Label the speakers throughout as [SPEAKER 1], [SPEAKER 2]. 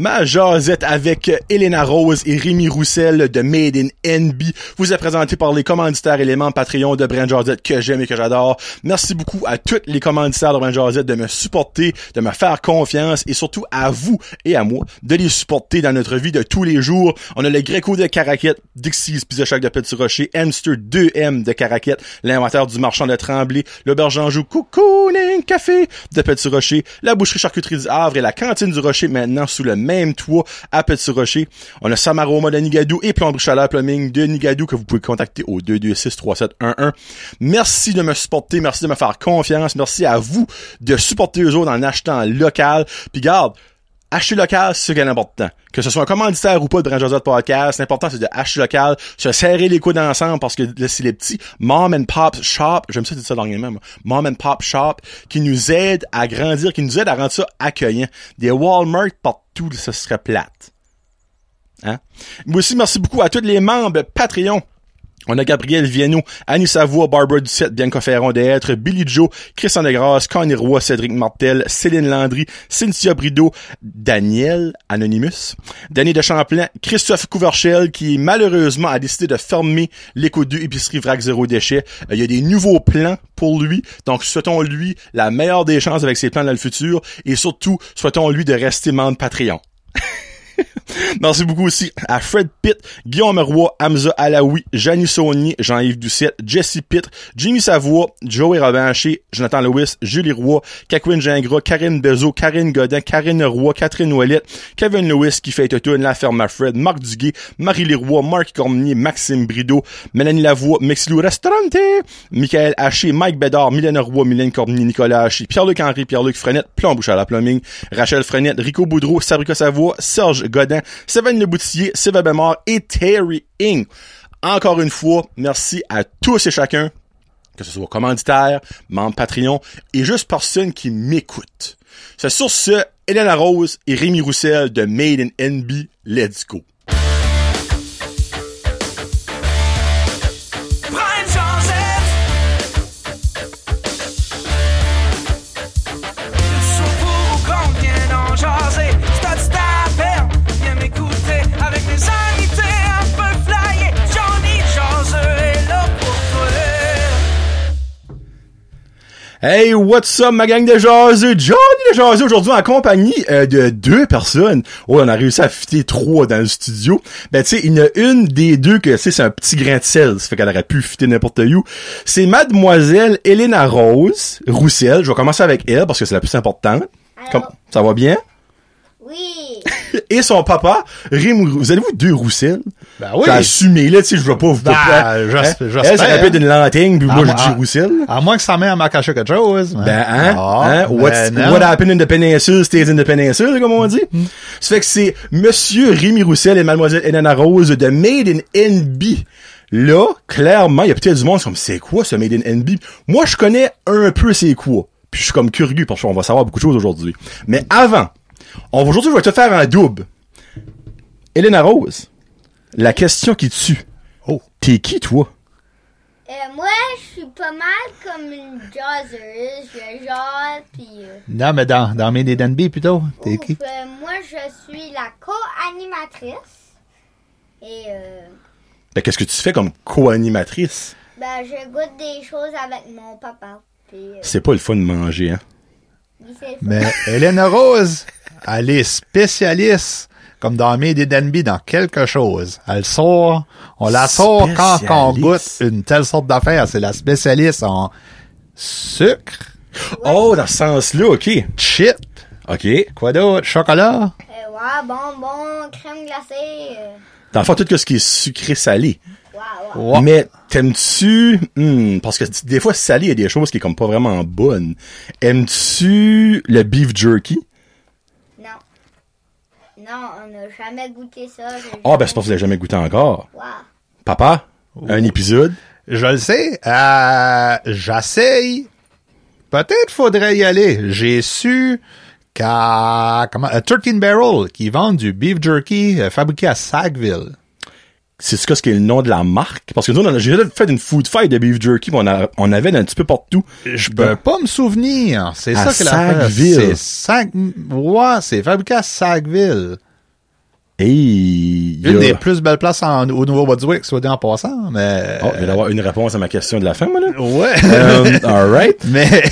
[SPEAKER 1] Ma jasette avec Elena Rose et Rémi Roussel de Made in NB vous est présentée par les commanditaires éléments Patreon de Brand Josette que j'aime et que j'adore. Merci beaucoup à tous les commanditaires de Brand Josette de me supporter, de me faire confiance et surtout à vous et à moi de les supporter dans notre vie de tous les jours. On a le Greco de Caraquette, Dixie's Pizza Shack de Petit Rocher, Hamster 2M de Caraquette, l'inventaire du marchand de Tremblay, l'auberge Anjou, Cocooning Café de Petit Rocher, la boucherie charcuterie du Havre et la cantine du Rocher maintenant sous le même toit à Petit Rocher. On a Samaroma de Nigadou et Plomberie Chaleur Plumbing de Nigadou que vous pouvez contacter au 226-3711. Merci de me supporter, merci de me faire confiance, merci à vous de supporter eux autres en achetant local. Puis garde, acheter local, c'est ce qui est important. Que ce soit un commanditaire ou pas de Rangers Podcast, l'important c'est de acheter local, se serrer les coudes ensemble parce que là c'est les petits Mom and Pop Shop, j'aime ça dire ça dernièrement, moi. Mom and Pop Shop, qui nous aident à grandir, qui nous aident à rendre ça accueillant. Des Walmart partout, ce serait plate. Hein? Mais aussi, merci beaucoup à tous les membres Patreon. On a Gabriel Viano, Annie Savoie, Barbara Ducette, Bianca Ferron d'être, Billy Joe, Christian Degrasse, Connie Roy, Cédric Martel, Céline Landry, Cynthia Brideau, Daniel Anonymous, Danny de Champlain, Christophe Couverchel, qui malheureusement a décidé de fermer l'écho 2 épicerie vrac zéro déchet. Euh, Il y a des nouveaux plans pour lui, donc souhaitons-lui la meilleure des chances avec ses plans dans le futur, et surtout, souhaitons-lui de rester membre Patreon. Merci beaucoup aussi à Fred Pitt, Guillaume Roy, Hamza Alaoui, Janie Saunier, Jean-Yves Doucette, Jesse Pitt, Jimmy Savoie, Joey Robanché, Jonathan Lewis, Julie Roy, Catherine Gingras, Karine Bezo, Karine Godin, Karine Roy, Catherine Ouellette, Kevin Lewis qui fait Totun, La Ferme à Fred, Marc Duguay, Marie Leroy, Marc Cormier, Maxime Brideau, Mélanie Lavoie, Mexilou Restaurante, Michael Haché, Mike Bédard, Mylène Roy, Mylène Cormier, Nicolas Haché, Pierre-Luc Henry, Pierre-Luc Frenette, Plomb Bouchard la Plumbing, Rachel Frenette, Rico Boudreau, Sabrica Savoie, Serge Godin, Séven Le Boutier, Sylvain Bémard et Terry Ing. Encore une fois, merci à tous et chacun, que ce soit commanditaire, membre Patreon et juste personne qui m'écoute. C'est sur ce, Hélène Rose et Rémi Roussel de Made in NB, let's go.
[SPEAKER 2] Brian Joseph Sur pour ou contre, viens en jaser C'est à du taverne, viens m'écouter Avec mes invités un peu flyés Johnny Joseph est là pour toi
[SPEAKER 1] Hey, what's up, ma gang de jaseux? Johnny de jaseux, aujourd'hui en compagnie euh, de deux personnes. Oh, on a réussi à fitter trois dans le studio. Ben, tu sais, il y en a une des deux que, tu sais, c'est un petit grain de sel. Ça fait qu'elle aurait pu fitter n'importe où. C'est mademoiselle Elena Rose Roussel. Je vais commencer avec elle parce que c'est la plus importante. Comme- ça va bien?
[SPEAKER 3] Oui.
[SPEAKER 1] Et son papa, Rim, vous allez-vous deux Roussel?
[SPEAKER 4] Ben oui.
[SPEAKER 1] T'as assumé, là, tu sais, je veux pas vous...
[SPEAKER 4] Ben,
[SPEAKER 1] hein?
[SPEAKER 4] j'espère,
[SPEAKER 1] Elle, ça
[SPEAKER 4] j'espère.
[SPEAKER 1] répète une lentille, puis
[SPEAKER 4] Ah,
[SPEAKER 1] moi, je
[SPEAKER 4] moi,
[SPEAKER 1] dis
[SPEAKER 4] ah.
[SPEAKER 1] Roussel.
[SPEAKER 4] À moins que sa mère m'a caché quelque chose. mais-
[SPEAKER 1] Ben, hein?
[SPEAKER 4] Ah,
[SPEAKER 1] hein?
[SPEAKER 4] ben
[SPEAKER 1] What's-
[SPEAKER 4] non. Mm-hmm.
[SPEAKER 1] what happened in the peninsula stays in the peninsula, comme on dit. Ça fait que c'est Monsieur Rémi Roussel et Mademoiselle Elena Rose de Made in NB. Là, clairement, il y a peut-être du monde qui sont comme, c'est quoi ce Made in NB? Moi, je connais un peu c'est quoi. Puis je suis comme curieux parce qu'on va savoir beaucoup de choses aujourd'hui. Mais avant, on va aujourd'hui, je vais te faire un double. Elena Rose, la question qui tue.
[SPEAKER 4] Oh.
[SPEAKER 1] T'es qui, toi?
[SPEAKER 3] Euh, moi, je suis pas mal comme une jaseuse. Je jase, puis... euh,
[SPEAKER 4] Non, mais dans, dans mes Denby plutôt. T'es qui?
[SPEAKER 3] ouf, euh, moi, je suis la co-animatrice. Et, euh,
[SPEAKER 1] Ben, qu'est-ce que tu fais comme co-animatrice?
[SPEAKER 3] ben, je goûte des choses avec mon papa. Puis, euh,
[SPEAKER 1] C'est pas le fun de manger, hein?
[SPEAKER 3] il fait
[SPEAKER 4] Mais Hélène Rose, elle est spécialiste, comme dans mes Denby, dans quelque chose. Elle sort, on la sort quand on goûte
[SPEAKER 1] Spécialiste.
[SPEAKER 4] une telle sorte d'affaire. C'est la spécialiste en sucre,
[SPEAKER 1] Oh, dans ce sens-là, ok.
[SPEAKER 4] chip,
[SPEAKER 1] Ok.
[SPEAKER 4] quoi d'autre, chocolat.
[SPEAKER 3] Euh, ouais, bonbon, crème glacée. euh,
[SPEAKER 1] Dans le fond, tout ce qui est sucré-salé.
[SPEAKER 3] ouais, ouais.
[SPEAKER 4] Ouais.
[SPEAKER 1] Mais t'aimes-tu... hmm, parce que t- des fois, salé, il y a des choses qui est comme pas vraiment bonnes. Aimes-tu le beef jerky?
[SPEAKER 3] Non. Non, on n'a jamais goûté ça.
[SPEAKER 1] Ah, ben c'est parce que vous l'avez jamais goûté encore.
[SPEAKER 3] Wow.
[SPEAKER 1] Papa, un épisode?
[SPEAKER 4] Je le sais. Euh, J'essaye. Peut-être faudrait y aller. J'ai su qu'à comment à 13 Barrel qui vendent du beef jerky euh, fabriqué à Sackville.
[SPEAKER 1] C'est ce que ce qui est le nom de la marque? Parce que nous, on a- j'ai déjà fait une food fight de beef jerky, mais on, a- on avait un petit peu partout.
[SPEAKER 4] Je peux pas me souvenir. C'est
[SPEAKER 1] À
[SPEAKER 4] ça que la
[SPEAKER 1] Sackville.
[SPEAKER 4] C'est Sac... ouais, c'est fabriqué à Sackville.
[SPEAKER 1] Et il y
[SPEAKER 4] Une
[SPEAKER 1] a-
[SPEAKER 4] des plus belles places en- au Nouveau-Brunswick, soit dit en passant, mais...
[SPEAKER 1] Oh, il va y avoir une réponse à ma question de la fin, moi, là.
[SPEAKER 4] Ouais.
[SPEAKER 1] Euh, all right.
[SPEAKER 4] mais...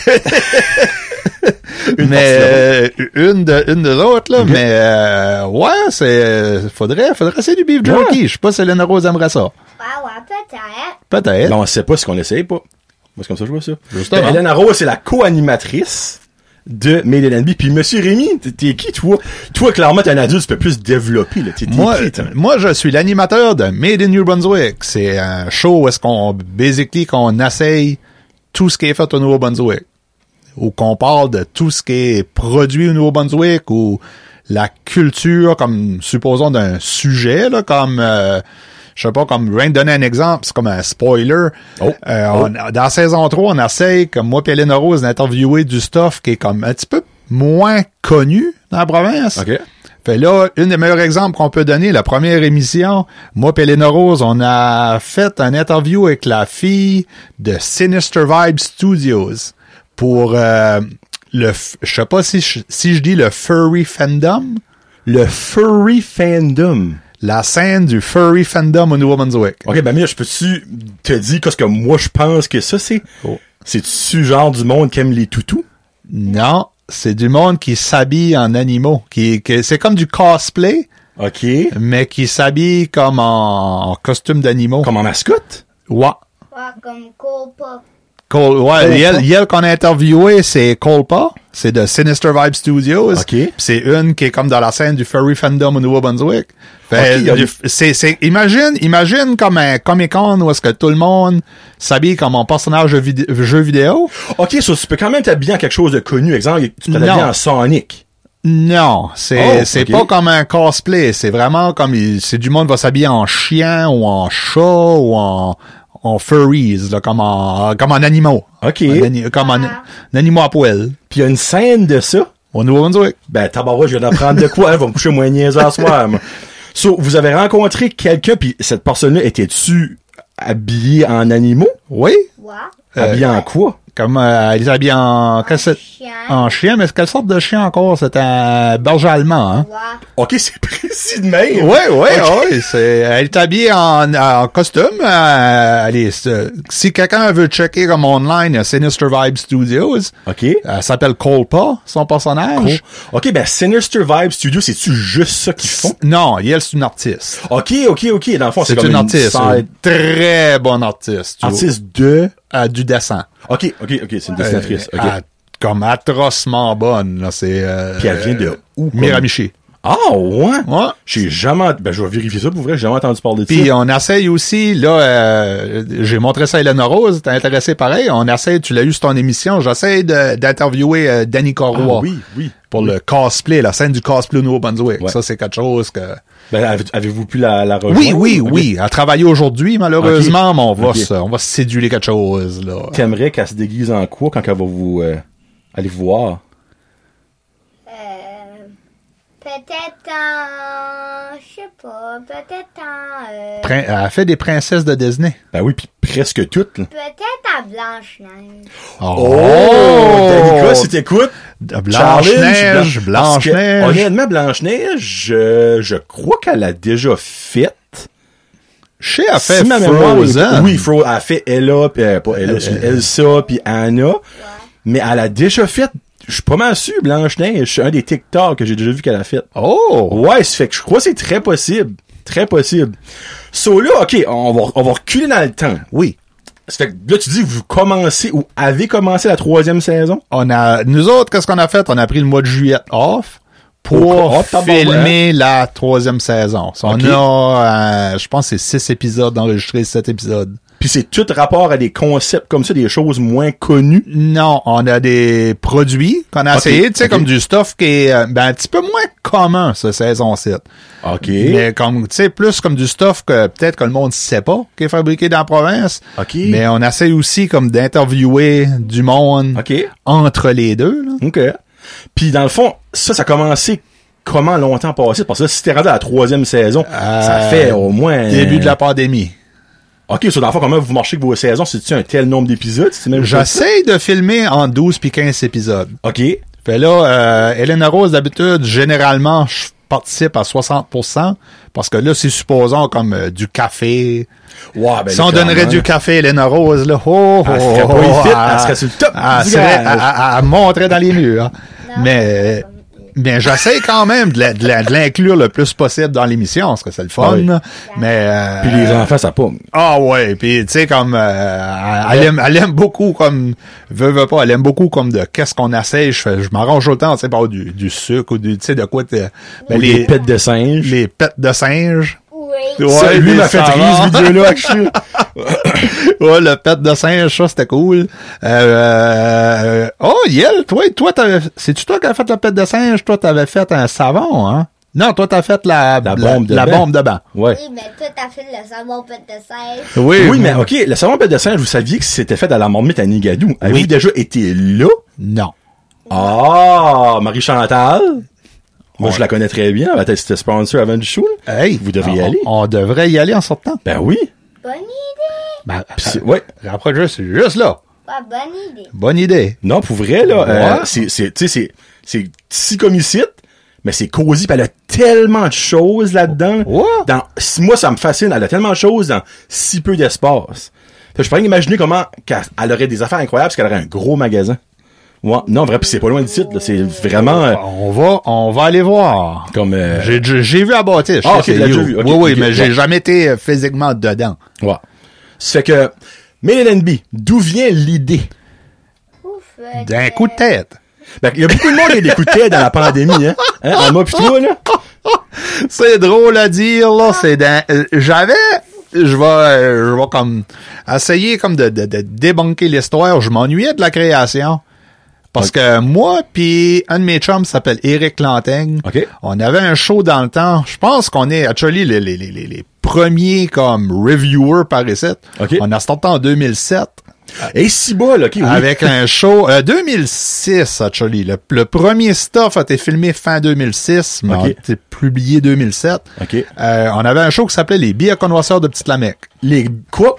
[SPEAKER 4] mais euh, une de une de l'autre là mais euh, ouais c'est euh, faudrait faudrait essayer du beef jerky je sais pas si Hélène Rose aimerait ça
[SPEAKER 3] Ouais, ouais, peut-être.
[SPEAKER 4] peut-être
[SPEAKER 1] Non, on sait pas ce qu'on essaye pas. Moi, c'est comme ça que je vois ça.
[SPEAKER 4] Justement.
[SPEAKER 1] Ben, Hélène Arrow, c'est la co-animatrice de Made in NB. Puis, monsieur Rémi, t'es- t'es qui, toi? Toi, clairement, t'es un adulte, tu peux plus développer, là. T'es t'es
[SPEAKER 4] Moi,
[SPEAKER 1] qui, toi?
[SPEAKER 4] moi, je suis l'animateur de Made in New Brunswick. C'est un show où est-ce qu'on, basically, qu'on essaye tout ce qui est fait au Nouveau-Brunswick. Ou qu'on parle de tout ce qui est produit au Nouveau-Brunswick ou la culture, comme, supposons d'un sujet, là, comme, euh, je sais pas, comme, rien que donner un exemple, c'est comme un spoiler.
[SPEAKER 1] Oh.
[SPEAKER 4] Euh, on- dans saison 3, on essaye, comme moi et Hélène Rose, d'interviewer du stuff qui est comme un petit peu moins connu dans la province.
[SPEAKER 1] OK.
[SPEAKER 4] Fait là, une des meilleurs exemples qu'on peut donner, la première émission, moi et Hélène Rose, on a fait un interview avec la fille de Sinister Vibe Studios pour euh, le, f- je sais pas si je, si je dis le furry fandom,
[SPEAKER 1] Le furry fandom.
[SPEAKER 4] la scène du furry fandom au Nouveau-Brunswick.
[SPEAKER 1] Ok, ben, Mia, je peux-tu te dire qu'est-ce que moi, je pense que ça, c'est?
[SPEAKER 4] Oh.
[SPEAKER 1] C'est-tu genre du monde qui aime les toutous?
[SPEAKER 4] Non, c'est du monde qui s'habille en animaux, qui, qui- c'est comme du cosplay,
[SPEAKER 1] Ok.
[SPEAKER 4] mais qui s'habille comme en, en costume d'animaux.
[SPEAKER 1] Comme en mascotte?
[SPEAKER 4] Ouais.
[SPEAKER 3] Ouais, comme Copa.
[SPEAKER 4] Cole,
[SPEAKER 1] Colpa.
[SPEAKER 4] ouais, Yel, Yel qu'on a interviewé, c'est Colpa. C'est de Sinister Vibe Studios.
[SPEAKER 1] OK.
[SPEAKER 4] Puis C'est une qui est comme dans la scène du furry fandom au Nouveau-Brunswick. Fait,
[SPEAKER 1] OK, il y a
[SPEAKER 4] du-
[SPEAKER 1] des-
[SPEAKER 4] c'est, c'est, imagine, imagine comme un Comic-Con où est-ce que tout le monde s'habille comme un personnage de vid- jeu vidéo.
[SPEAKER 1] Ok, ça, tu peux quand même t'habiller en quelque chose de connu. Exemple, tu peux t'habiller
[SPEAKER 4] Non.
[SPEAKER 1] en Sonic.
[SPEAKER 4] Non, c'est
[SPEAKER 1] Oh,
[SPEAKER 4] c'est
[SPEAKER 1] ok.
[SPEAKER 4] pas comme un cosplay, c'est vraiment comme il- c'est du monde va s'habiller en chien ou en chat ou en en furries là, comme en comme en animaux.
[SPEAKER 1] Ok.
[SPEAKER 4] En ani- comme en, en animaux à poil.
[SPEAKER 1] Puis il y a une scène de ça.
[SPEAKER 4] Au Nouveau-Brunswick.
[SPEAKER 1] Ben, tabarouette, je viens d'apprendre de quoi, hein, va me coucher moins niaiseux à soir, moi. So, vous avez rencontré quelqu'un, puis cette personne-là était-tu habillée en animaux?
[SPEAKER 4] Oui,
[SPEAKER 3] Ouais.
[SPEAKER 1] habillée en quoi?
[SPEAKER 4] comme euh, elle est habillée en qu'est-ce que c'est?
[SPEAKER 3] chien.
[SPEAKER 4] en chien, mais quelle sorte de chien encore C'est un berger allemand. Hein?
[SPEAKER 3] Ouais.
[SPEAKER 1] Ok, c'est précis de même.
[SPEAKER 4] Ouais, ouais, ouais. C'est, elle est habillée en, en costume. euh, elle est, euh, si quelqu'un veut checker comme online, il y a Sinister Vibe Studios. euh,
[SPEAKER 1] Ok.
[SPEAKER 4] Elle s'appelle Colpa, son personnage.
[SPEAKER 1] Ok, ben, Sinister Vibe Studio, c'est-tu juste ça qu'ils font?
[SPEAKER 4] Non, elle c'est une artiste.
[SPEAKER 1] Ok, ok, ok. Dans le fond, Oh, c'est
[SPEAKER 4] C'est
[SPEAKER 1] comme
[SPEAKER 4] une artiste, une
[SPEAKER 1] side-
[SPEAKER 4] très bonne artiste. tu vois.
[SPEAKER 1] artiste de...
[SPEAKER 4] Euh, du dessin.
[SPEAKER 1] Ok, ok, ok, c'est une dessinatrice.
[SPEAKER 4] Euh,
[SPEAKER 1] Ok.
[SPEAKER 4] elle- comme atrocement bonne. Là, c'est, euh,
[SPEAKER 1] Puis elle vient de où, comme-
[SPEAKER 4] Miramichi.
[SPEAKER 1] Ah, ouais?
[SPEAKER 4] Ouais.
[SPEAKER 1] J'ai jamais, ben, je vais vérifier ça pour vrai, j'ai jamais entendu parler de
[SPEAKER 4] Puis
[SPEAKER 1] ça.
[SPEAKER 4] on essaye aussi, là, euh, j'ai montré ça à Hélène Rose, t'es intéressé pareil, on essaye, tu l'as eu sur ton émission, j'essaie de- d'interviewer euh, Danny Corroy
[SPEAKER 1] Ah, oui, oui.
[SPEAKER 4] pour le cosplay, la scène du cosplay au Nouveau-Brunswick.
[SPEAKER 1] Ouais.
[SPEAKER 4] Ça, c'est quelque chose que...
[SPEAKER 1] Ben, avez- avez-vous pu la, la rejoindre?
[SPEAKER 4] Oui, oui,
[SPEAKER 1] Ok.
[SPEAKER 4] oui, elle travaille aujourd'hui, malheureusement,
[SPEAKER 1] Ok.
[SPEAKER 4] mais on va,
[SPEAKER 1] Ok.
[SPEAKER 4] se, on va se séduire quelque chose, là.
[SPEAKER 1] T'aimerais qu'elle se déguise en quoi quand elle va vous euh, aller vous voir?
[SPEAKER 3] Euh, peut-être en. Je sais pas. Peut-être en. euh,
[SPEAKER 4] Prin- elle fait des princesses de Disney.
[SPEAKER 1] Ben oui, puis presque toutes. là.
[SPEAKER 3] peut-être en Blanche-Neige.
[SPEAKER 4] Oh!
[SPEAKER 1] Danica, si t'écoutes,
[SPEAKER 4] Blanche-Neige,
[SPEAKER 1] challenge, Blan- parce que,
[SPEAKER 4] Blanche-Neige.
[SPEAKER 1] Honnêtement, Blanche-Neige, je, je crois qu'elle a déjà fait.
[SPEAKER 4] Chez, elle fait
[SPEAKER 1] Si ma mémoire est-
[SPEAKER 4] Frozen.
[SPEAKER 1] Oui, Frozen. Elle a fait Ella, puis, euh, pas Ella, excuse, Elsa, puis Anna. Mais elle a déjà fait, je suis pas mal sûr, Blanche-Neige. C'est un des TikTok que j'ai déjà vu qu'elle a fait.
[SPEAKER 4] Oh!
[SPEAKER 1] Ouais, ça fait que je crois que c'est très possible. Très possible. So là, ok, on va, on va reculer dans le temps.
[SPEAKER 4] Oui.
[SPEAKER 1] Ça fait que là, tu dis que vous commencez ou avez commencé la troisième saison.
[SPEAKER 4] on a, nous autres, qu'est-ce qu'on a fait? On a pris le mois de juillet off pour
[SPEAKER 1] Oh, tabarouette.
[SPEAKER 4] filmer la troisième saison. So,
[SPEAKER 1] Ok.
[SPEAKER 4] On a, euh, je pense, que c'est six épisodes enregistrés, sept épisodes.
[SPEAKER 1] Puis c'est tout rapport à des concepts comme ça, des choses moins connues.
[SPEAKER 4] Non, on a des produits qu'on a
[SPEAKER 1] Ok,
[SPEAKER 4] essayé, tu sais,
[SPEAKER 1] ok.
[SPEAKER 4] comme du stuff qui est euh, ben, un petit peu moins commun, ce saison 7.
[SPEAKER 1] OK.
[SPEAKER 4] Mais comme, tu sais, plus comme du stuff que peut-être que le monde sait pas, qui est fabriqué dans la province.
[SPEAKER 1] Ok.
[SPEAKER 4] Mais on essaie aussi comme d'interviewer du monde
[SPEAKER 1] OK.
[SPEAKER 4] entre les deux. là.
[SPEAKER 1] OK. Puis dans le fond, ça, ça a commencé comment longtemps passé? Parce que là, si t'es rendu à la troisième saison, ça
[SPEAKER 4] Euh,
[SPEAKER 1] fait au moins...
[SPEAKER 4] Début de la pandémie.
[SPEAKER 1] OK, so dans le fond, comment vous marchez avec vos saisons? C'est-tu un tel nombre d'épisodes? C'est-tu même-
[SPEAKER 4] J'essaie de filmer en 12 puis 15 épisodes.
[SPEAKER 1] OK.
[SPEAKER 4] Fait là, euh, Hélène Rose, d'habitude, généralement, je participent à 60%, parce que là, c'est supposons comme euh, du café.
[SPEAKER 1] Ouais, ben,
[SPEAKER 4] si on donnerait du café à Hélène Rose, là, oh,
[SPEAKER 1] Elle serait
[SPEAKER 4] oh,
[SPEAKER 1] pas
[SPEAKER 4] oh,
[SPEAKER 1] ici,
[SPEAKER 4] ah,
[SPEAKER 1] elle serait sur le top du
[SPEAKER 4] ah, elle serait-
[SPEAKER 1] garage.
[SPEAKER 4] ah, ah, ah, montrer dans les murs. hein.
[SPEAKER 3] Non,
[SPEAKER 4] Mais, mais j'essaie quand même de la- de la- de l'inclure le plus possible dans l'émission, parce que c'est le fun.
[SPEAKER 1] Ah oui.
[SPEAKER 4] là. Mais, euh,
[SPEAKER 1] Puis les enfants, ça pomme.
[SPEAKER 4] ah ouais, puis tu sais comme euh, elle, aime, elle aime beaucoup comme veut veut pas, elle aime beaucoup comme de qu'est-ce qu'on essaie, je, fais- je m'arrange autant, tu sais par du, du sucre ou du tu sais de quoi t'es- ben,
[SPEAKER 1] Ou
[SPEAKER 4] les
[SPEAKER 1] des pets de singe.
[SPEAKER 4] les pets de singe.
[SPEAKER 3] Oui.
[SPEAKER 4] Ouais,
[SPEAKER 1] Ça, lui
[SPEAKER 4] les
[SPEAKER 1] m'a fait rire,
[SPEAKER 4] savants.
[SPEAKER 1] ce vidéo-là, que je suis.
[SPEAKER 4] ouais, le pet de singe, ça c'était cool. Euh, euh, oh Yel, toi toi t'avais c'est tu toi qui as fait le pet de singe, toi t'avais fait un savon hein. Non, toi t'as fait la
[SPEAKER 1] La bombe de
[SPEAKER 4] la
[SPEAKER 1] bain.
[SPEAKER 4] bombe de bain.
[SPEAKER 1] Ouais.
[SPEAKER 3] Oui, mais toi, t'as fait le savon peut de sèche.
[SPEAKER 1] Oui, mais ok, le savon pète de singe, vous saviez que c'était fait à la marmite à Nigadou. Avez-vous
[SPEAKER 4] Oui.
[SPEAKER 1] déjà été là?
[SPEAKER 4] non.
[SPEAKER 1] Ah, Marie-Chantal. Moi,
[SPEAKER 4] Ouais.
[SPEAKER 1] je la connais très bien. Elle était- C'était sponsor avant du show. là.
[SPEAKER 4] Hey,
[SPEAKER 1] Vous devriez y
[SPEAKER 4] on-
[SPEAKER 1] aller.
[SPEAKER 4] On devrait y aller en sortant.
[SPEAKER 1] Ben oui.
[SPEAKER 3] Bonne idée.
[SPEAKER 4] Ben,
[SPEAKER 1] Pis c'est- ouais.
[SPEAKER 4] Rapproche juste, juste là.
[SPEAKER 3] Pas bonne idée.
[SPEAKER 4] Bonne idée.
[SPEAKER 1] Non, pour vrai, là, euh,
[SPEAKER 4] Ouais.
[SPEAKER 1] c'est, c'est, tu sais, c'est, c'est si comme ici, mais c'est cosy, pis elle a tellement de choses là-dedans.
[SPEAKER 4] Ouais.
[SPEAKER 1] Dans, si- moi, ça me fascine, elle a tellement de choses dans si peu d'espace. Fait que Je peux rien imaginer comment qu'elle elle aurait des affaires incroyables, parce qu'elle aurait un gros magasin. Ouais, non, vrai, pis c'est pas loin d'ici, là, c'est vraiment euh,
[SPEAKER 4] On va, on va aller voir.
[SPEAKER 1] comme... euh,
[SPEAKER 4] J'ai j'ai- j'ai vu à bâtisse.
[SPEAKER 1] Ah, ok,
[SPEAKER 4] Je sais
[SPEAKER 1] tu l'as
[SPEAKER 4] c'est
[SPEAKER 1] déjà
[SPEAKER 4] où.
[SPEAKER 1] vu. Ok,
[SPEAKER 4] oui, oui,
[SPEAKER 1] ok,
[SPEAKER 4] mais j'ai
[SPEAKER 1] ouais.
[SPEAKER 4] jamais été euh, physiquement dedans.
[SPEAKER 1] ouais. Ça fait que... Mais LNB, d'où vient l'idée?
[SPEAKER 3] Ouf. euh,
[SPEAKER 4] D'un
[SPEAKER 3] de-
[SPEAKER 4] coup de tête.
[SPEAKER 1] Ben, il y a beaucoup de monde qui l'écoutait dans la pandémie, hein? hein en moi pis toi, là.
[SPEAKER 4] C'est drôle à dire, là.
[SPEAKER 1] Ah.
[SPEAKER 4] C'est d'un, euh, j'avais, je vais, euh, je vais comme, essayer comme de, de, de débunker l'histoire. Je m'ennuyais de la création. Parce que moi, puis un de mes chums s'appelle Eric Lantaigne.
[SPEAKER 1] Ok.
[SPEAKER 4] On avait un show dans le temps. Je pense qu'on est, actually, les, les, les, les, les premiers comme reviewers par ici.
[SPEAKER 1] Ok.
[SPEAKER 4] On a starté en 2007
[SPEAKER 1] Et si bas, là, ok, oui.
[SPEAKER 4] avec un show euh, 2006 actually ah, le, le premier stuff a été filmé fin 2006 mais
[SPEAKER 1] Ok.
[SPEAKER 4] a été publié 2007
[SPEAKER 1] Ok.
[SPEAKER 4] Euh, on avait un show qui s'appelait les bières connoisseurs de Petite Lamec
[SPEAKER 1] Les quoi?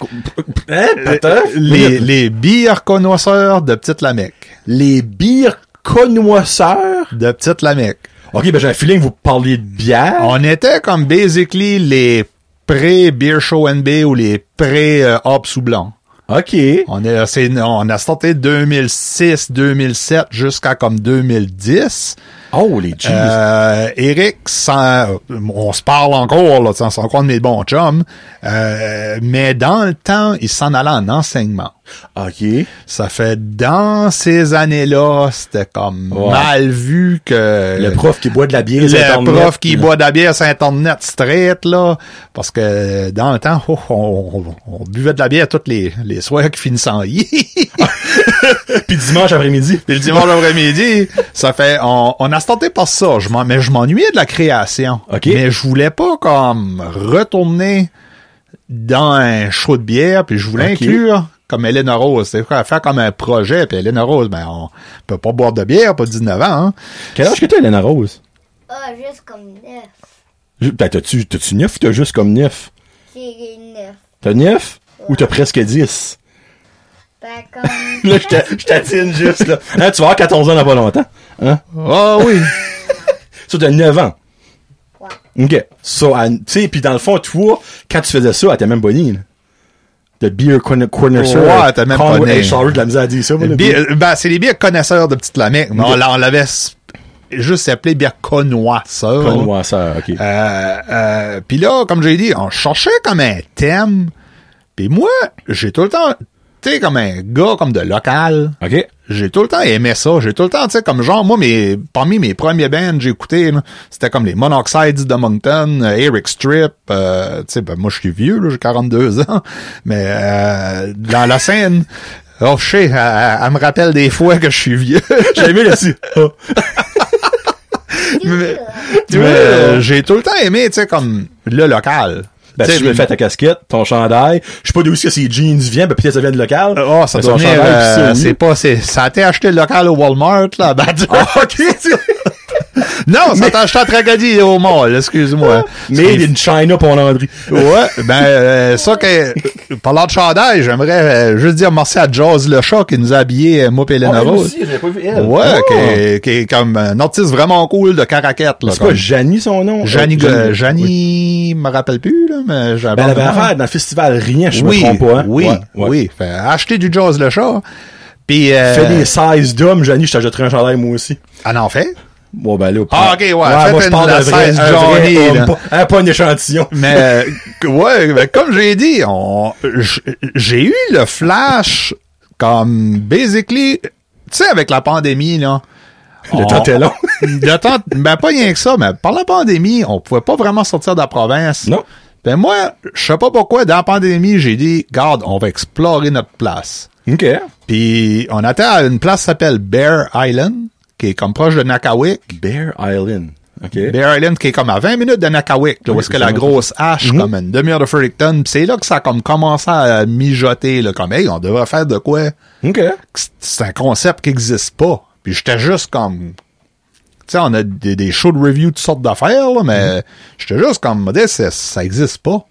[SPEAKER 1] Hein, patin?
[SPEAKER 4] les, les bières connoisseurs de Petite Lamec
[SPEAKER 1] les bières connoisseurs.
[SPEAKER 4] de Petite Lamec
[SPEAKER 1] Ok, ben j'ai un feeling que vous parliez de bière.
[SPEAKER 4] on était comme basically les pré beer show NB ou les pré euh, Hop sous blanc
[SPEAKER 1] Ok.
[SPEAKER 4] on est c'est- on a starté 2006 2007 jusqu'à comme 2010
[SPEAKER 1] Oh, les cheese.
[SPEAKER 4] Euh, Eric, sans- euh, on se parle encore, là, tu sais, c'est encore de mes bons chums, euh, mais dans le temps, il s'en allait en enseignement.
[SPEAKER 1] ok.
[SPEAKER 4] Ça fait dans ces années-là, c'était comme
[SPEAKER 1] Ouais.
[SPEAKER 4] mal vu que
[SPEAKER 1] Le prof qui boit de la bière,
[SPEAKER 4] le
[SPEAKER 1] c'est Internet.
[SPEAKER 4] prof qui boit de la bière sur Internet straight, là, parce que dans le temps, oh, on, on- on buvait de la bière toutes les, les soirs qui finissent en i.
[SPEAKER 1] Puis dimanche après-midi.
[SPEAKER 4] Puis le dimanche après-midi, ça fait, on, on a starté par ça. Je m'en, mais je m'ennuyais de la création.
[SPEAKER 1] OK.
[SPEAKER 4] Mais je voulais pas comme retourner dans un show de bière, puis je voulais
[SPEAKER 1] OK.
[SPEAKER 4] inclure comme Hélène Rose. C'est quoi, faire comme un projet, puis Hélène Rose, ben, on peut pas boire de bière, pas 19 ans, hein.
[SPEAKER 1] Quel âge que t'as, Elena Rose?
[SPEAKER 3] Ah, juste comme neuf.
[SPEAKER 1] Je- Ben, t'as-tu, t'as-tu 9 ou t'as juste comme 9?
[SPEAKER 3] J'ai neuf.
[SPEAKER 1] T'as 9? Ou t'as presque 10?
[SPEAKER 3] Pas comme.
[SPEAKER 1] Là, je t'a- je t'attine juste, là. Hein, tu vas avoir 14 ans dans pas longtemps. Hein?
[SPEAKER 4] Ah oui.
[SPEAKER 1] Ça, t'as 9 ans.
[SPEAKER 3] quoi.
[SPEAKER 1] OK. So, à- tu sais, puis dans le fond, toi, quand tu faisais ça, elle était même bonnie, là. The beer corner, corner
[SPEAKER 4] Ouais, elle était même pas née.
[SPEAKER 1] charge de la misère à dire ça, moi, le
[SPEAKER 4] Bière- ben, c'est les bières connaisseurs de Petite Lamec. mais on, l'a- on l'avait s- juste appelé bière connoisseur.
[SPEAKER 1] Connoisseur, OK.
[SPEAKER 4] Euh, euh, puis là, comme j'ai dit, on cherchait comme un thème. Puis moi, j'ai tout le temps, tu sais, comme un gars comme de local.
[SPEAKER 1] OK.
[SPEAKER 4] J'ai tout le temps aimé ça. J'ai tout le temps, tu sais, comme genre, moi, mes, parmi mes premiers bands que j'ai écoutés, là, c'était comme les Monoxides de Moncton, euh, Eric Strip, euh, tu sais, ben, moi, je suis vieux, là, j'ai 42 ans, mais euh, dans la scène, oh, je sais, elle, elle- elle me rappelle des fois que je suis vieux.
[SPEAKER 1] J'ai aimé là-dessus. Ah.
[SPEAKER 4] Mais, euh, j'ai tout le temps aimé, tu sais, comme le local.
[SPEAKER 1] Ben,
[SPEAKER 4] Tu
[SPEAKER 1] tu
[SPEAKER 4] sais,
[SPEAKER 1] me fais ta casquette, ton chandail. Je sais pas d'où est-ce que ces jeans viennent, ben peut-être ça vient de local.
[SPEAKER 4] Ah, ça
[SPEAKER 1] Mais
[SPEAKER 4] doit
[SPEAKER 1] son
[SPEAKER 4] venir,
[SPEAKER 1] chandail,
[SPEAKER 4] euh,
[SPEAKER 1] puis ça, oui.
[SPEAKER 4] c'est pas, c'est, ça a été acheté local au Walmart, là, à Badger.
[SPEAKER 1] Ah, OK. tu-
[SPEAKER 4] Non, ça t'achète à Tracadie au mall, excuse-moi.
[SPEAKER 1] Ah, Made in China pour Landry.
[SPEAKER 4] Ouais, ben euh, ça que parlant de chandail, j'aimerais euh, juste dire merci à Jaws le chat qui nous a habillés euh, moi et
[SPEAKER 1] Ah,
[SPEAKER 4] Elena Rose. Ouais, qui, est, qui est comme un artiste vraiment cool de caraquette là.
[SPEAKER 1] C'est
[SPEAKER 4] comme-
[SPEAKER 1] quoi, Janie son nom?
[SPEAKER 4] Janie,
[SPEAKER 1] Euh,
[SPEAKER 4] euh, Janie, me rappelle plus là, mais j'avais
[SPEAKER 1] Ben, elle avait
[SPEAKER 4] entendu.
[SPEAKER 1] affaire dans le festival rien, je
[SPEAKER 4] oui,
[SPEAKER 1] me trompe pas. Hein?
[SPEAKER 4] oui,
[SPEAKER 1] Ouais, ouais.
[SPEAKER 4] oui. Fait, achetez du Jaws le chat. Puis euh,
[SPEAKER 1] Fais des sizes d'hommes, Janie, je t'achèterai un chandail moi aussi.
[SPEAKER 4] ah non fait.
[SPEAKER 1] Bon, ben là,
[SPEAKER 4] Ah, ok, ouais, faites
[SPEAKER 1] moi, je
[SPEAKER 4] une-
[SPEAKER 1] parle
[SPEAKER 4] la
[SPEAKER 1] d'un vrai,
[SPEAKER 4] size
[SPEAKER 1] un vrai
[SPEAKER 4] Johnny,
[SPEAKER 1] homme,
[SPEAKER 4] là.
[SPEAKER 1] pas, hein, pas un échantillon.
[SPEAKER 4] Mais euh, que- ouais, ben, comme j'ai dit, on, j- j'ai eu le flash comme basically, tu sais, avec la pandémie là.
[SPEAKER 1] Le
[SPEAKER 4] on-
[SPEAKER 1] temps était long.
[SPEAKER 4] le temps, ben pas rien que ça, mais par la pandémie, on pouvait pas vraiment sortir de la province.
[SPEAKER 1] Non.
[SPEAKER 4] Ben moi, je sais pas pourquoi, dans la pandémie, j'ai dit, garde, on va explorer notre place.
[SPEAKER 1] OK.
[SPEAKER 4] Puis on était à une place qui s'appelle Bear Island, qui est comme proche de Nakawik.
[SPEAKER 1] Bear Island. OK.
[SPEAKER 4] Bear Island qui est comme à 20 minutes de Nakawik, là, où est-ce que la grosse hache, comme une demi-heure de Fredericton, pis c'est là que ça a comme commencé à mijoter, là, comme, hey, on devrait faire de quoi?
[SPEAKER 1] OK.
[SPEAKER 4] C'est- C'est un concept qui existe pas. Puis j'étais juste comme, tu sais, on a des, des shows de review, toutes sortes d'affaires, là, mais j'étais juste comme, me dire, c'est- ça existe pas.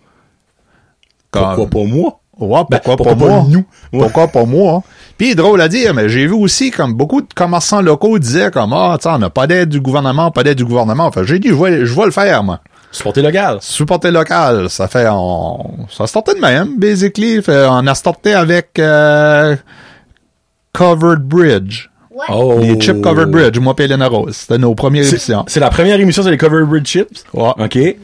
[SPEAKER 4] Comme-
[SPEAKER 1] Pourquoi pas moi?
[SPEAKER 4] Ouais, pourquoi,
[SPEAKER 1] Ben,
[SPEAKER 4] pas,
[SPEAKER 1] pourquoi pas
[SPEAKER 4] moi?
[SPEAKER 1] nous? Ouais.
[SPEAKER 4] Pourquoi pas moi? Puis drôle à dire, mais j'ai vu aussi comme beaucoup de commerçants locaux disaient comme ah, tu on n'a pas d'aide du gouvernement, pas d'aide du gouvernement. Fait que j'ai dit je vais je vais le faire moi.
[SPEAKER 1] Supporter local.
[SPEAKER 4] Supporter local, ça fait on ça sortait de même basically, Fait, on a sorti avec euh, Covered Bridge.
[SPEAKER 3] Ouais.
[SPEAKER 1] Oh.
[SPEAKER 4] Les Chip Covered Bridge, moi et Elena Rose. C'était nos premières
[SPEAKER 1] C'est
[SPEAKER 4] émissions.
[SPEAKER 1] c'est la première émission sur les Cover Bridge Chips.
[SPEAKER 4] Ouais.
[SPEAKER 1] OK.
[SPEAKER 3] Yep.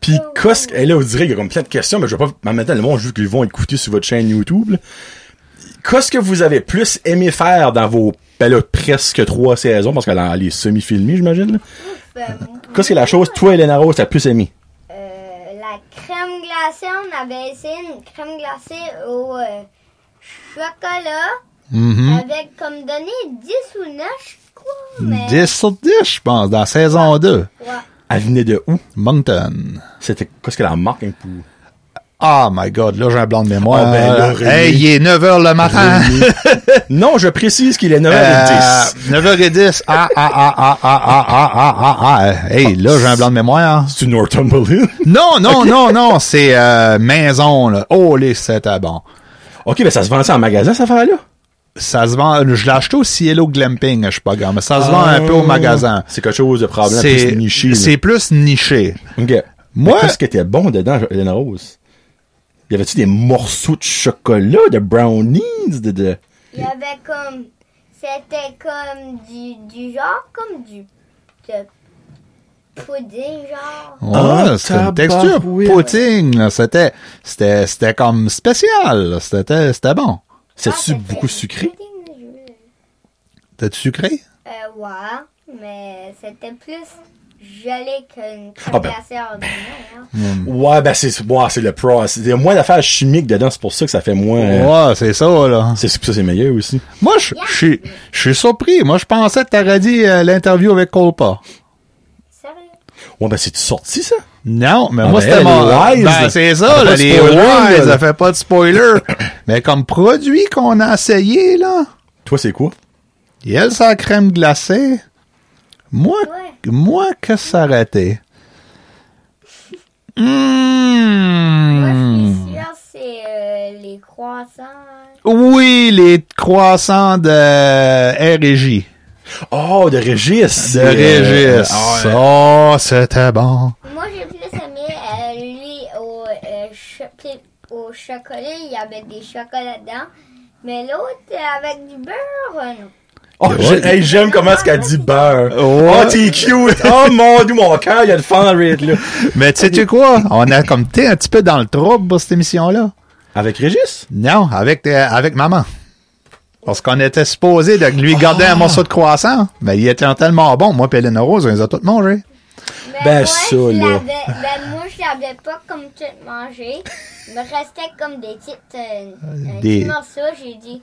[SPEAKER 1] Puis, qu'est-ce que- et là, vous direz qu'il y a comme plein de questions, mais je vais pas, en même temps, le monde, vu qu'ils vont écouter sur votre chaîne YouTube, là. qu'est-ce que vous avez plus aimé faire dans vos, ben là, presque trois saisons, parce qu'elle a- elle est semi-filmée, j'imagine, là.
[SPEAKER 3] Ben, moi,
[SPEAKER 1] Qu'est-ce que la chose, toi, Elena Rose, t'as plus aimé?
[SPEAKER 3] euh, la crème glacée, on avait essayé une crème glacée au euh, chocolat
[SPEAKER 1] Mm-hmm.
[SPEAKER 3] avec comme donné 10 ou 9, je crois. Mais...
[SPEAKER 4] 10 sur 10, je pense, dans saison 2.
[SPEAKER 3] Ouais.
[SPEAKER 1] Elle venait de où?
[SPEAKER 4] Moncton.
[SPEAKER 1] C'était, qu'est-ce que la marque, hein, pour...
[SPEAKER 4] Ah my god, là j'ai un blanc de mémoire.
[SPEAKER 1] Ah, ben, là, Rémi.
[SPEAKER 4] hey, il est 9h le matin.
[SPEAKER 1] Non, je précise qu'il est 9 h
[SPEAKER 4] Euh,
[SPEAKER 1] 10.
[SPEAKER 4] 9h10. Ah, ah, ah, ah, ah, ah, ah, ah, ah, ah. Hey, là, j'ai un blanc de mémoire.
[SPEAKER 1] C'est une Northumberland.
[SPEAKER 4] Non, non, non, non, c'est euh, maison, là. Oh, les, c'était bon.
[SPEAKER 1] ok, ben ça se vend ça en magasin, cette affaire-là?
[SPEAKER 4] Ça se vend, je l'ai acheté au Cielo Glamping, je sais pas grave, mais ça se vend un peu au
[SPEAKER 1] Ah.
[SPEAKER 4] magasin.
[SPEAKER 1] C'est quelque chose de probablement
[SPEAKER 4] C'est
[SPEAKER 1] plus niché.
[SPEAKER 4] C'est plus niché. Moi-
[SPEAKER 1] Moi. Qu'est-ce qui était bon dedans, Elena Rose? Y avait-tu des morceaux de chocolat, de brownies, de, de...
[SPEAKER 3] Il y avait comme. C'était comme du, du genre, comme du. de pudding, genre.
[SPEAKER 4] Ouais,
[SPEAKER 1] Ah,
[SPEAKER 4] c'était une
[SPEAKER 1] tabarouette.
[SPEAKER 4] texture poutine, là. C'était, c'était, c'était comme spécial, là. C'était, c'était bon.
[SPEAKER 1] C'est-tu
[SPEAKER 3] Ah,
[SPEAKER 1] beaucoup
[SPEAKER 3] c'était
[SPEAKER 1] sucré?
[SPEAKER 3] pudding, je-
[SPEAKER 4] T'as-tu sucré?
[SPEAKER 3] Euh, ouais, mais c'était plus gelé qu'une crème
[SPEAKER 1] Ah ben.
[SPEAKER 3] glacée ordinaire. hein.
[SPEAKER 1] Ouais, ben c'est, ouais, c'est le pro. Il y a moins d'affaires chimiques dedans, c'est pour ça que ça fait moins...
[SPEAKER 4] Ouais, c'est ça, là.
[SPEAKER 1] C'est pour ça que c'est meilleur aussi.
[SPEAKER 4] Moi, je je suis je suis surpris. Moi, je pensais que t'aurais dit euh, l'interview avec Colpa.
[SPEAKER 3] Sérieux?
[SPEAKER 1] Ouais, ben c'est-tu sorti, ça?
[SPEAKER 4] Non, mais
[SPEAKER 1] Ah
[SPEAKER 4] moi,
[SPEAKER 1] ben,
[SPEAKER 4] c'était
[SPEAKER 1] les
[SPEAKER 4] mon...
[SPEAKER 1] Wise,
[SPEAKER 4] Ben,
[SPEAKER 1] là.
[SPEAKER 4] c'est
[SPEAKER 1] Ça
[SPEAKER 4] ça,
[SPEAKER 1] fait pas de
[SPEAKER 4] là, les
[SPEAKER 1] spoiler,
[SPEAKER 4] Wise,
[SPEAKER 1] là.
[SPEAKER 4] ça fait pas de spoiler. mais comme produit qu'on a essayé, là,
[SPEAKER 1] Toi, c'est quoi?
[SPEAKER 4] il y a sa crème glacée. Moi,
[SPEAKER 3] Ouais.
[SPEAKER 4] moi, que ça aurait été?
[SPEAKER 3] Moi,
[SPEAKER 1] Hmm.
[SPEAKER 4] Mmh.
[SPEAKER 3] je suis sûre, c'est euh, les croissants. hein.
[SPEAKER 4] Oui, les croissants euh, de R&J.
[SPEAKER 1] Oh, de Régis!
[SPEAKER 4] De
[SPEAKER 1] Euh,
[SPEAKER 4] Régis.
[SPEAKER 1] ah, ouais.
[SPEAKER 4] Oh, c'était bon.
[SPEAKER 3] Moi, j'ai plus aimé euh, lui au, euh, cho- puis au chocolat. Il y avait des chocolats dedans. Mais l'autre, euh, avec du beurre, euh, non.
[SPEAKER 1] Oh, j'ai-
[SPEAKER 4] Ouais.
[SPEAKER 1] hey, j'aime comment est-ce qu'elle dit beurre.
[SPEAKER 4] Ouais.
[SPEAKER 1] Oh, t'es cute. Oh mon dieu, mon cœur, il y a le fan rate, là.
[SPEAKER 4] Mais tu sais tu quoi? On a comme été un petit peu dans le trouble pour cette émission-là.
[SPEAKER 1] Avec Régis?
[SPEAKER 4] Non, avec, euh, avec maman. Parce qu'on était supposé de lui garder un morceau de croissant, mais il était tellement bon, moi et Hélène Rose, on les a tous mangés.
[SPEAKER 3] Mais
[SPEAKER 1] Ben,
[SPEAKER 3] moi,
[SPEAKER 1] ça,
[SPEAKER 3] je
[SPEAKER 1] là.
[SPEAKER 3] l'avais- Ben, moi, je l'avais pas comme tout mangé. Il me restait comme des petites, euh,
[SPEAKER 1] Ah,
[SPEAKER 3] un
[SPEAKER 4] Des-
[SPEAKER 3] petit morceau. J'ai dit,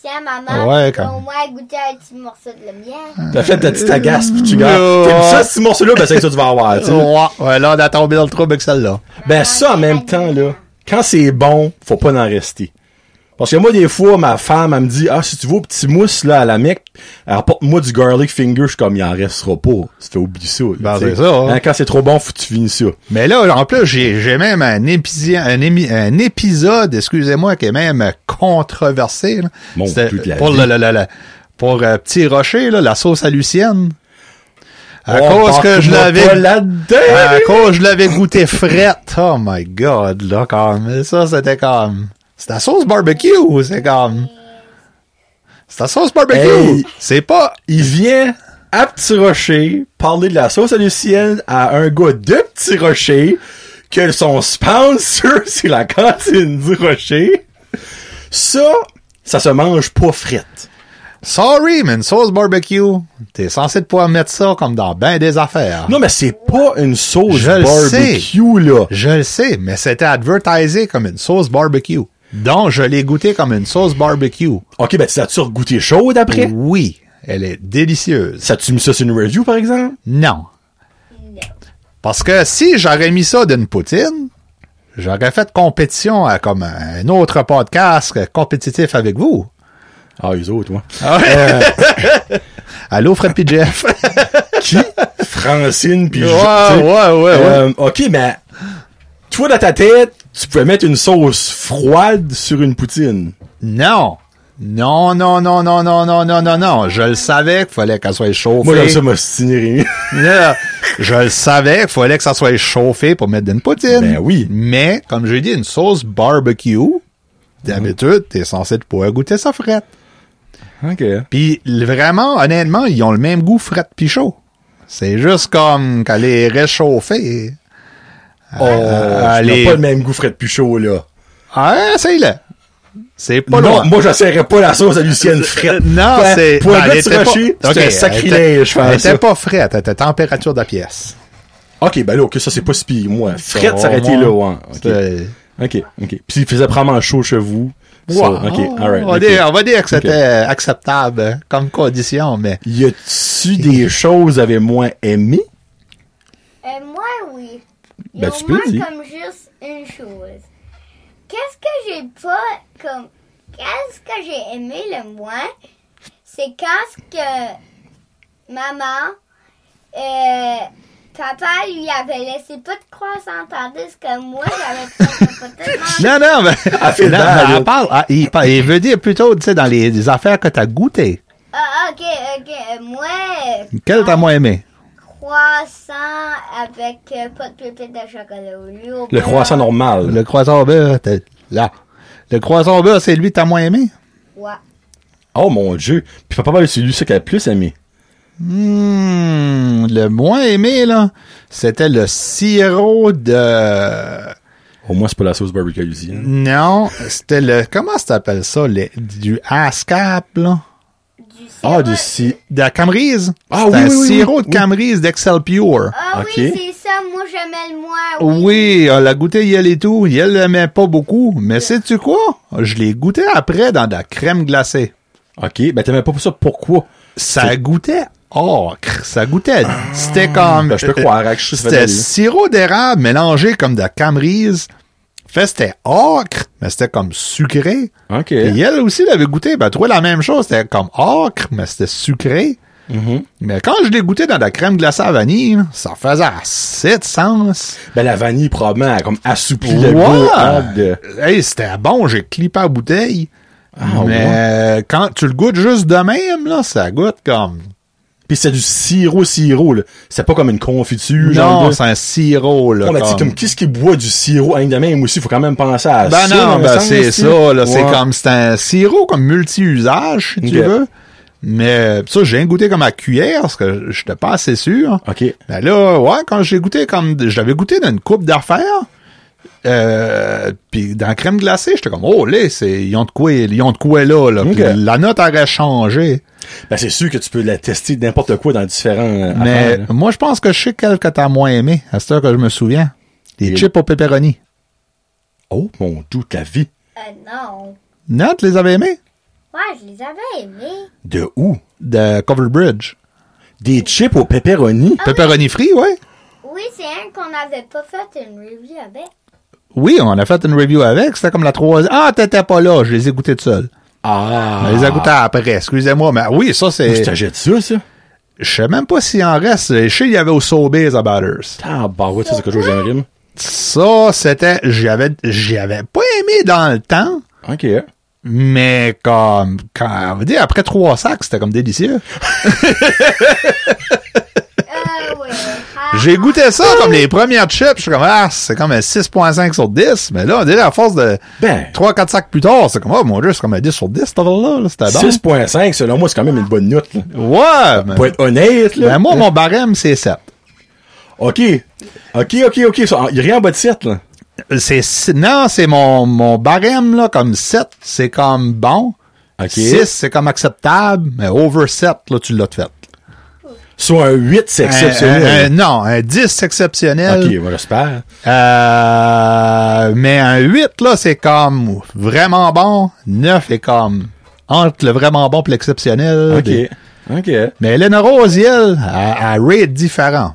[SPEAKER 3] tiens, maman,
[SPEAKER 4] Ouais,
[SPEAKER 3] tu peux
[SPEAKER 4] comme-
[SPEAKER 3] au moins goûter un petit morceau de la mienne.
[SPEAKER 1] T'as fait Ben, ta petite agace, pis tu gardes.
[SPEAKER 4] Euh,
[SPEAKER 1] T'aimes ça, ce morceau-là, ben c'est que ça, tu vas avoir, tu sais.
[SPEAKER 4] Ouais, ouais, là, on a tombé dans le trouble avec celle-là.
[SPEAKER 1] Ben ça, en même temps, là, quand c'est bon, faut pas en rester. Parce que moi, des fois, ma femme, elle me dit, ah, si tu vas au petit mousse, là, à la mec, apporte-moi du garlic finger. Je suis comme, il en restera pas. Tu fais oublier ça. là,
[SPEAKER 4] Ben,
[SPEAKER 1] tu sais.
[SPEAKER 4] c'est ça, hein.
[SPEAKER 1] Hein, quand c'est trop bon, faut que tu finis ça.
[SPEAKER 4] Mais là, en plus, j'ai j'ai même un, épisien- un, émi- un épisode, excusez-moi, qui est même controversé. là.
[SPEAKER 1] Mon
[SPEAKER 4] C'était
[SPEAKER 1] Dieu de la
[SPEAKER 4] pour
[SPEAKER 1] vie.
[SPEAKER 4] le- le- le- le- pour euh, Petit Rocher, là, la sauce à Lucienne. À
[SPEAKER 1] Oh,
[SPEAKER 4] cause que je
[SPEAKER 1] parle-moi
[SPEAKER 4] l'avais...
[SPEAKER 1] pas là-dedans,
[SPEAKER 4] À
[SPEAKER 1] lui.
[SPEAKER 4] cause que je l'avais goûté frette. Oh my God, là, comme... Ça, c'était comme... C'est la sauce barbecue, c'est comme... C'est la sauce barbecue.
[SPEAKER 1] Hey.
[SPEAKER 4] C'est pas...
[SPEAKER 1] Il vient à Petit Rocher parler de la sauce à Lucienne à un gars de Petit Rocher que son sponsor, c'est la cantine du Rocher. Ça, ça se mange pas frette.
[SPEAKER 4] Sorry, mais une sauce barbecue, t'es censé de pouvoir mettre ça comme dans ben des affaires.
[SPEAKER 1] Non, mais c'est pas une sauce
[SPEAKER 4] Je le
[SPEAKER 1] barbecue, là.
[SPEAKER 4] Je le sais, mais c'était advertisé comme une sauce barbecue. Donc, je l'ai goûté comme une sauce barbecue.
[SPEAKER 1] OK, ben, ça tu goûté chaude après?
[SPEAKER 4] Oui, elle est délicieuse.
[SPEAKER 1] Ça tu mis ça sur une review, par exemple?
[SPEAKER 4] Non. Parce que si j'aurais mis ça d'une poutine, j'aurais fait compétition à comme un autre podcast compétitif avec vous.
[SPEAKER 1] Ah, les autres, moi.
[SPEAKER 4] Allô, Fred P. Jeff.
[SPEAKER 1] Qui? Francine pis
[SPEAKER 4] ouais,
[SPEAKER 1] je-
[SPEAKER 4] ouais,
[SPEAKER 1] tu sais.
[SPEAKER 4] ouais, ouais.
[SPEAKER 1] Euh, OK, mais toi, dans ta tête, tu pouvais mettre une sauce froide sur une poutine.
[SPEAKER 4] Non. Non, non, non, non, non, non, non, non, non. Je le savais qu'il fallait qu'elle soit chauffée.
[SPEAKER 1] Moi, j'aime ça m'ostiner, Rémi.
[SPEAKER 4] Là, je le savais qu'il fallait que ça soit chauffé pour mettre d'une poutine.
[SPEAKER 1] Ben oui.
[SPEAKER 4] Mais, comme j'ai dit, une sauce barbecue, d'habitude, t'es censé de pouvoir goûter ça frette.
[SPEAKER 1] OK.
[SPEAKER 4] Puis, l- vraiment, honnêtement, ils ont le même goût frette pis chaud. C'est juste comme qu'elle est réchauffée.
[SPEAKER 1] Oh,
[SPEAKER 4] allez.
[SPEAKER 1] n'a pas le même goût frais de chaud, là.
[SPEAKER 4] Ah, c'est là. C'est pas
[SPEAKER 1] non,
[SPEAKER 4] loin.
[SPEAKER 1] moi, j'essaierais pas la sauce à Lucienne
[SPEAKER 4] Euh,
[SPEAKER 1] frette.
[SPEAKER 4] Non,
[SPEAKER 1] Ben,
[SPEAKER 4] c'est...
[SPEAKER 1] Pour
[SPEAKER 4] non,
[SPEAKER 1] un gars
[SPEAKER 4] elle
[SPEAKER 1] de
[SPEAKER 4] était pas-
[SPEAKER 1] Tirocher,
[SPEAKER 4] Ok,
[SPEAKER 1] c'est un
[SPEAKER 4] elle était-
[SPEAKER 1] sacrilège, faire
[SPEAKER 4] Elle
[SPEAKER 1] ça.
[SPEAKER 4] était pas frette, elle était température de la pièce.
[SPEAKER 1] OK, ben là, OK, ça, c'est pas si pire, moi. Frette,
[SPEAKER 4] Au
[SPEAKER 1] ça aurait été là, ouais.
[SPEAKER 4] moins,
[SPEAKER 1] OK,
[SPEAKER 4] c'était-
[SPEAKER 1] OK. OK. Puis il faisait vraiment chaud chez vous. Ça,
[SPEAKER 4] Ouais,
[SPEAKER 1] OK,
[SPEAKER 4] on-
[SPEAKER 1] all right.
[SPEAKER 4] Oh, on, va
[SPEAKER 1] OK.
[SPEAKER 4] dire, on va dire que c'était acceptable euh, comme condition, mais
[SPEAKER 1] Y a-tu des choses que avez moins aimé?
[SPEAKER 3] Euh, moi, oui. Il y
[SPEAKER 1] Ben,
[SPEAKER 3] a
[SPEAKER 1] tu
[SPEAKER 3] au
[SPEAKER 1] peux
[SPEAKER 3] moins
[SPEAKER 1] le dire.
[SPEAKER 3] comme juste une chose. Qu'est-ce que j'ai pas comme qu'est-ce que j'ai aimé le moins, c'est quand ce que maman euh, papa lui avait laissé pas de croissant tandis que moi j'avais pas de
[SPEAKER 4] non, non, mais,
[SPEAKER 1] fait mal,
[SPEAKER 4] non, mais
[SPEAKER 1] là.
[SPEAKER 4] elle parle, ah, il, par- il veut dire plutôt, tu sais, dans les, les affaires que t'as goûtées,
[SPEAKER 3] Ah ok ok euh, moi euh,
[SPEAKER 4] quelle t'as moins aimé?
[SPEAKER 3] croissant avec euh, pas de pépites de chocolat au lieu au
[SPEAKER 1] Le
[SPEAKER 3] beurre.
[SPEAKER 1] croissant normal.
[SPEAKER 4] Ah. Le croissant au beurre, t'es là. Le croissant au beurre, c'est lui que t'as moins aimé?
[SPEAKER 3] Ouais.
[SPEAKER 1] Oh mon dieu. Puis papa parle c'est lui ça qu'elle a le plus aimé.
[SPEAKER 4] Hmm, le moins aimé, là, c'était le sirop de...
[SPEAKER 1] Au moins c'est pas la sauce barbecue à
[SPEAKER 4] Mm.
[SPEAKER 1] l'usine.
[SPEAKER 4] Non, c'était le... Comment ça t'appelles ça? le- du ASCAP, là?
[SPEAKER 3] Du
[SPEAKER 1] Ah
[SPEAKER 3] sirop-
[SPEAKER 1] du si.
[SPEAKER 4] De la Camerise?
[SPEAKER 1] Ah,
[SPEAKER 4] C'était
[SPEAKER 1] oui,
[SPEAKER 4] un
[SPEAKER 1] oui, oui,
[SPEAKER 4] sirop
[SPEAKER 1] oui,
[SPEAKER 4] de
[SPEAKER 1] oui.
[SPEAKER 4] Camerise d'Excel Pure.
[SPEAKER 3] Ah
[SPEAKER 1] Ok.
[SPEAKER 3] oui, c'est ça, moi j'aimais le moins.
[SPEAKER 4] Oui, on l'a goûté hier et tout. Hier, l'aimait pas beaucoup. Mais sais-tu quoi? Je l'ai goûté après dans de la crème glacée.
[SPEAKER 1] OK, ben t'aimais pas pour ça pourquoi
[SPEAKER 4] Ça goûtait ocre. Ça goûtait. C'était comme.
[SPEAKER 1] Ah. ben, je peux croire, avec ce que ça fait
[SPEAKER 4] C'était
[SPEAKER 1] d'aller, là.
[SPEAKER 4] sirop d'érable mélangé comme de la camerise. Fait, c'était ocre, mais c'était comme sucré.
[SPEAKER 1] OK.
[SPEAKER 4] Et elle aussi l'avait goûté. Ben, elle trouvait la même chose. C'était comme ocre, mais c'était sucré.
[SPEAKER 1] Mm-hmm.
[SPEAKER 4] Mais quand je l'ai goûté dans de la crème glacée à vanille, là, ça faisait assez de sens.
[SPEAKER 1] Ben la vanille probablement elle a comme assoupli
[SPEAKER 4] Ouais.
[SPEAKER 1] le goût hein, de
[SPEAKER 4] Hey, c'était bon, j'ai clippé à bouteille. mais
[SPEAKER 1] Ah, ouais.
[SPEAKER 4] euh, quand tu le goûtes juste de même, là, ça goûte comme.
[SPEAKER 1] Puis c'est du sirop sirop là. C'est pas comme une confiture genre
[SPEAKER 4] Non,
[SPEAKER 1] de...
[SPEAKER 4] c'est un sirop, là.
[SPEAKER 1] On a dit
[SPEAKER 4] comme-
[SPEAKER 1] comme qu'est-ce qui boit du sirop hein, de même aussi, faut quand même penser à
[SPEAKER 4] Ben
[SPEAKER 1] Ah, ça.
[SPEAKER 4] non,
[SPEAKER 1] dans le
[SPEAKER 4] ben
[SPEAKER 1] sens,
[SPEAKER 4] c'est
[SPEAKER 1] là.
[SPEAKER 4] ça, là. C'est
[SPEAKER 1] Ouais.
[SPEAKER 4] comme, c'est un sirop comme multi-usage, si tu
[SPEAKER 1] Ok.
[SPEAKER 4] veux. Mais ça, j'ai rien goûté comme à cuillère, parce que j'étais pas assez sûr.
[SPEAKER 1] OK.
[SPEAKER 4] Ben là, ouais, quand j'ai goûté comme je l'avais goûté dans une coupe d'affaires, euh, puis dans la crème glacée, j'étais comme oh là, c'est ils ont de quoi, ils ont de quoi là, là. Puis
[SPEAKER 1] Ok.
[SPEAKER 4] la note aurait changé.
[SPEAKER 1] Ben c'est sûr que tu peux la tester n'importe quoi dans différents euh,
[SPEAKER 4] mais
[SPEAKER 1] affaires, là.
[SPEAKER 4] moi je pense que je sais quel que t'as moins aimé, à cette heure que je me souviens. Les
[SPEAKER 1] Et-
[SPEAKER 4] chips au pepperoni.
[SPEAKER 1] oh mon dieu, ta vie
[SPEAKER 3] Euh, non.
[SPEAKER 4] Non, tu les avais aimés?
[SPEAKER 3] Ouais, je les avais aimés.
[SPEAKER 1] de où
[SPEAKER 4] De Cover Bridge.
[SPEAKER 1] Des chips au pepperoni
[SPEAKER 4] Pepperoni frit, ouais.
[SPEAKER 3] Oui, c'est un qu'on n'avait pas fait une review avec.
[SPEAKER 4] Oui, on a fait une review avec. C'était comme la troisième. Ah, t'étais pas là. Je les ai goûtés tout seul.
[SPEAKER 1] Ah.
[SPEAKER 4] Je Ben, les ai goûtés après. Excusez-moi, mais oui, ça,
[SPEAKER 1] Je
[SPEAKER 4] c'est...
[SPEAKER 1] t'achète ça, ça.
[SPEAKER 4] Je sais même pas s'il en reste. Je sais qu'il y avait au Sobeys à Batters.
[SPEAKER 1] Ah, bah ouais, ça, c'est quelque chose que j'aimerais.
[SPEAKER 4] Ça, c'était... J'avais, j'avais pas aimé dans le temps,
[SPEAKER 1] OK.
[SPEAKER 4] mais comme... Quand, on va dire, après trois sacs, c'était comme délicieux.
[SPEAKER 3] Ah ouais.
[SPEAKER 1] Euh,
[SPEAKER 4] J'ai goûté ça comme les premières chips. Je suis comme, ah, c'est comme un 6.5 sur 10. Mais là, on dirait à force de
[SPEAKER 1] Ben.
[SPEAKER 4] 3-4 sacs plus tard, c'est comme, oh mon dieu, c'est comme un 10 sur 10, cette affaire-là. là. C'était Ah bon.
[SPEAKER 1] 6.5, selon moi, c'est quand même une bonne note. Là.
[SPEAKER 4] Ouais, mais,
[SPEAKER 1] Pour être honnête, là.
[SPEAKER 4] mais Ben, moi, mon barème, c'est 7.
[SPEAKER 1] OK. OK, OK, OK. ça, Il n'y a rien en bas de 7, là.
[SPEAKER 4] C'est, si- non, c'est mon, mon barème, là, comme 7, c'est comme bon.
[SPEAKER 1] OK.
[SPEAKER 4] 6, c'est comme acceptable. Mais over 7, là, tu l'as fait.
[SPEAKER 1] Soit un 8, c'est
[SPEAKER 4] Un- un- un-
[SPEAKER 1] exceptionnel.
[SPEAKER 4] non, un 10, c'est exceptionnel.
[SPEAKER 1] OK, moi, j'espère.
[SPEAKER 4] Euh, mais un 8, là, c'est comme vraiment bon. 9 est comme entre le vraiment bon et l'exceptionnel.
[SPEAKER 1] OK.
[SPEAKER 4] Des-
[SPEAKER 1] OK.
[SPEAKER 4] Mais Elena Rosiel a, a rate différent.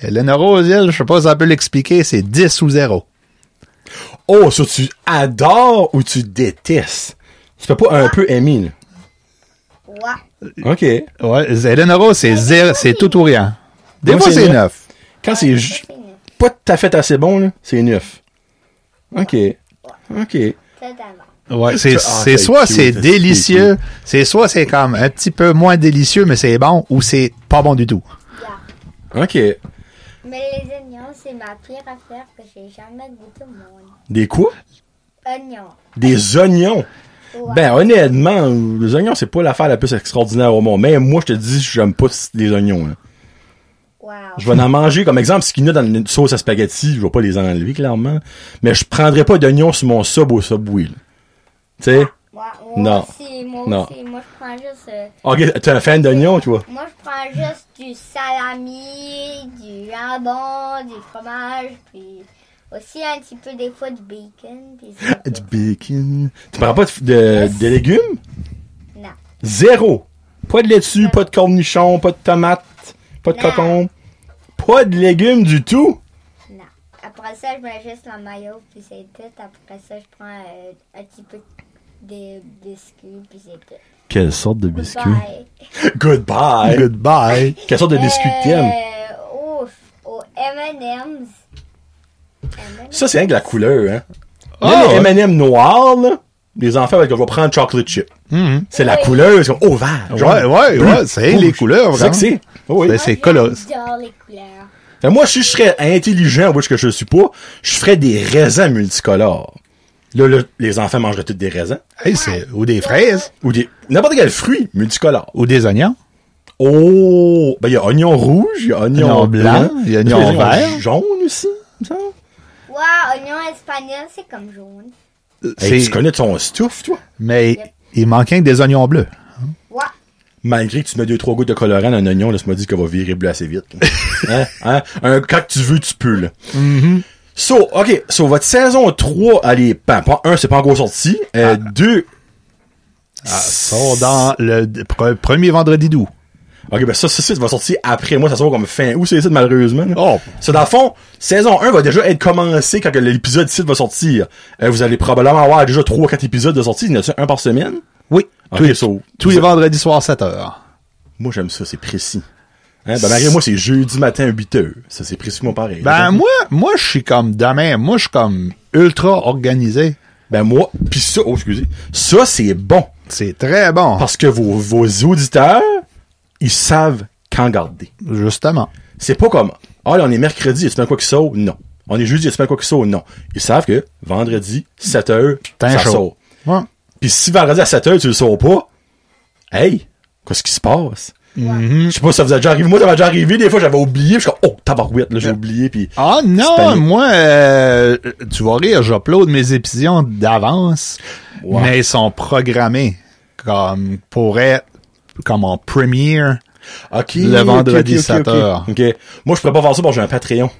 [SPEAKER 4] Elena Rosiel, je sais pas si on peut l'expliquer, c'est 10 ou 0.
[SPEAKER 1] Oh, ça, tu adores ou tu détestes. Tu peux pas un peu aimer, là.
[SPEAKER 3] Ouais.
[SPEAKER 1] OK.
[SPEAKER 4] Ouais, Elena Rose,
[SPEAKER 1] Ah,
[SPEAKER 4] c'est zéro- c'est tout ou rien. Des
[SPEAKER 1] Moi,
[SPEAKER 4] fois,
[SPEAKER 1] c'est
[SPEAKER 4] c'est
[SPEAKER 1] neuf.
[SPEAKER 4] 9.
[SPEAKER 1] Quand c'est ju- pas tout à fait assez bon, là, c'est 9. OK. OK.
[SPEAKER 3] Totalement.
[SPEAKER 4] Ouais, c'est
[SPEAKER 1] Ah,
[SPEAKER 4] c'est
[SPEAKER 1] c'est
[SPEAKER 4] soit
[SPEAKER 1] cute,
[SPEAKER 4] c'est
[SPEAKER 1] c'est
[SPEAKER 4] délicieux, c'est soit c'est comme un petit peu moins délicieux, mais c'est bon, ou c'est pas bon du tout.
[SPEAKER 3] Yeah.
[SPEAKER 1] OK.
[SPEAKER 3] Mais les oignons, c'est ma pire affaire que j'ai jamais goûté au monde.
[SPEAKER 1] Des quoi?
[SPEAKER 3] Oignons.
[SPEAKER 1] Des oignons.
[SPEAKER 3] Ouais.
[SPEAKER 1] Ben, honnêtement, les oignons, c'est pas l'affaire la plus extraordinaire au monde. Même moi, je te dis, j'aime pas les oignons, là.
[SPEAKER 3] Wow.
[SPEAKER 1] Je vais en manger, comme exemple, ce qu'il y en a dans une sauce à spaghetti, je vais pas les enlever, clairement. Mais je prendrai pas d'oignons sur mon sub au subway, là. Tu sais?
[SPEAKER 3] Moi, moi
[SPEAKER 1] Non.
[SPEAKER 3] aussi, moi
[SPEAKER 1] Non.
[SPEAKER 3] aussi. Moi, je prends juste... euh,
[SPEAKER 1] Ok, t'es un fan d'oignons, toi?
[SPEAKER 3] Moi, je prends juste du salami, du jambon, du fromage, puis aussi un petit peu des fois du bacon. Puis ça.
[SPEAKER 1] Du bacon. Tu prends pas de, de- de légumes?
[SPEAKER 3] Non.
[SPEAKER 1] Zéro. Pas de laitue, pas de cornichons, pas de tomates, pas de
[SPEAKER 3] Non.
[SPEAKER 1] cocon. Pas de légumes du tout?
[SPEAKER 3] Non. Après ça, je mets juste la mayo, puis c'est tout. Après ça, je prends euh, un petit peu de biscuits, puis c'est tout.
[SPEAKER 1] Quelle sorte de
[SPEAKER 3] Bye.
[SPEAKER 1] Goodbye.
[SPEAKER 4] Goodbye.
[SPEAKER 1] Quelle sorte de biscuit que t'aimes?
[SPEAKER 3] Euh, ouf, au M&M's. M&M's.
[SPEAKER 1] Ça, c'est rien que la couleur, hein.
[SPEAKER 4] Ah,
[SPEAKER 1] Là, les
[SPEAKER 4] ouais.
[SPEAKER 1] M&M noirs, là, les enfants, ils vont prendre chocolate chip.
[SPEAKER 4] Mhm.
[SPEAKER 1] C'est la
[SPEAKER 3] Oui.
[SPEAKER 1] couleur, c'est comme, oh, vert. jaune,
[SPEAKER 4] Ouais, ouais,
[SPEAKER 1] bleu,
[SPEAKER 4] ouais, c'est
[SPEAKER 1] rouge.
[SPEAKER 4] les couleurs,
[SPEAKER 1] C'est ça
[SPEAKER 4] vraiment.
[SPEAKER 1] que c'est. Oh oui.
[SPEAKER 4] C'est- c'est
[SPEAKER 3] Moi,
[SPEAKER 4] colosse.
[SPEAKER 3] J'adore les couleurs.
[SPEAKER 1] Fait, moi, si je serais intelligent, ce que je suis pas, je ferais des raisins multicolores. Là, là, les enfants mangeraient tous des raisins.
[SPEAKER 4] Hey, c'est- ou des fraises,
[SPEAKER 1] Ou des, n'importe quel fruit multicolore.
[SPEAKER 4] ou des oignons.
[SPEAKER 1] Oh! Ben, il y a oignon rouge, il y a oignon,
[SPEAKER 4] Oignon
[SPEAKER 1] blanc,
[SPEAKER 4] blanc, il y a oignon
[SPEAKER 1] Est-ce qu'il
[SPEAKER 4] vert.
[SPEAKER 1] jaune aussi, il me semble?
[SPEAKER 3] Wow, oignon espagnol, c'est comme jaune.
[SPEAKER 1] Hey,
[SPEAKER 4] C'est-
[SPEAKER 1] tu connais ton stuff, toi?
[SPEAKER 4] Mais il manquait que des oignons bleus.
[SPEAKER 3] Wow.
[SPEAKER 1] Malgré que tu mets deux, trois gouttes de colorant dans un oignon, là, ça m'a dit qu'elle va virer bleu assez vite. là. hein? Hein? Un, quand tu veux, tu peux, là.
[SPEAKER 4] Mm-hmm.
[SPEAKER 1] So, OK. So, votre saison 3, elle est, ben, pas, un, c'est pas encore sorti.
[SPEAKER 4] Ah.
[SPEAKER 1] Euh, deux,
[SPEAKER 4] Sont dans le d- pre- premier vendredi d'août.
[SPEAKER 1] OK, ben, ça, ça, ça, va sortir après moi, ça sort comme fin août, c'est ça, malheureusement. là.
[SPEAKER 4] Oh.
[SPEAKER 1] So, dans le fond, saison 1 va déjà être commencée quand que l'épisode 6 va sortir. Euh, vous allez probablement avoir déjà 3 quatre épisodes de sortie. Il y en a un par semaine?
[SPEAKER 4] Oui.
[SPEAKER 1] Ok,
[SPEAKER 4] tous les-
[SPEAKER 1] so-
[SPEAKER 4] tous les vendredis soirs, 7 heures.
[SPEAKER 1] Moi, j'aime ça, c'est précis. Hein? Ben, malgré moi, c'est jeudi matin à 8 heures. Ça, c'est précisément pareil.
[SPEAKER 4] Ben, moi, moi, je suis comme demain. Moi, je suis comme ultra organisé.
[SPEAKER 1] Ben moi, puis ça, oh excusez, ça c'est bon
[SPEAKER 4] C'est très bon.
[SPEAKER 1] parce que vos, vos auditeurs, ils savent quand garder.
[SPEAKER 4] Justement.
[SPEAKER 1] C'est pas comme ah là, on est mercredi, y a quoi qui sort Non. On est jeudi, y a quoi qui sort Non. Ils savent que vendredi 7h
[SPEAKER 4] T'es
[SPEAKER 1] ça
[SPEAKER 4] chaud.
[SPEAKER 1] sort.
[SPEAKER 4] Ouais.
[SPEAKER 1] Puis si vendredi à 7h tu le sors pas, hey, qu'est-ce qui se passe
[SPEAKER 4] Mm-hmm.
[SPEAKER 1] Je sais pas si ça vous a déjà arrivé. Moi, ça m'a déjà arrivé. Des fois, j'avais oublié. puis Je suis comme, oh, tabarouette, là, j'ai oublié. Puis,
[SPEAKER 4] Ah non,
[SPEAKER 1] panier.
[SPEAKER 4] moi, euh, tu vas rire, j'upload mes épisodes d'avance,
[SPEAKER 1] Wow.
[SPEAKER 4] mais ils sont programmés comme pour être comme en premiere.
[SPEAKER 1] OK.
[SPEAKER 4] Le vendredi,
[SPEAKER 1] ok, ok, ok,
[SPEAKER 4] 7h.
[SPEAKER 1] OK. Moi, je pourrais pas faire ça parce que j'ai un Patreon.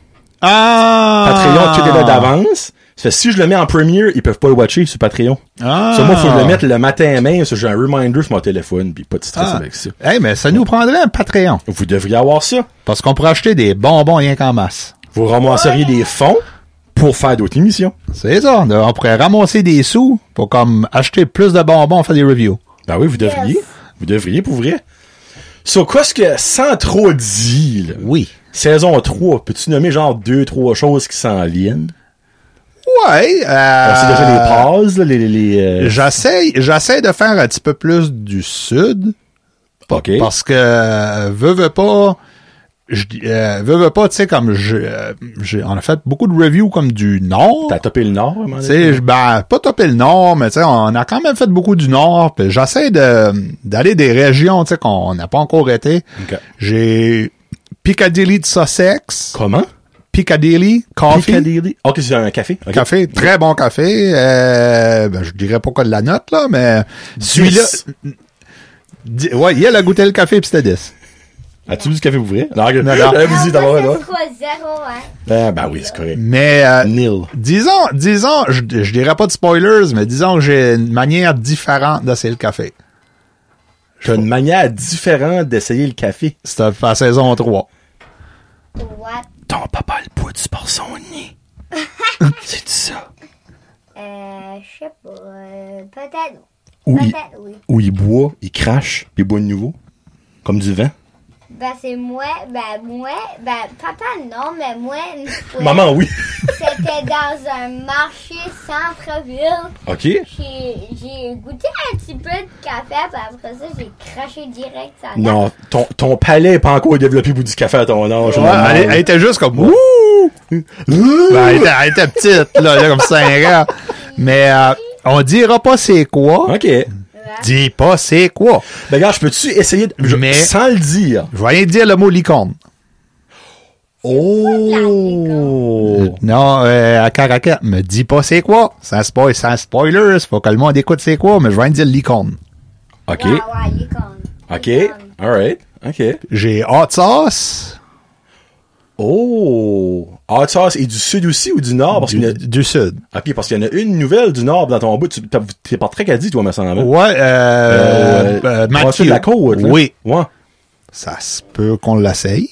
[SPEAKER 4] Ah!
[SPEAKER 1] Patreon, tout est là d'avance. Ça fait, si je le mets en premiere, ils peuvent pas le watcher sur Patreon.
[SPEAKER 4] Ah.
[SPEAKER 1] Ça, moi, faut que je le mette le matin même. ça, J'ai un reminder sur mon téléphone, puis pas de stress
[SPEAKER 4] Ah.
[SPEAKER 1] avec ça.
[SPEAKER 4] Hey, mais ça nous prendrait un Patreon.
[SPEAKER 1] Vous devriez avoir ça.
[SPEAKER 4] Parce qu'on pourrait acheter des bonbons rien qu'en masse.
[SPEAKER 1] Vous ramasseriez des fonds pour faire d'autres émissions.
[SPEAKER 4] C'est ça. On on pourrait ramasser des sous pour comme acheter plus de bonbons, faire des reviews.
[SPEAKER 1] Ben oui, vous devriez.
[SPEAKER 3] Yes.
[SPEAKER 1] Vous devriez, pour vrai. Sur quoi ce que, sans trop dire, là,
[SPEAKER 4] Oui.
[SPEAKER 1] saison 3, peux-tu nommer genre deux, trois choses qui s'en liennent?
[SPEAKER 4] Ouais. euh,
[SPEAKER 1] On sait déjà les pauses, là, les... les, les, euh,
[SPEAKER 4] J'essaie, j'essaie de faire un petit peu plus du sud.
[SPEAKER 1] OK.
[SPEAKER 4] Parce que euh, veux veux pas je dis- euh, veux veux pas tu sais comme je euh, j'ai- on a fait beaucoup de reviews comme du nord.
[SPEAKER 1] T'as topé le nord, à un moment
[SPEAKER 4] Tu
[SPEAKER 1] donné?
[SPEAKER 4] sais, je- ben, pas topé le nord, mais tu sais, on a quand même fait beaucoup du nord. puis J'essaie de d'aller des régions tu sais, qu'on n'a pas encore été.
[SPEAKER 1] Ok.
[SPEAKER 4] J'ai Piccadilly de Sussex,
[SPEAKER 1] Comment?
[SPEAKER 4] Piccadilly Coffee,
[SPEAKER 1] Piccadilly. OK, c'est un café. OK.
[SPEAKER 4] café, très bon café. Euh, ben, je dirais pas quoi de la note là, mais celui-là,
[SPEAKER 1] Dix.
[SPEAKER 4] di- ouais, il a goûté le café puis c'était 10.
[SPEAKER 1] As-tu bu du café pour vrai? Non, non.
[SPEAKER 4] non.
[SPEAKER 1] Vas-y, t'as pas
[SPEAKER 3] là.
[SPEAKER 1] raison.
[SPEAKER 3] 3-0, hein.
[SPEAKER 1] Ben, ben oui, c'est correct.
[SPEAKER 4] Mais euh,
[SPEAKER 1] Nil.
[SPEAKER 4] Disons, disons, je, je dirais pas de spoilers, mais disons que j'ai une manière différente d'essayer le café.
[SPEAKER 1] T'as une manière différente d'essayer le café.
[SPEAKER 4] C'était à saison 3.
[SPEAKER 3] What?
[SPEAKER 1] Ton papa le bout du par son nez. C'est ça.
[SPEAKER 3] Euh, je sais pas. euh, peut-être.
[SPEAKER 1] Ou il,
[SPEAKER 3] Peut-être, oui.
[SPEAKER 1] ou il boit, il crache, puis il boit de nouveau. Comme du vent.
[SPEAKER 3] Ben, c'est moi. Ben, moi. Ben, papa, non, mais moi, une fois,
[SPEAKER 1] Maman, oui.
[SPEAKER 3] c'était dans un marché centre-ville.
[SPEAKER 1] OK.
[SPEAKER 3] J'ai j'ai goûté un petit peu de café, puis après ça, j'ai craché direct ça.
[SPEAKER 1] Non, ton, ton palais est pas encore développé pour du café à ton âge.
[SPEAKER 4] Ouais,
[SPEAKER 1] maman.
[SPEAKER 4] elle, elle était juste comme Ouh!
[SPEAKER 1] Ouh!
[SPEAKER 4] Ben, elle, était, elle était petite, là, là, comme 5 ans. Mais euh, on dira pas c'est quoi.
[SPEAKER 1] OK.
[SPEAKER 4] Dis pas c'est quoi.
[SPEAKER 1] Ben, gars, je peux-tu essayer de, je-
[SPEAKER 4] Mais-
[SPEAKER 1] sans le dire?
[SPEAKER 4] Je vais rien dire le mot licorne.
[SPEAKER 1] Oh!
[SPEAKER 4] Non, euh, à Caracat, me dis pas c'est quoi. Sans, spoil, sans spoilers, faut que le monde écoute c'est quoi, mais je vais rien dire licorne.
[SPEAKER 1] OK.
[SPEAKER 3] Ouais, Ah, ouais, il est con.
[SPEAKER 1] OK.
[SPEAKER 3] Il est con.
[SPEAKER 1] Alright. OK.
[SPEAKER 4] J'ai hot sauce
[SPEAKER 1] Oh! Hot sauce est du sud aussi ou du nord? Parce qu'il
[SPEAKER 4] du,
[SPEAKER 1] y en a,
[SPEAKER 4] du sud.
[SPEAKER 1] Ah, puis parce qu'il y en a une nouvelle du nord dans ton bout. Tu t'as- t'es pas très dit, toi, me semble. hein?
[SPEAKER 4] Ouais, euh, euh,
[SPEAKER 1] Mathieu. de la côte, là.
[SPEAKER 4] Oui.
[SPEAKER 1] Ouais.
[SPEAKER 4] Ça se peut qu'on l'essaye.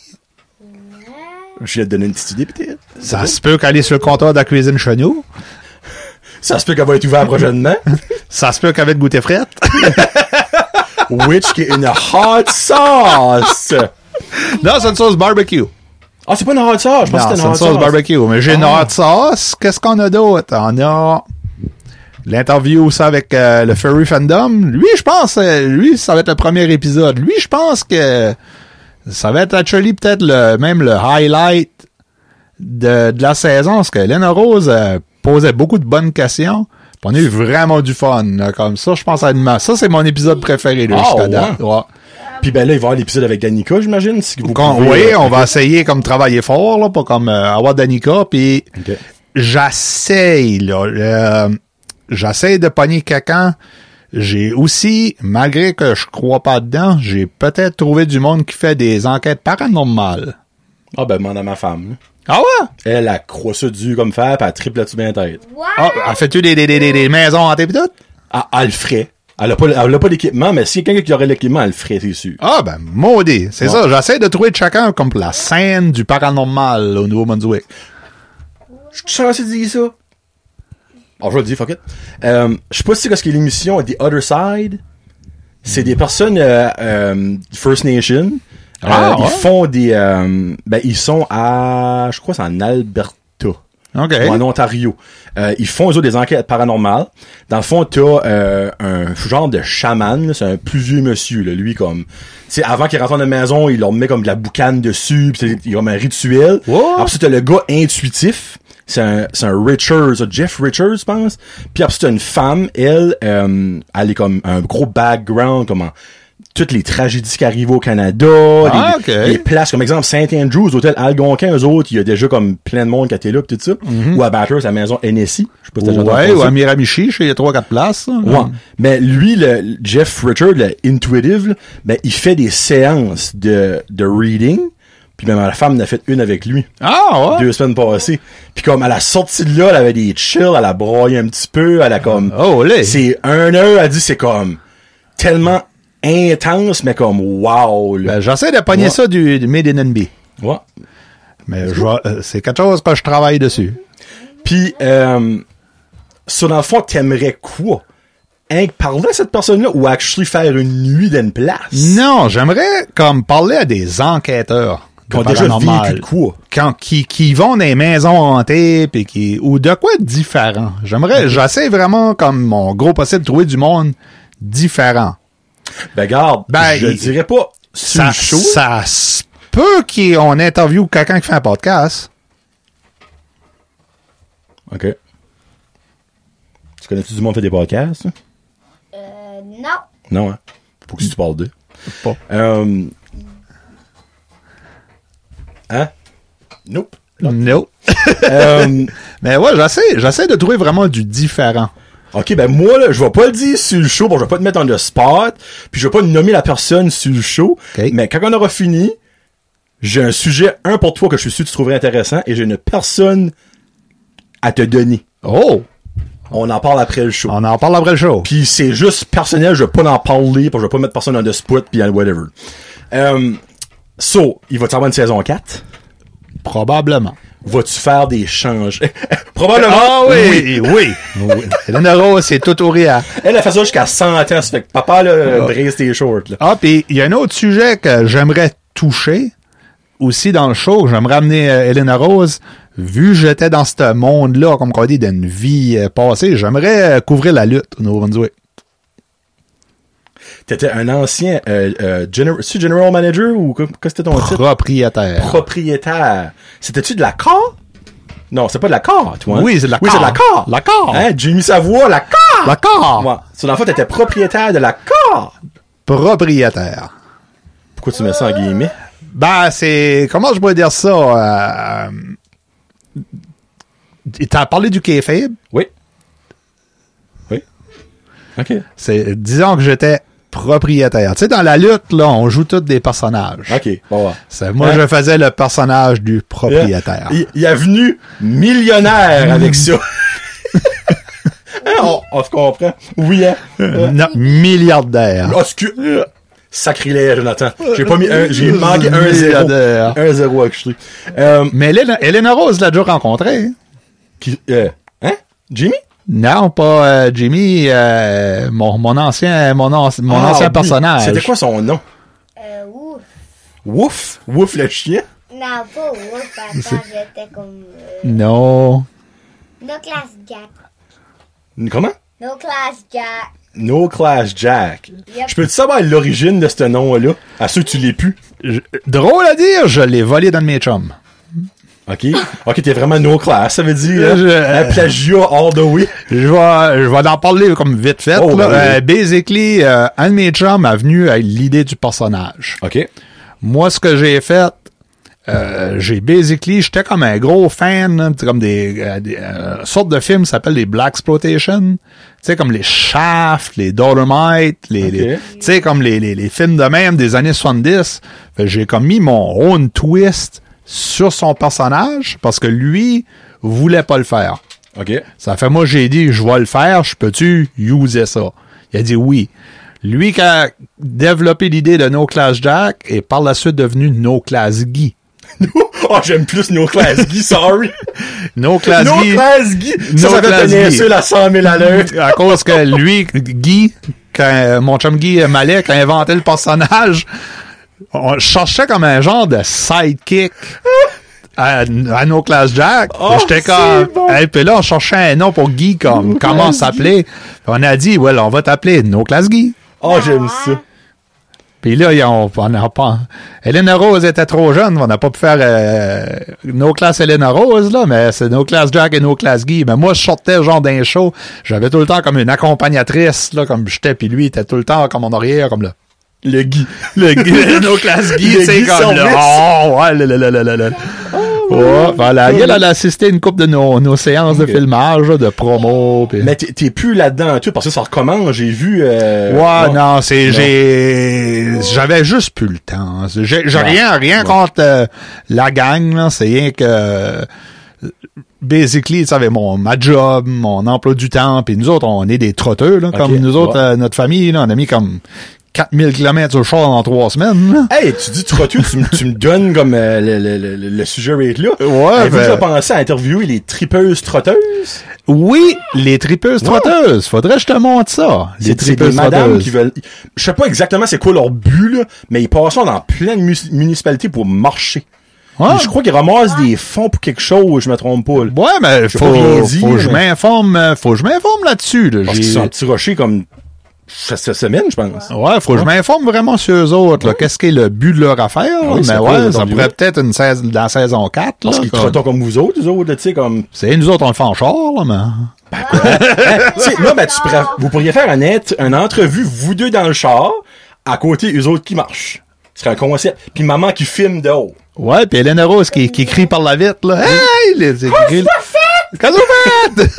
[SPEAKER 1] Je vais te donner une petite idée, peut-être.
[SPEAKER 4] Ça se peut qu'elle est sur le comptoir de la cuisine chez nous.
[SPEAKER 1] Ça se peut qu'elle va être ouverte prochainement.
[SPEAKER 4] Ça se peut qu'elle va être goûter frette.
[SPEAKER 1] Which qui est une hot sauce!
[SPEAKER 4] non, c'est une sauce barbecue.
[SPEAKER 1] Ah, c'est pas une hot sauce. Je pense
[SPEAKER 4] Non,
[SPEAKER 1] que
[SPEAKER 4] c'est
[SPEAKER 1] c'était
[SPEAKER 4] une sauce barbecue. Mais j'ai une
[SPEAKER 1] Ah.
[SPEAKER 4] hot sauce. Qu'est-ce qu'on a d'autre? On a l'interview ça avec euh, le Furry Fandom. Lui, je pense, euh, lui, ça va être le premier épisode. Lui, je pense que ça va être actually peut-être le même le highlight de, de la saison. Parce que Lena Rose euh, posait beaucoup de bonnes questions. Puis On a eu vraiment du fun, là, comme ça. Je pense à une- Ça, c'est mon épisode préféré, là,
[SPEAKER 1] Ah,
[SPEAKER 4] jusqu'à
[SPEAKER 1] ouais?
[SPEAKER 4] date. Ouais.
[SPEAKER 1] Puis ben là, il va y avoir l'épisode avec Danica, j'imagine. Si vous
[SPEAKER 4] Qu'on-
[SPEAKER 1] pouvez,
[SPEAKER 4] oui,
[SPEAKER 1] euh,
[SPEAKER 4] on va essayer comme travailler fort, là, pas comme euh, avoir Danica, puis
[SPEAKER 1] Ok.
[SPEAKER 4] j'essaye, là. euh, j'essaye de pogner quelqu'un. J'ai aussi, malgré que je crois pas dedans, j'ai peut-être trouvé du monde qui fait des enquêtes paranormales.
[SPEAKER 1] Ah, ben, demande à ma femme. là.
[SPEAKER 4] Ah ouais?
[SPEAKER 1] Elle, elle croit ça dur comme fer, puis elle triple là-dessus bien tête.
[SPEAKER 3] What?
[SPEAKER 4] Ah, elle fait-tu des, des, des, des, des maisons hantées pis tout?
[SPEAKER 1] Ah, elle le ferait. Elle a pas, elle a pas l'équipement, mais s'il y a quelqu'un qui aurait l'équipement, elle le ferait, c'est sûr.
[SPEAKER 4] Ah ben, maudit. C'est ça, j'essaie de trouver de chacun comme pour la scène du paranormal là, au Nouveau-Brunswick.
[SPEAKER 1] Je suis censé dire ça. Bon, je vais le dire, fuck it. Euh, je sais pas si c'est ce que l'émission The Other Side. C'est des personnes euh, euh, First Nation. Euh,
[SPEAKER 4] Ah, ouais.
[SPEAKER 1] Ils font des... euh, ben, ils sont à... Je crois que c'est en Alberta.
[SPEAKER 4] OK.
[SPEAKER 1] Ou en Ontario. Euh, ils font, eux autres, des enquêtes paranormales. Dans le fond, t'as euh, un genre de chaman. là, C'est un plus vieux monsieur, là, lui, comme... tu sais, avant qu'il rentre dans la maison, il leur met comme de la boucane dessus. pis c'est- Il y a comme un rituel.
[SPEAKER 4] What?
[SPEAKER 1] Après ça, t'as le gars intuitif. C'est un, c'est un Richards, ça, Jeff Richards, je pense. Puis après ça, t'as une femme, elle, euh, elle est comme un gros background, comment toutes les tragédies qui arrivent au Canada,
[SPEAKER 4] Ah,
[SPEAKER 1] les,
[SPEAKER 4] ok.
[SPEAKER 1] les places, comme exemple Saint Andrews, hôtel Algonquin, eux autres, il y a déjà comme plein de monde qui était là, pis tout ça. Ou à Batters, la maison NSI, je sais pas si t'as déjà entendu
[SPEAKER 4] Mhm. Ouais, ou
[SPEAKER 1] ça.
[SPEAKER 4] à Miramichi, chez les 3-4 places. là.
[SPEAKER 1] Ouais. Mais lui, le le Jeff Richard, le intuitive, là, ben, il fait des séances de, de reading, puis même la femme en a fait une avec lui
[SPEAKER 4] Ah ouais?
[SPEAKER 1] deux semaines passées. Puis comme à la sortie de là, elle avait des chills, elle a broyé un petit peu, elle a comme...
[SPEAKER 4] Oh, là.
[SPEAKER 1] C'est un heure, elle dit c'est comme tellement intense, mais comme wow, là.
[SPEAKER 4] Ben, j'essaie de pogner
[SPEAKER 1] Ouais.
[SPEAKER 4] ça du, du Made in NB.
[SPEAKER 1] Ouais.
[SPEAKER 4] Mais je vois- euh, c'est quelque chose que je travaille dessus.
[SPEAKER 1] Puis, euh, sur dans le fond, t'aimerais quoi? Hein, parler à cette personne-là ou actually faire une nuit d'une place?
[SPEAKER 4] Non, j'aimerais comme parler à des enquêteurs.
[SPEAKER 1] Qui ont
[SPEAKER 4] de
[SPEAKER 1] déjà
[SPEAKER 4] paranormal.
[SPEAKER 1] vécu de quoi?
[SPEAKER 4] Quand, qui, qui vont dans les maisons hantées puis qui, ou de quoi de différent. J'aimerais, j'essaie vraiment comme mon gros possible de trouver du monde différent.
[SPEAKER 1] Ben, garde,
[SPEAKER 4] Ben,
[SPEAKER 1] je
[SPEAKER 4] il-
[SPEAKER 1] dirais pas. C'est
[SPEAKER 4] Ça,
[SPEAKER 1] chaud.
[SPEAKER 4] ça se peut qu'on interviewe quelqu'un qui fait un podcast.
[SPEAKER 1] OK. Tu connais-tu du monde qui fait des podcasts? ça?
[SPEAKER 3] Euh, non.
[SPEAKER 1] Non, hein? Faut que tu parles d'eux.
[SPEAKER 4] Pas.
[SPEAKER 1] Euh... Hein? Nope.
[SPEAKER 4] Non.
[SPEAKER 1] Euh,
[SPEAKER 4] Mais ouais, j'essaie, j'essaie de trouver vraiment du différent.
[SPEAKER 1] OK, ben moi, là, je vais pas le dire sur le show. Bon, je vais pas te mettre dans le spot. Puis je vais pas nommer la personne sur le show.
[SPEAKER 4] OK.
[SPEAKER 1] Mais quand on aura fini, j'ai un sujet, un pour toi, que je suis sûr que tu trouverais intéressant. Et j'ai une personne à te donner.
[SPEAKER 4] Oh!
[SPEAKER 1] On en parle après le show.
[SPEAKER 4] On en parle après le show.
[SPEAKER 1] Puis c'est juste personnel, je vais pas en parler, puis je vais pas mettre personne dans le spot, puis whatever. Euh, so, il va-tu avoir une saison 4?
[SPEAKER 4] Probablement.
[SPEAKER 1] Vas-tu faire des changes? Probablement.
[SPEAKER 4] Ah oui, oui. oui. Hélène Rose, c'est tout au rire.
[SPEAKER 1] Elle a fait ça jusqu'à 100 ans, ça fait que papa, là, brise tes shorts, là.
[SPEAKER 4] Ah, puis il y a un autre sujet que j'aimerais toucher aussi dans le show. J'aimerais amener euh, Elena Rose. Vu que j'étais dans ce monde-là, comme on dit, d'une vie euh, passée, j'aimerais euh, couvrir la lutte au Nouveau-Brunswick.
[SPEAKER 1] T'étais un ancien, euh, euh, gener- tu general manager ou quoi, quoi c'était ton titre?
[SPEAKER 4] Propriétaire.
[SPEAKER 1] Propriétaire. C'était-tu de la car? Non, c'est pas de la car, toi. hein?
[SPEAKER 4] Oui, c'est de la
[SPEAKER 1] Oui, c'est
[SPEAKER 4] car.
[SPEAKER 1] de la car.
[SPEAKER 4] La car.
[SPEAKER 1] Hein, Jimmy Savoie, la car.
[SPEAKER 4] D'accord.
[SPEAKER 1] Ouais. So, dans le fond, t'étais propriétaire de la car.
[SPEAKER 4] Propriétaire.
[SPEAKER 1] Pourquoi tu mets ça en guillemets?
[SPEAKER 4] Ben, c'est. Comment je pourrais dire ça? Euh, euh, T'as parlé du kéfib.
[SPEAKER 1] Oui. Oui. OK.
[SPEAKER 4] C'est disons que j'étais propriétaire. Tu sais, dans la lutte, là, on joue tous des personnages.
[SPEAKER 1] OK. Bon, ouais.
[SPEAKER 4] C'est- moi,
[SPEAKER 1] Hein?
[SPEAKER 4] je faisais le personnage du propriétaire.
[SPEAKER 1] Il, il est venu millionnaire avec ça. Hein, on, on se comprend. Oui, hein?
[SPEAKER 4] Euh, non, milliardaire.
[SPEAKER 1] Oh, excuse- euh, Sacrilège, Jonathan. J'ai pas mis un, j'ai manqué un zéro.
[SPEAKER 4] Millionnaire.
[SPEAKER 1] Un zéro, actually. Euh,
[SPEAKER 4] Mais Elena, Elena Rose l'a déjà rencontré. hein?
[SPEAKER 1] qui- euh, hein? Jimmy?
[SPEAKER 4] Non, pas euh, Jimmy, euh, mon, mon ancien, mon, anci- mon
[SPEAKER 1] Ah,
[SPEAKER 4] ancien
[SPEAKER 1] oui.
[SPEAKER 4] personnage.
[SPEAKER 1] C'était quoi son nom?
[SPEAKER 3] Euh, ouf.
[SPEAKER 1] Wouf? Wouf le chien?
[SPEAKER 3] Non, pas ouf. Attends, j'étais comme... Euh,
[SPEAKER 4] Non.
[SPEAKER 3] no class jack.
[SPEAKER 1] Comment?
[SPEAKER 3] No class jack.
[SPEAKER 1] No Clash Jack.
[SPEAKER 3] Yep.
[SPEAKER 1] Je peux-tu savoir l'origine de ce nom-là? À ceux que tu l'es plus?
[SPEAKER 4] Je- drôle à dire, je l'ai volé dans de mes chums.
[SPEAKER 1] OK. OK, t'es vraiment no class, ça veut dire. hein?
[SPEAKER 4] Je-
[SPEAKER 1] Un plagiat all the way.
[SPEAKER 4] Je vais, je vais en parler comme vite fait.
[SPEAKER 1] Oh,
[SPEAKER 4] là.
[SPEAKER 1] oui, oui.
[SPEAKER 4] Euh, basically, euh, un de mes chums a venu avec l'idée du personnage.
[SPEAKER 1] OK.
[SPEAKER 4] Moi, ce que j'ai fait, euh, j'ai basically, j'étais comme un gros fan, là, tu sais, comme des, euh, des, euh, sortes de films qui s'appellent les Black Exploitation, tu sais, comme les Shaft, les Dolomite, les, les- tu sais, comme les, les, les films de même des années 70. Fait que J'ai comme mis mon own twist sur son personnage parce que lui voulait pas le faire.
[SPEAKER 1] OK.
[SPEAKER 4] Ça fait moi, j'ai dit, je vais le faire, je peux-tu user ça? Il a dit oui. Lui qui a développé l'idée de No Class Jack est par la suite devenu No Class Guy.
[SPEAKER 1] oh, j'aime plus no class Guy, sorry.
[SPEAKER 4] No Class
[SPEAKER 1] no
[SPEAKER 4] Guy,
[SPEAKER 1] class Guy. Ça,
[SPEAKER 4] No
[SPEAKER 1] ça fait
[SPEAKER 4] class
[SPEAKER 1] tenir
[SPEAKER 4] Guy.
[SPEAKER 1] seul à 100 000 à l'heure.
[SPEAKER 4] à cause que lui, Guy, quand, euh, mon chum Guy euh, Malek a inventé le personnage, on cherchait comme un genre de sidekick à, à No Class Jack.
[SPEAKER 1] Oh,
[SPEAKER 4] Et J'étais comme,
[SPEAKER 1] c'est bon.
[SPEAKER 4] Hey, puis là, on cherchait un nom pour Guy, comme, comment
[SPEAKER 1] Class
[SPEAKER 4] s'appeler. Puis On a dit, well, on va t'appeler No Class Guy.
[SPEAKER 1] Oh, j'aime ça.
[SPEAKER 4] Puis là, ils ont- on n'a pas. Elena Rose était trop jeune, on n'a pas pu faire euh, nos classes Elena Rose, là, mais c'est nos classes Jack et nos classes Guy. Mais moi, je sortais genre d'un show, j'avais tout le temps comme une accompagnatrice, là, comme j'étais, puis lui, il était tout le temps comme en arrière, comme là.
[SPEAKER 1] Le Guy.
[SPEAKER 4] Le Guy, nos classes Guy,
[SPEAKER 1] Le
[SPEAKER 4] c'est
[SPEAKER 1] Guy
[SPEAKER 4] comme là.
[SPEAKER 1] service.
[SPEAKER 4] Oh, ouais, là, là, là, là, là, là. Ouais, voilà. Il a assisté à une couple de nos, nos séances
[SPEAKER 1] Ok.
[SPEAKER 4] de filmage, là, de promo. puis-
[SPEAKER 1] Mais t'es- t'es plus là-dedans, tu sais, parce que ça recommence, j'ai vu... euh,
[SPEAKER 4] Ouais, non,
[SPEAKER 1] non.
[SPEAKER 4] c'est
[SPEAKER 1] Non.
[SPEAKER 4] j'ai j'avais juste plus le temps. J'ai j'ai
[SPEAKER 1] Ouais.
[SPEAKER 4] rien rien
[SPEAKER 1] Ouais.
[SPEAKER 4] contre euh, la gang là, c'est rien que euh, basically, tu savais mon ma job, mon emploi du temps, puis nous autres on est des trotteux là, comme nous autres
[SPEAKER 1] ouais.
[SPEAKER 4] euh, notre famille là, on a mis comme 4000 km au char en trois semaines. là.
[SPEAKER 1] Hey, tu dis Trottu, tu, me- tu me donnes comme euh, le, le- le- le- le sujet rate là.
[SPEAKER 4] Ouais,
[SPEAKER 1] Avez-vous
[SPEAKER 4] ben-
[SPEAKER 1] déjà pensé à interviewer les tripeuses trotteuses?
[SPEAKER 4] Oui, les tripeuses trotteuses. Faudrait que je te montre ça. Les
[SPEAKER 1] C'est c'est des
[SPEAKER 4] tripeuses
[SPEAKER 1] madames
[SPEAKER 4] trotteuses.
[SPEAKER 1] qui veulent... Je sais pas exactement c'est quoi leur but, là, mais ils passent ça dans plein de mus- municipalités pour marcher.
[SPEAKER 4] Ah.
[SPEAKER 1] Et Je crois qu'ils ramassent des fonds pour quelque chose, je me trompe pas. là.
[SPEAKER 4] Ouais, mais
[SPEAKER 1] J'ai
[SPEAKER 4] faut,
[SPEAKER 1] pas rien dit,
[SPEAKER 4] faut que je
[SPEAKER 1] mais-
[SPEAKER 4] m'informe, euh, faut que je m'informe là-dessus. Là.
[SPEAKER 1] Parce
[SPEAKER 4] J'ai-
[SPEAKER 1] qu'ils sont tirochés comme cette semaine, je pense.
[SPEAKER 4] Ouais, faut que je m'informe vraiment sur eux autres. là. Qu'est-ce qui est le but de leur affaire?
[SPEAKER 1] Ah
[SPEAKER 4] là.
[SPEAKER 1] oui, c'est
[SPEAKER 4] mais
[SPEAKER 1] quoi,
[SPEAKER 4] ouais,
[SPEAKER 1] les
[SPEAKER 4] ça
[SPEAKER 1] interviews?
[SPEAKER 4] pourrait peut-être une saison, dans la saison 4.
[SPEAKER 1] Parce
[SPEAKER 4] là,
[SPEAKER 1] qu'ils
[SPEAKER 4] comme-
[SPEAKER 1] trottent comme vous autres, eux autres, là, tu sais, comme...
[SPEAKER 4] C'est nous autres, on le fait en char, là, mais...
[SPEAKER 1] Tu sais, là, ben, tu pourrais- vous pourriez faire un net, une entrevue, vous deux dans le char, à côté eux autres qui marchent. Ce serait un concept. Puis maman qui filme de haut.
[SPEAKER 4] Ouais, puis Hélène Rose qui, qui crie par la vitre, là. Hey! Les, les, les- Qu'est-ce que vous faites?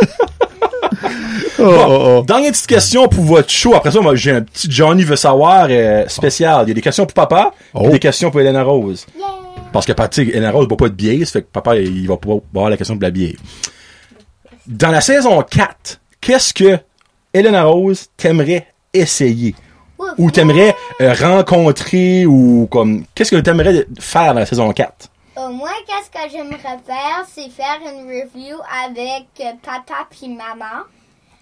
[SPEAKER 4] oh, oh, oh.
[SPEAKER 1] Dernière petite question pour votre show. Après ça, moi, j'ai un petit Johnny veut savoir euh, spécial. Il y a des questions pour papa, puis
[SPEAKER 4] Oh.
[SPEAKER 1] des questions pour Hélène Rose.
[SPEAKER 3] Yeah.
[SPEAKER 1] Parce que, tu sais, Hélène Rose ne pas de biais, ça fait que papa, il va pas avoir la question de la biais. Dans la saison 4, qu'est-ce que Hélène Rose t'aimerait essayer?
[SPEAKER 3] Ouf.
[SPEAKER 1] Ou t'aimerais euh, rencontrer, ou comme... Qu'est-ce que t'aimerais faire dans la saison 4?
[SPEAKER 3] Au moins, qu'est-ce que j'aimerais faire, c'est faire une review avec euh, papa puis maman.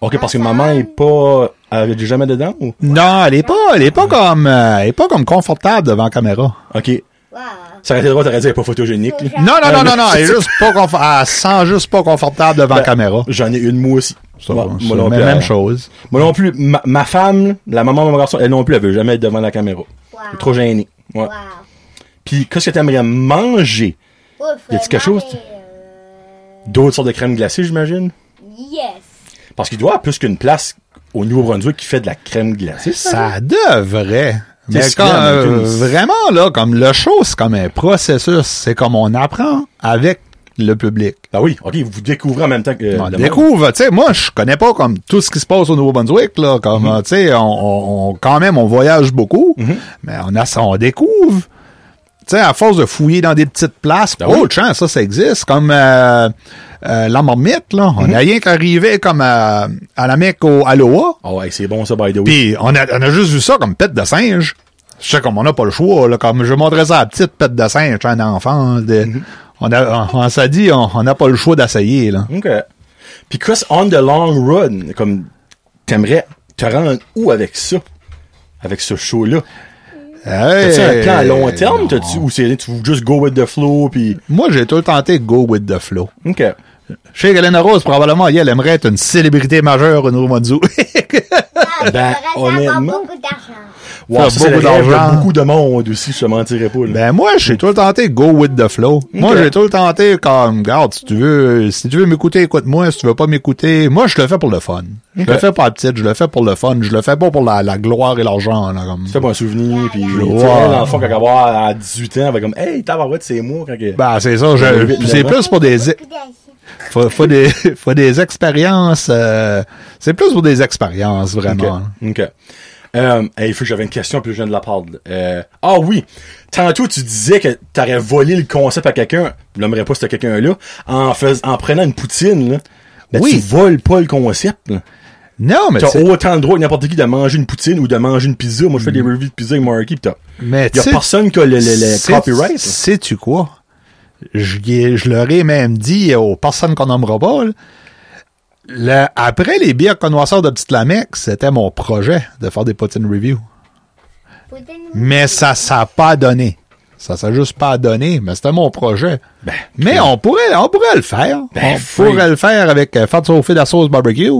[SPEAKER 1] OK, parce que maman est pas... Elle est jamais dedans, ou?
[SPEAKER 4] Non, elle est pas, elle est pas comme, euh, elle est pas comme confortable devant la caméra.
[SPEAKER 1] OK.
[SPEAKER 3] Wow.
[SPEAKER 1] Ça aurait été drôle, t'aurais dit, elle est pas photogénique, là.
[SPEAKER 4] Non, non,
[SPEAKER 1] Euh,
[SPEAKER 4] non,
[SPEAKER 1] mais-
[SPEAKER 4] non, non, elle est juste pas confo- elle se sent juste pas confortable devant la caméra.
[SPEAKER 1] Ben, J'en ai une, moi aussi.
[SPEAKER 4] Ben, Ça,
[SPEAKER 1] Ouais,
[SPEAKER 4] c'est
[SPEAKER 1] non
[SPEAKER 4] la
[SPEAKER 1] plus,
[SPEAKER 4] même
[SPEAKER 1] elle-
[SPEAKER 4] chose.
[SPEAKER 1] Moi non plus, ma, ma femme, là, la maman de mon garçon, elle non plus, elle veut jamais être devant la caméra.
[SPEAKER 3] Wow.
[SPEAKER 1] Trop gênée. Ouais.
[SPEAKER 3] Wow.
[SPEAKER 1] Puis, qu'est-ce que t'aimerais manger?
[SPEAKER 3] Ouf,
[SPEAKER 1] Y a-t-il quelque chose, tu-
[SPEAKER 3] euh,
[SPEAKER 1] D'autres sortes de crème glacée, j'imagine?
[SPEAKER 3] Yes.
[SPEAKER 1] Parce qu'il doit y avoir plus qu'une place au Nouveau-Brunswick qui fait de la crème glacée.
[SPEAKER 4] Ça devrait. Mais
[SPEAKER 1] C'est
[SPEAKER 4] quand,
[SPEAKER 1] bien,
[SPEAKER 4] euh,
[SPEAKER 1] American.
[SPEAKER 4] vraiment, là, comme le show, c'est comme un processus. C'est comme on apprend avec le public.
[SPEAKER 1] Ah oui, ok, vous découvrez en même temps que... euh,
[SPEAKER 4] On
[SPEAKER 1] le monde.
[SPEAKER 4] découvre, tu sais, moi, je connais pas comme tout ce qui se passe au Nouveau-Brunswick, là, comme,
[SPEAKER 1] Mm-hmm.
[SPEAKER 4] euh, tu sais, on, on- on- quand même, on voyage beaucoup, mais on a, on découvre, tu sais, à force de fouiller dans des petites places,
[SPEAKER 1] Ben
[SPEAKER 4] oh,
[SPEAKER 1] oui.
[SPEAKER 4] tiens, ça, ça existe, comme euh, euh, la marmite, là,
[SPEAKER 1] Mm-hmm.
[SPEAKER 4] on a rien qu'arrivé comme à, à la mec au Aloha,
[SPEAKER 1] Ah ouais, c'est bon ça, by the way.
[SPEAKER 4] puis on a, on a juste vu ça comme pète de singe. Je sais comme on n'a pas le choix, là, comme je montrais ça à la petite pète de singe, un enfant. de-
[SPEAKER 1] Mhm.
[SPEAKER 4] On a, on, on s'est dit, on on n'a pas le choix d'essayer, là.
[SPEAKER 1] OK. Puis, qu'est-ce on the long run, comme, t'aimerais te rendre où avec ça? Avec ce show-là? T'as-tu un plan à
[SPEAKER 4] Euh,
[SPEAKER 1] long terme? T'as-tu, ou c'est, tu veux juste go with the flow, puis...
[SPEAKER 4] Moi, j'ai tout tenté go with the flow.
[SPEAKER 1] OK.
[SPEAKER 4] Chez Hélène Rose, probablement, elle aimerait être une célébrité majeure au Nouveau-Brunswick.
[SPEAKER 1] Ben,
[SPEAKER 3] Ah, j'aimerais avoir
[SPEAKER 1] honnêtement-
[SPEAKER 3] beaucoup d'argent.
[SPEAKER 1] Wow,
[SPEAKER 4] Faire
[SPEAKER 1] ça, c'est le
[SPEAKER 4] beaucoup
[SPEAKER 1] rêve de
[SPEAKER 4] d'argent.
[SPEAKER 1] beaucoup de monde aussi, je te mentirais pas. là.
[SPEAKER 4] ben, moi, j'ai tout tenté go with the flow. Moi,
[SPEAKER 1] Ok.
[SPEAKER 4] j'ai tout tenté comme, garde, si tu veux, si tu veux m'écouter, écoute-moi. Si tu veux pas m'écouter, moi, je le fais pour le fun. Je le
[SPEAKER 1] Ok.
[SPEAKER 4] fais pour la petite, je le fais pour le fun, je le fais pas pour la, la gloire et l'argent, là, comme.
[SPEAKER 1] Tu fais pas un souvenir, puis tu
[SPEAKER 4] Wow.
[SPEAKER 1] sais, elle, dans le fond, quand elle va avoir à 18 ans, elle va comme « Hey, tabarouette, c'est moi! » quand que-
[SPEAKER 4] Ben, c'est ça, je-
[SPEAKER 1] Huit,
[SPEAKER 4] c'est
[SPEAKER 1] neuf ans.
[SPEAKER 4] plus pour des,
[SPEAKER 3] Beaucoup d'argent.
[SPEAKER 4] faut, faut des, faut des expériences, euh, c'est plus pour des expériences, vraiment.
[SPEAKER 1] OK. OK. Euh, hey, il faut que j'avais une question, puis je viens de la perdre. Euh, ah oui! Tantôt, tu disais que t'aurais volé le concept à quelqu'un, je n'aimerais pas ce quelqu'un-là, en, fais- en prenant une poutine, là. Ben,
[SPEAKER 4] Oui.
[SPEAKER 1] tu voles pas le concept, là.
[SPEAKER 4] Non, mais
[SPEAKER 1] T'as
[SPEAKER 4] c'est- Hmm.
[SPEAKER 1] autant le droit que n'importe qui de manger une poutine ou de manger une pizza. Moi, je fais des reviews de pizza avec Marky, pis t'as...
[SPEAKER 4] Ben, Mais
[SPEAKER 1] Y a
[SPEAKER 4] tu sais-
[SPEAKER 1] personne qui a le, le- le
[SPEAKER 4] Sais-
[SPEAKER 1] copyright, là.
[SPEAKER 4] Sais-tu quoi? Je, l'ai- je leur ai même dit aux personnes qu'on nommera pas, là, le- après les bières connoisseurs de Petite Lamec, c'était mon projet de faire des poutines review.
[SPEAKER 3] Faut des nouveaux-
[SPEAKER 4] Mais ça ça a pas donné. Ça s'est juste pas donné, mais c'était mon projet.
[SPEAKER 1] Ben,
[SPEAKER 4] mais on pourrait on pourrait le faire. on
[SPEAKER 1] free.
[SPEAKER 4] pourrait le faire avec euh, faire chauffer de la sauce barbecue.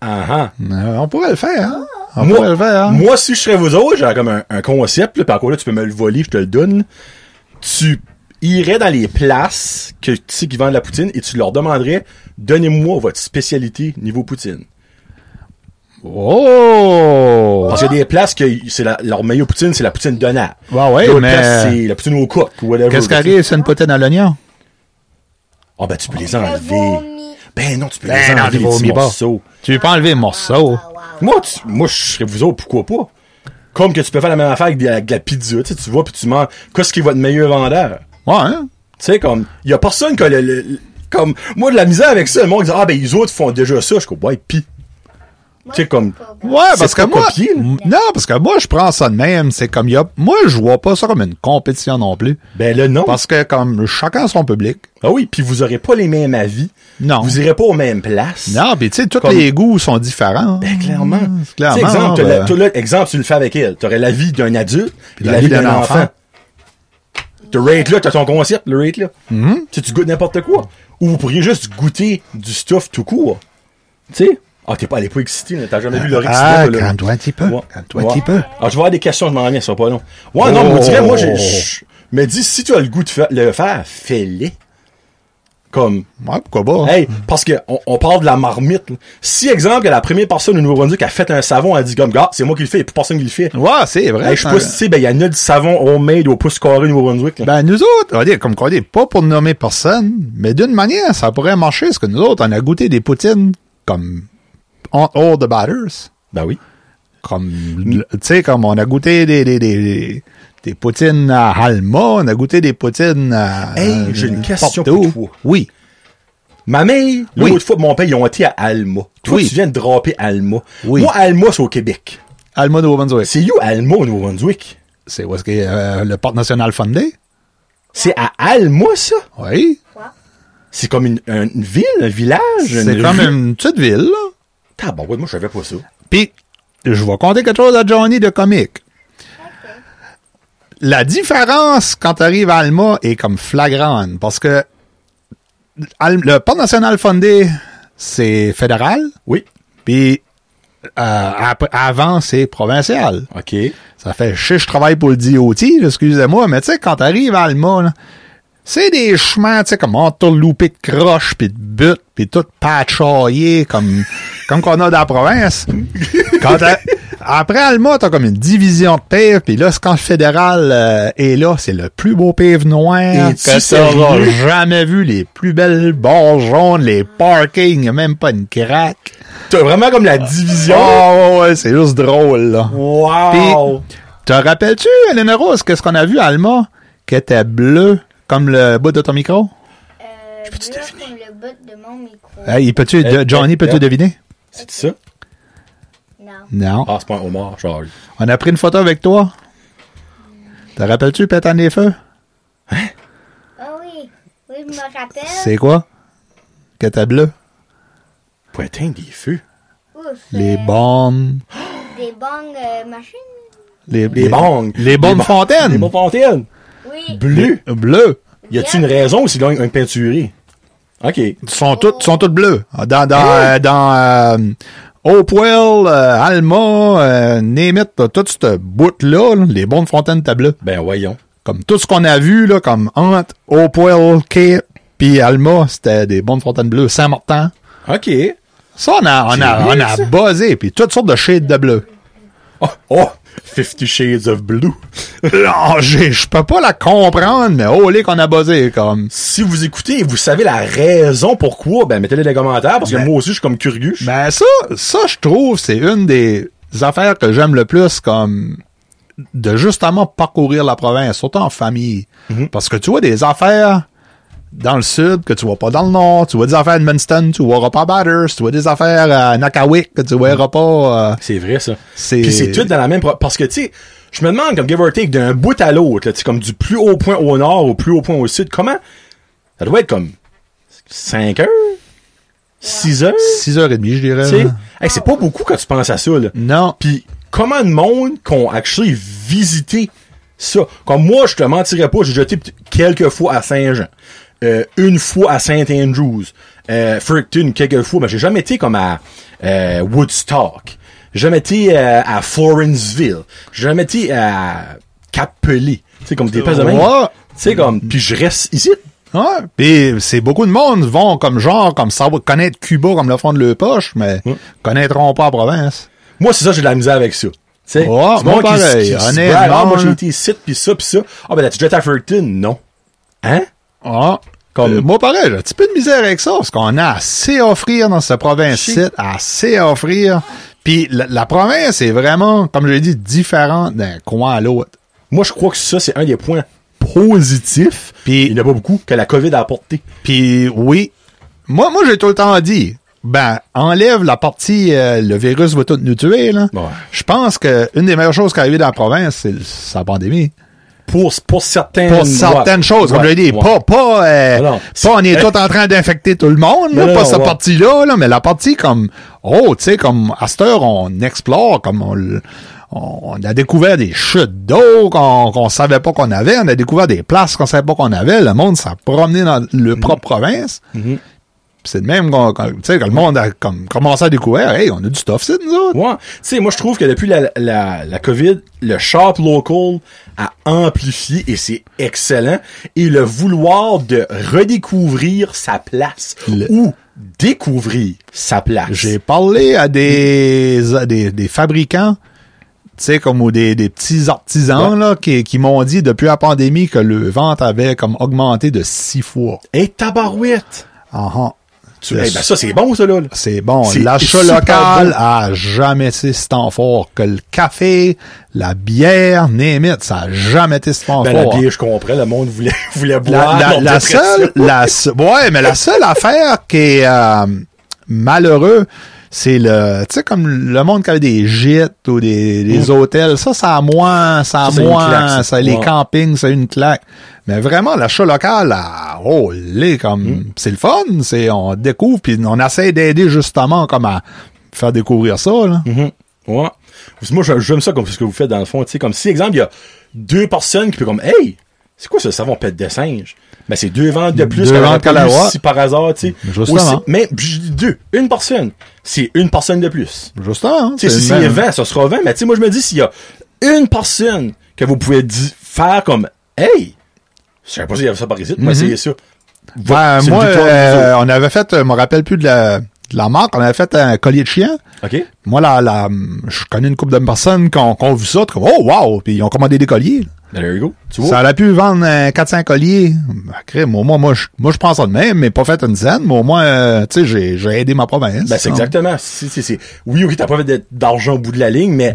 [SPEAKER 1] Ah, ah.
[SPEAKER 4] Euh, on pourrait le faire. hein? On
[SPEAKER 1] Moi,
[SPEAKER 4] pourrait le faire. hein?
[SPEAKER 1] moi, si je serais vous autres, j'aurais comme un, un concept, là, par contre, là, tu peux me le voler, je te le donne. Tu irais dans les places que tu sais qui vendent la poutine et tu leur demanderais, donnez-moi votre spécialité niveau poutine.
[SPEAKER 4] Oh!
[SPEAKER 1] Parce qu'il y a des places que c'est la- leur meilleure poutine, c'est la poutine donnable.
[SPEAKER 4] Ouais, ouais,
[SPEAKER 1] D'autres
[SPEAKER 4] mais-
[SPEAKER 1] places, c'est la poutine au coq ou whatever.
[SPEAKER 4] Qu'est-ce qui arrive, c'est une poutine à l'oignon?
[SPEAKER 1] Ah, ben, tu peux les
[SPEAKER 3] Je
[SPEAKER 1] enlever.
[SPEAKER 3] vomis.
[SPEAKER 1] Ben, non, tu peux
[SPEAKER 4] Ben
[SPEAKER 1] les
[SPEAKER 4] non,
[SPEAKER 1] enlever,
[SPEAKER 4] tu
[SPEAKER 1] les petits
[SPEAKER 4] vomis pas.
[SPEAKER 1] morceaux.
[SPEAKER 4] Tu veux pas enlever un morceau.
[SPEAKER 3] Wow, wow.
[SPEAKER 1] Moi, tu- moi, je serais vous autres, pourquoi pas? Comme que tu peux faire la même affaire avec de la, avec de la pizza, tu sais, tu vois, puis tu manges. Qu'est-ce qui va être meilleur vendeur?
[SPEAKER 4] Ouais, hein?
[SPEAKER 1] Tu sais, comme, y a personne qui a le, le- le- comme, moi, de la misère avec ça, le monde dit, ah, ben, les autres font déjà ça, je comprends, ouais, pis.
[SPEAKER 3] Moi,
[SPEAKER 1] C'est
[SPEAKER 3] je
[SPEAKER 1] comme-
[SPEAKER 3] peux pas.
[SPEAKER 4] Ouais, parce
[SPEAKER 1] C'est
[SPEAKER 4] que
[SPEAKER 1] pas
[SPEAKER 4] moi,
[SPEAKER 1] copié, là.
[SPEAKER 4] m- non, parce que moi, je prends ça de même. C'est comme, y a, moi, je vois pas ça comme une compétition non plus.
[SPEAKER 1] Ben là, non.
[SPEAKER 4] Parce que, comme, chacun a son public.
[SPEAKER 1] Ah oui, puis vous aurez pas les mêmes avis.
[SPEAKER 4] Non.
[SPEAKER 1] Vous irez pas aux mêmes places.
[SPEAKER 4] Non, pis tu sais, tous
[SPEAKER 1] Comme-
[SPEAKER 4] les goûts sont différents.
[SPEAKER 1] Ben, clairement.
[SPEAKER 4] Clairement,
[SPEAKER 1] Tu sais, exemple,
[SPEAKER 4] ben-
[SPEAKER 1] t'as la- t'as le- exemple, tu le fais avec elle. T'aurais l'avis d'un adulte et
[SPEAKER 4] la
[SPEAKER 1] l'avis
[SPEAKER 4] vie
[SPEAKER 1] d'un
[SPEAKER 4] d'un
[SPEAKER 1] enfant.
[SPEAKER 4] enfant.
[SPEAKER 1] Tu rate là, t'as ton concept, le rate là.
[SPEAKER 4] Mm-hmm.
[SPEAKER 1] Tu sais, tu goûtes n'importe quoi. Ou vous pourriez juste goûter du stuff tout court. Tu sais? Ah, t'es pas allé pas excité, là. t'as jamais vu l'orix
[SPEAKER 4] Ah,
[SPEAKER 1] là.
[SPEAKER 4] calme-toi un petit peu, calme-toi un petit peu.
[SPEAKER 1] Ah, je vais avoir des questions, je m'en viens, ça sera pas long. Ouais, non,
[SPEAKER 4] Oh.
[SPEAKER 1] mais vous direz, moi, j'ai- je me dis, si tu as le goût de fa- le faire, fais-le. Comme,
[SPEAKER 4] Ouais, pourquoi pas?
[SPEAKER 1] Hey, parce que on, on parle de la marmite. là. Si exemple que la première personne au Nouveau-Brunswick a fait un savon, elle dit comme gars, c'est moi qui le fais, et plus personne qui le fait.
[SPEAKER 4] Ouais, c'est vrai.
[SPEAKER 1] Hey, je sais pas si tu sais, ben il y en a du savon homemade au pouce carré au Nouveau-Brunswick. là.
[SPEAKER 4] Ben, nous autres, on va dire, comme quoi, on dit, pas pour nommer personne, mais d'une manière, ça pourrait marcher, parce que nous autres, on a goûté des poutines, comme, on, all the batters.
[SPEAKER 1] Ben oui.
[SPEAKER 4] Comme, le- tu sais, comme on a goûté des, des, des, des, des poutines à Halma, on a goûté des poutines à.
[SPEAKER 1] Hey, j'ai une
[SPEAKER 4] euh,
[SPEAKER 1] question
[SPEAKER 4] Porto.
[SPEAKER 1] pour toi.
[SPEAKER 4] Oui.
[SPEAKER 1] Ma mère,
[SPEAKER 4] Oui.
[SPEAKER 1] l'autre fois, mon père, ils ont été à Alma. Toi,
[SPEAKER 4] Oui.
[SPEAKER 1] tu viens de draper Alma.
[SPEAKER 4] Oui.
[SPEAKER 1] Moi, Alma, c'est au Québec.
[SPEAKER 4] Alma de Brunswick.
[SPEAKER 1] C'est où Alma au Nouveau-Brunswick?
[SPEAKER 4] C'est où est-ce que euh, le Parc National Fundé?
[SPEAKER 1] C'est à Alma, ça?
[SPEAKER 4] Oui.
[SPEAKER 3] Quoi?
[SPEAKER 1] C'est comme une, un- une ville, un village?
[SPEAKER 4] C'est comme une petite ville, là.
[SPEAKER 1] Tabarouette, bah moi, je savais pas ça.
[SPEAKER 4] Puis, je vais compter quelque chose à Johnny de comique. La différence quand t'arrives à Alma est comme flagrante parce que Al- le Parc national fondé, c'est fédéral,
[SPEAKER 1] Oui.
[SPEAKER 4] puis euh, ap- avant, c'est provincial.
[SPEAKER 1] OK.
[SPEAKER 4] Ça fait chier, je travaille pour le DOT, excusez-moi, mais tu sais, quand t'arrives à Alma, là, c'est des chemins, tu sais, comme entourloupés de croches, puis de buttes, puis tout patchoyé, comme, comme qu'on a dans la province. Quand t'as- après Alma, t'as comme une division de pave, puis là, c'est quand le fédéral euh, est là, c'est le plus beau pave noir
[SPEAKER 1] Es-tu
[SPEAKER 4] que t'auras
[SPEAKER 1] sérieux?
[SPEAKER 4] jamais vu, les plus belles barres jaunes, les parkings, y a même pas une craque.
[SPEAKER 1] T'as vraiment comme la division.
[SPEAKER 4] Oh, ouais, ouais, c'est juste drôle, là.
[SPEAKER 1] Wow!
[SPEAKER 4] Puis, te rappelles-tu, Elena Rose, qu'est-ce qu'on a vu à Alma, qui était bleu comme le bout de ton micro?
[SPEAKER 3] Euh,
[SPEAKER 1] peux-tu
[SPEAKER 3] là,
[SPEAKER 1] deviner?
[SPEAKER 3] comme le bout de mon micro.
[SPEAKER 4] Hey, peux-tu, de-
[SPEAKER 1] eh,
[SPEAKER 4] Johnny, peux-tu
[SPEAKER 1] eh.
[SPEAKER 4] deviner?
[SPEAKER 1] C'est ça?
[SPEAKER 3] Non.
[SPEAKER 4] Non.
[SPEAKER 1] Ah, c'est pas un homard, Charles.
[SPEAKER 4] On a pris une photo avec toi. Te rappelles-tu, Pétain des Feux?
[SPEAKER 3] Ah oui. Oui, je me rappelle.
[SPEAKER 4] C'est quoi? Que t'es bleu?
[SPEAKER 1] Pour éteindre des feux.
[SPEAKER 3] Ouf,
[SPEAKER 4] Les
[SPEAKER 3] euh,
[SPEAKER 4] bombes.
[SPEAKER 3] Des bonnes euh, machines.
[SPEAKER 4] Les,
[SPEAKER 1] Les bangs.
[SPEAKER 4] Les bombes
[SPEAKER 1] ba-
[SPEAKER 4] fontaines.
[SPEAKER 1] Les bombes fontaines.
[SPEAKER 3] Oui.
[SPEAKER 1] Bleu.
[SPEAKER 4] Bleu.
[SPEAKER 1] Y a-tu une raison s'ils ont un peinturé? OK.
[SPEAKER 4] Ils sont toutes, sont toutes bleues. Dans, dans, euh, dans euh, Hopewell, euh, Alma, euh, name it, t'as toute cette bout-là, là, les bombes fontaines, t'es bleu.
[SPEAKER 1] Ben, voyons.
[SPEAKER 4] comme tout ce qu'on a vu, là, comme Hunt, Hopewell, Cape, puis Alma, c'était des bonnes fontaines bleues, Saint-Martin.
[SPEAKER 1] OK.
[SPEAKER 4] Ça, on a, on a,
[SPEAKER 1] C'est
[SPEAKER 4] on
[SPEAKER 1] bien,
[SPEAKER 4] a
[SPEAKER 1] ça.
[SPEAKER 4] buzzé, puis toutes sortes de shades de bleu.
[SPEAKER 1] Oh, oh, Fifty Shades of Blue.
[SPEAKER 4] Non, j'ai- je peux pas la comprendre, mais oh, les qu'on a buzzé, comme.
[SPEAKER 1] si vous écoutez et vous savez la raison pourquoi, ben, mettez-le dans les commentaires parce que moi aussi, je suis comme curieux.
[SPEAKER 4] Ben, ça, ça, je trouve, c'est une des affaires que j'aime le plus, comme, de justement parcourir la province, surtout en famille. Parce que tu vois des affaires dans le sud que tu vois pas dans le nord, tu vois des affaires à Edmundston, tu vois pas à Batters, tu vois des affaires à Nakawik que tu verras pas, euh,
[SPEAKER 1] C'est vrai, ça.
[SPEAKER 4] C'est-
[SPEAKER 1] Puis c'est tout dans la même... pro- Parce que, tu sais, je me demande, comme give or take, d'un bout à l'autre, là, tu sais, comme du plus haut point au nord au plus haut point au sud, comment... Ça doit être comme 5 heures? 6 heures?
[SPEAKER 4] 6h30, je dirais.
[SPEAKER 1] Tu sais?
[SPEAKER 4] là.
[SPEAKER 1] Hey, c'est pas beaucoup quand tu penses à ça, là.
[SPEAKER 4] Non.
[SPEAKER 1] Puis comment de monde qu'on actually visité ça? Comme moi, je te mentirais pas, j'ai jeté peut- quelques fois à Saint-Jean. Euh, une fois à Saint Andrews. Euh, Fredericton, quelques fois, mais j'ai jamais été comme à euh, Woodstock. J'ai jamais été euh, à Florenceville. J'ai jamais été à cap pelé Tu sais, comme des places de même.
[SPEAKER 4] Ouais.
[SPEAKER 1] Tu sais, comme, puis je reste ici.
[SPEAKER 4] Ouais. Puis c'est beaucoup de monde vont comme genre, comme ça, connaître Cuba comme le fond de leur poche, mais
[SPEAKER 1] Ouais.
[SPEAKER 4] connaîtront pas la province.
[SPEAKER 1] Moi, c'est ça, j'ai de la misère avec ça. Tu sais,
[SPEAKER 4] Ouais,
[SPEAKER 1] du
[SPEAKER 4] moi,
[SPEAKER 1] monde qui s-
[SPEAKER 4] pareil,
[SPEAKER 1] qui se
[SPEAKER 4] honnêtement,
[SPEAKER 1] braque, Ah, moi, j'ai
[SPEAKER 4] là.
[SPEAKER 1] été ici, puis ça, puis ça. Ah, ben, t'as-tu déjà été à Fredericton? Non. Hein?
[SPEAKER 4] Ah.
[SPEAKER 1] Comme-
[SPEAKER 4] Euh, moi, pareil, j'ai un petit peu de misère avec ça, parce qu'on a assez à offrir dans cette province-ci,
[SPEAKER 1] Chier.
[SPEAKER 4] assez à offrir. Puis la, la province est vraiment, comme je l'ai dit, différente d'un coin à l'autre.
[SPEAKER 1] Moi, je crois que ça, c'est un des points positifs.
[SPEAKER 4] Puis-
[SPEAKER 1] il n'y en a pas beaucoup que la COVID a apporté.
[SPEAKER 4] Puis oui, moi, moi j'ai tout le temps dit, ben, enlève la partie euh, le virus va tout nous tuer, là.
[SPEAKER 1] Ouais.
[SPEAKER 4] Je pense que une des meilleures choses qui est arrivée dans la province, c'est le- c'est la pandémie.
[SPEAKER 1] Pour, pour certaines,
[SPEAKER 4] Pour certaines
[SPEAKER 1] ouais.
[SPEAKER 4] choses, comme
[SPEAKER 1] Ouais,
[SPEAKER 4] je l'ai dit,
[SPEAKER 1] ouais.
[SPEAKER 4] pas, pas, euh,
[SPEAKER 1] Non, non.
[SPEAKER 4] pas on est
[SPEAKER 1] Euh,
[SPEAKER 4] tous en train d'infecter tout le monde, là,
[SPEAKER 1] Non, non,
[SPEAKER 4] pas
[SPEAKER 1] non,
[SPEAKER 4] cette
[SPEAKER 1] ouais.
[SPEAKER 4] partie-là, là, mais la partie comme, oh, tu sais, comme à cette heure, on explore, comme on, l- on on a découvert des chutes d'eau qu'on qu'on savait pas qu'on avait, on a découvert des places qu'on savait pas qu'on avait, le monde s'est promené dans
[SPEAKER 1] Mm-hmm.
[SPEAKER 4] le propre province. Pis C'est de même qu'on, qu'on- tu sais, que le monde a comme commencé à découvrir, hey, on a du stuff, c'est nous autres.
[SPEAKER 1] Ouais. Tu sais, moi, je trouve que depuis la, la, la COVID, le shop local a amplifié et c'est excellent. Et le vouloir de redécouvrir sa place
[SPEAKER 4] Le-
[SPEAKER 1] ou découvrir sa place.
[SPEAKER 4] J'ai parlé à des, à des, des fabricants, tu sais, comme ou des, des petits artisans, là, qui, qui m'ont dit depuis la pandémie que le vente avait comme augmenté de six fois.
[SPEAKER 1] Et tabarouette!
[SPEAKER 4] Ah, ah.
[SPEAKER 1] Tu...
[SPEAKER 4] Le-
[SPEAKER 1] Eh ben, ça, c'est bon, ça, là. là.
[SPEAKER 4] c'est bon.
[SPEAKER 1] C'est
[SPEAKER 4] L'achat
[SPEAKER 1] super
[SPEAKER 4] local
[SPEAKER 1] bon.
[SPEAKER 4] a jamais été si tant fort que le café, la bière, n'émite, ça a jamais été si tant
[SPEAKER 1] Ben, la
[SPEAKER 4] fort. hein.
[SPEAKER 1] bière, je comprends. Le monde voulait, voulait
[SPEAKER 4] La,
[SPEAKER 1] boire.
[SPEAKER 4] la-
[SPEAKER 1] non,
[SPEAKER 4] la
[SPEAKER 1] dépression.
[SPEAKER 4] seule, la se- ouais, mais la seule affaire qui est euh, malheureux, c'est le, tu sais comme le monde qui avait des gîtes ou des, des hôtels, ça, ça a moins, ça a
[SPEAKER 1] Mm. Ça, c'est une
[SPEAKER 4] moins,
[SPEAKER 1] claque, ça.
[SPEAKER 4] ça, les
[SPEAKER 1] Ouais.
[SPEAKER 4] campings, c'est une claque. Mais vraiment, l'achat local, là, oh, les comme,
[SPEAKER 1] Mm.
[SPEAKER 4] c'est le fun, c'est on découvre puis on essaie d'aider justement comme à faire découvrir ça. Là.
[SPEAKER 1] Mm-hmm. Hum. Ouais. Parce que Moi, je- j'aime ça comme ce que vous faites dans le fond. Tu sais, comme si, exemple, il y a deux personnes qui peuvent comme, hey, c'est quoi ce savon pète de singe? Ben, c'est deux ventes de plus
[SPEAKER 4] Deux
[SPEAKER 1] qu'elle aurait
[SPEAKER 4] ventes
[SPEAKER 1] pas
[SPEAKER 4] qu'elle
[SPEAKER 1] eu
[SPEAKER 4] aura.
[SPEAKER 1] si par hasard, tu sais.
[SPEAKER 4] Hum, Justement.
[SPEAKER 1] mais, je dis deux. Une personne. C'est une personne de plus.
[SPEAKER 4] Justement, hein,
[SPEAKER 1] Tu sais,
[SPEAKER 4] le
[SPEAKER 1] si
[SPEAKER 4] même.
[SPEAKER 1] c'est 20, ça sera 20. Mais tu sais, moi, je me dis, s'il y a une personne que vous pouvez di- faire comme, hey, je savais pas s'il y avait ça par ici, mais c'est ça.
[SPEAKER 4] Ben,
[SPEAKER 1] C'est une
[SPEAKER 4] moi,
[SPEAKER 1] victoire
[SPEAKER 4] euh, on avait fait, euh, je me rappelle plus de la, de la marque, on avait fait un collier de chien.
[SPEAKER 1] OK?
[SPEAKER 4] Moi, là, là, je connais une couple de personnes qui ont, qui ont vu ça, t'es comme, oh, wow! Puis ils ont commandé des colliers.
[SPEAKER 1] Ben, There you go. Tu vois?
[SPEAKER 4] Ça aurait pu vendre euh, 400 colliers. Ben, crème, au moins, moi, je, moi, je pense ça de même, mais pas fait une dizaine, mais au moins, euh, tu sais, j'ai, j'ai aidé ma province. hein.
[SPEAKER 1] Ben, c'est
[SPEAKER 4] Donc,
[SPEAKER 1] exactement. Si, si, si. Oui, ok, t'as pas fait de- d'argent au bout de la ligne, mais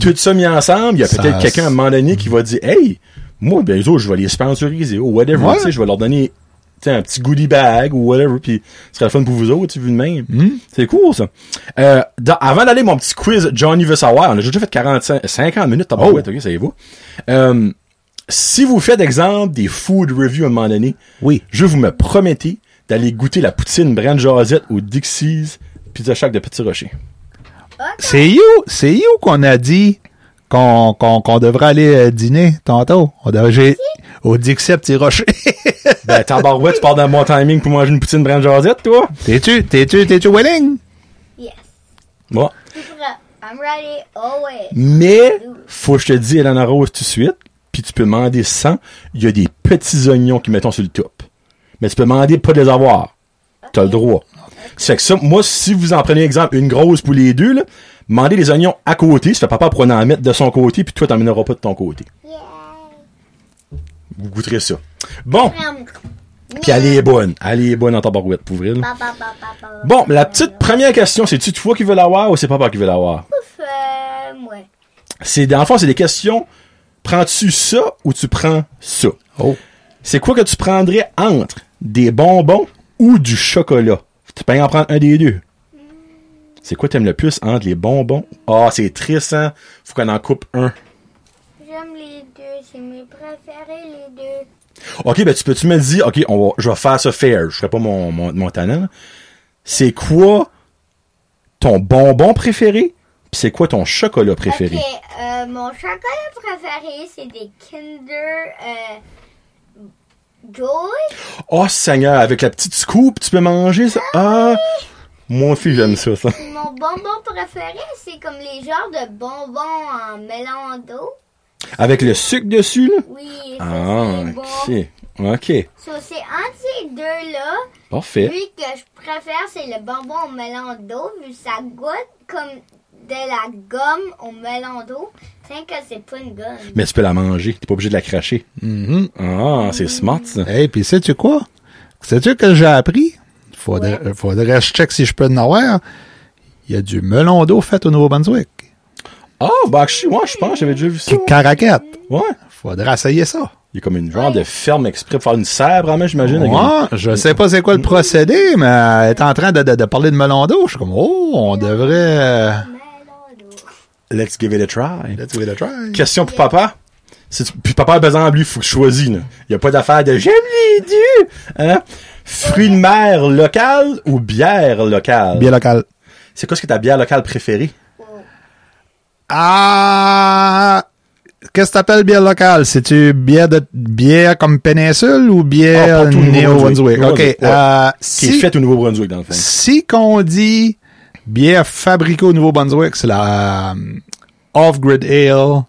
[SPEAKER 1] tout ça mis ensemble, il y a
[SPEAKER 4] Ça-
[SPEAKER 1] peut-être quelqu'un à un moment donné qui va dire, hey, moi, ben, eux autres, je vais les sponsoriser ou whatever,
[SPEAKER 4] Ouais.
[SPEAKER 1] tu sais, je vais leur donner tu sais, un petit goodie bag ou whatever, puis ce sera le fun pour vous autres, tu sais, vu de même.
[SPEAKER 4] Mm-hmm.
[SPEAKER 1] C'est cool, ça. Euh, dans- avant d'aller mon petit quiz Johnny veut savoir, on a déjà fait 45, 50 minutes, t'as
[SPEAKER 4] Oh.
[SPEAKER 1] pas ok, savez-vous. Euh, si vous faites, exemple, des food reviews à un moment donné,
[SPEAKER 4] Oui.
[SPEAKER 1] je vous me promettez d'aller goûter la poutine Brand Josette au Dixie's Pizza Shack de Petit Rocher.
[SPEAKER 4] C'est you, c'est you qu'on a dit qu'on, qu'on, qu'on devrait aller euh, dîner tantôt. On devrait, j'ai, au Dixie à Petit Rocher.
[SPEAKER 1] Ben, tabarouette, tu pars dans mon timing pour manger une poutine Brand Josette, toi?
[SPEAKER 4] t'es-tu, t'es-tu, t'es-tu willing?
[SPEAKER 3] Yes.
[SPEAKER 1] Moi.
[SPEAKER 3] I'm ready Oh, always.
[SPEAKER 1] Mais, faut que je te dise, Hélène Rose, tout de suite, puis tu peux demander 100. Il y a des petits oignons qui mettons sur le top. Mais tu peux demander pas de les avoir. T'as le droit. C'est que ça, moi, si vous en prenez exemple une grosse pour les deux, là, demandez les oignons à côté, ça fait papa pour en mettre de son côté, puis toi, t'en mèneras pas de ton côté. Vous goûterez ça. Bon,
[SPEAKER 3] Um,
[SPEAKER 1] puis elle est bonne. Elle est bonne en tabarouette, pour vrai. là. Bon, la petite première question, c'est-tu toi qui veux l'avoir ou c'est papa qui veut l'avoir?
[SPEAKER 3] Euh, ouais.
[SPEAKER 1] C'est, dans le fond, c'est des questions. Prends-tu ça ou tu prends ça?
[SPEAKER 4] Oh.
[SPEAKER 1] C'est quoi que tu prendrais entre des bonbons ou du chocolat? Tu peux en prendre un des deux. C'est quoi t'aimes le plus entre les bonbons? Ah, c'est triste, hein? Faut qu'on en coupe un.
[SPEAKER 3] J'aime les deux, c'est mes préférés les deux.
[SPEAKER 1] Ok, ben tu peux-tu me dire, ok, on va, je vais faire ça fair, je ferai pas mon, mon, mon talent. C'est quoi ton bonbon préféré? Puis c'est quoi ton chocolat préféré?
[SPEAKER 3] Ok, euh, mon chocolat préféré, c'est des Kinder euh, Joy.
[SPEAKER 1] Oh Seigneur, avec la petite scoop, tu peux manger ça? Ah! Moi aussi, j'aime ça, ça.
[SPEAKER 3] Mon bonbon préféré, c'est comme les genres de bonbons en mélange d'eau.
[SPEAKER 1] Avec le sucre dessus, là?
[SPEAKER 3] Oui, ça
[SPEAKER 1] Ah,
[SPEAKER 3] c'est bon.
[SPEAKER 1] ok. Ok,
[SPEAKER 3] So, c'est entre ces deux-là,
[SPEAKER 1] parfait.
[SPEAKER 3] lui que je préfère, c'est le bonbon au mélange d'eau, vu que ça goûte comme de la gomme au mélange d'eau. Tiens que c'est pas une gomme.
[SPEAKER 1] Mais tu peux la manger, t'es pas obligé de la cracher.
[SPEAKER 4] Mm-hmm.
[SPEAKER 1] Ah, c'est smart, ça.
[SPEAKER 4] Hey, puis sais-tu quoi? Sais-tu que j'ai appris? Faudrait, faudrait que je check si je peux en avoir. Il y a du melon d'eau fait au Nouveau-Brunswick.
[SPEAKER 1] Ah, bah, je, ouais, je pense, j'avais déjà vu ça.
[SPEAKER 4] Caraquette.
[SPEAKER 1] Ouais.
[SPEAKER 4] Faudrait essayer ça.
[SPEAKER 1] Il y a comme une genre de ferme exprès pour faire une serre, en main, j'imagine. avec une-
[SPEAKER 4] Ouais, je sais pas c'est
[SPEAKER 1] Mm.
[SPEAKER 4] quoi le procédé, mais elle est en train de, de- de parler de melon d'eau. Je suis comme, oh, on devrait... euh,
[SPEAKER 3] Melon d'eau.
[SPEAKER 1] Let's give it a try.
[SPEAKER 4] Let's give it a try.
[SPEAKER 1] Question pour papa. C'est- Puis papa a besoin de lui, faut que je choisisse. là. Il n'y a pas d'affaire de j'aime les dieux. Hein? Fruits de mer local ou bière locale?
[SPEAKER 4] Bien local.
[SPEAKER 1] C'est quoi ce que ta bière locale préférée?
[SPEAKER 4] Ah... Qu'est-ce que t'appelles bière locale? C'est-tu bière de bière comme péninsule ou bière
[SPEAKER 1] Ah, pas tout le
[SPEAKER 4] Nouveau-Brunswick?
[SPEAKER 1] Nouveau-Brunswick.
[SPEAKER 4] OK.
[SPEAKER 1] Ouais.
[SPEAKER 4] euh,
[SPEAKER 1] Qui est
[SPEAKER 4] si-
[SPEAKER 1] faite au Nouveau-Brunswick, dans le fond.
[SPEAKER 4] Si qu'on dit bière fabriquée au Nouveau-Brunswick, c'est la euh, Off-Grid Ale.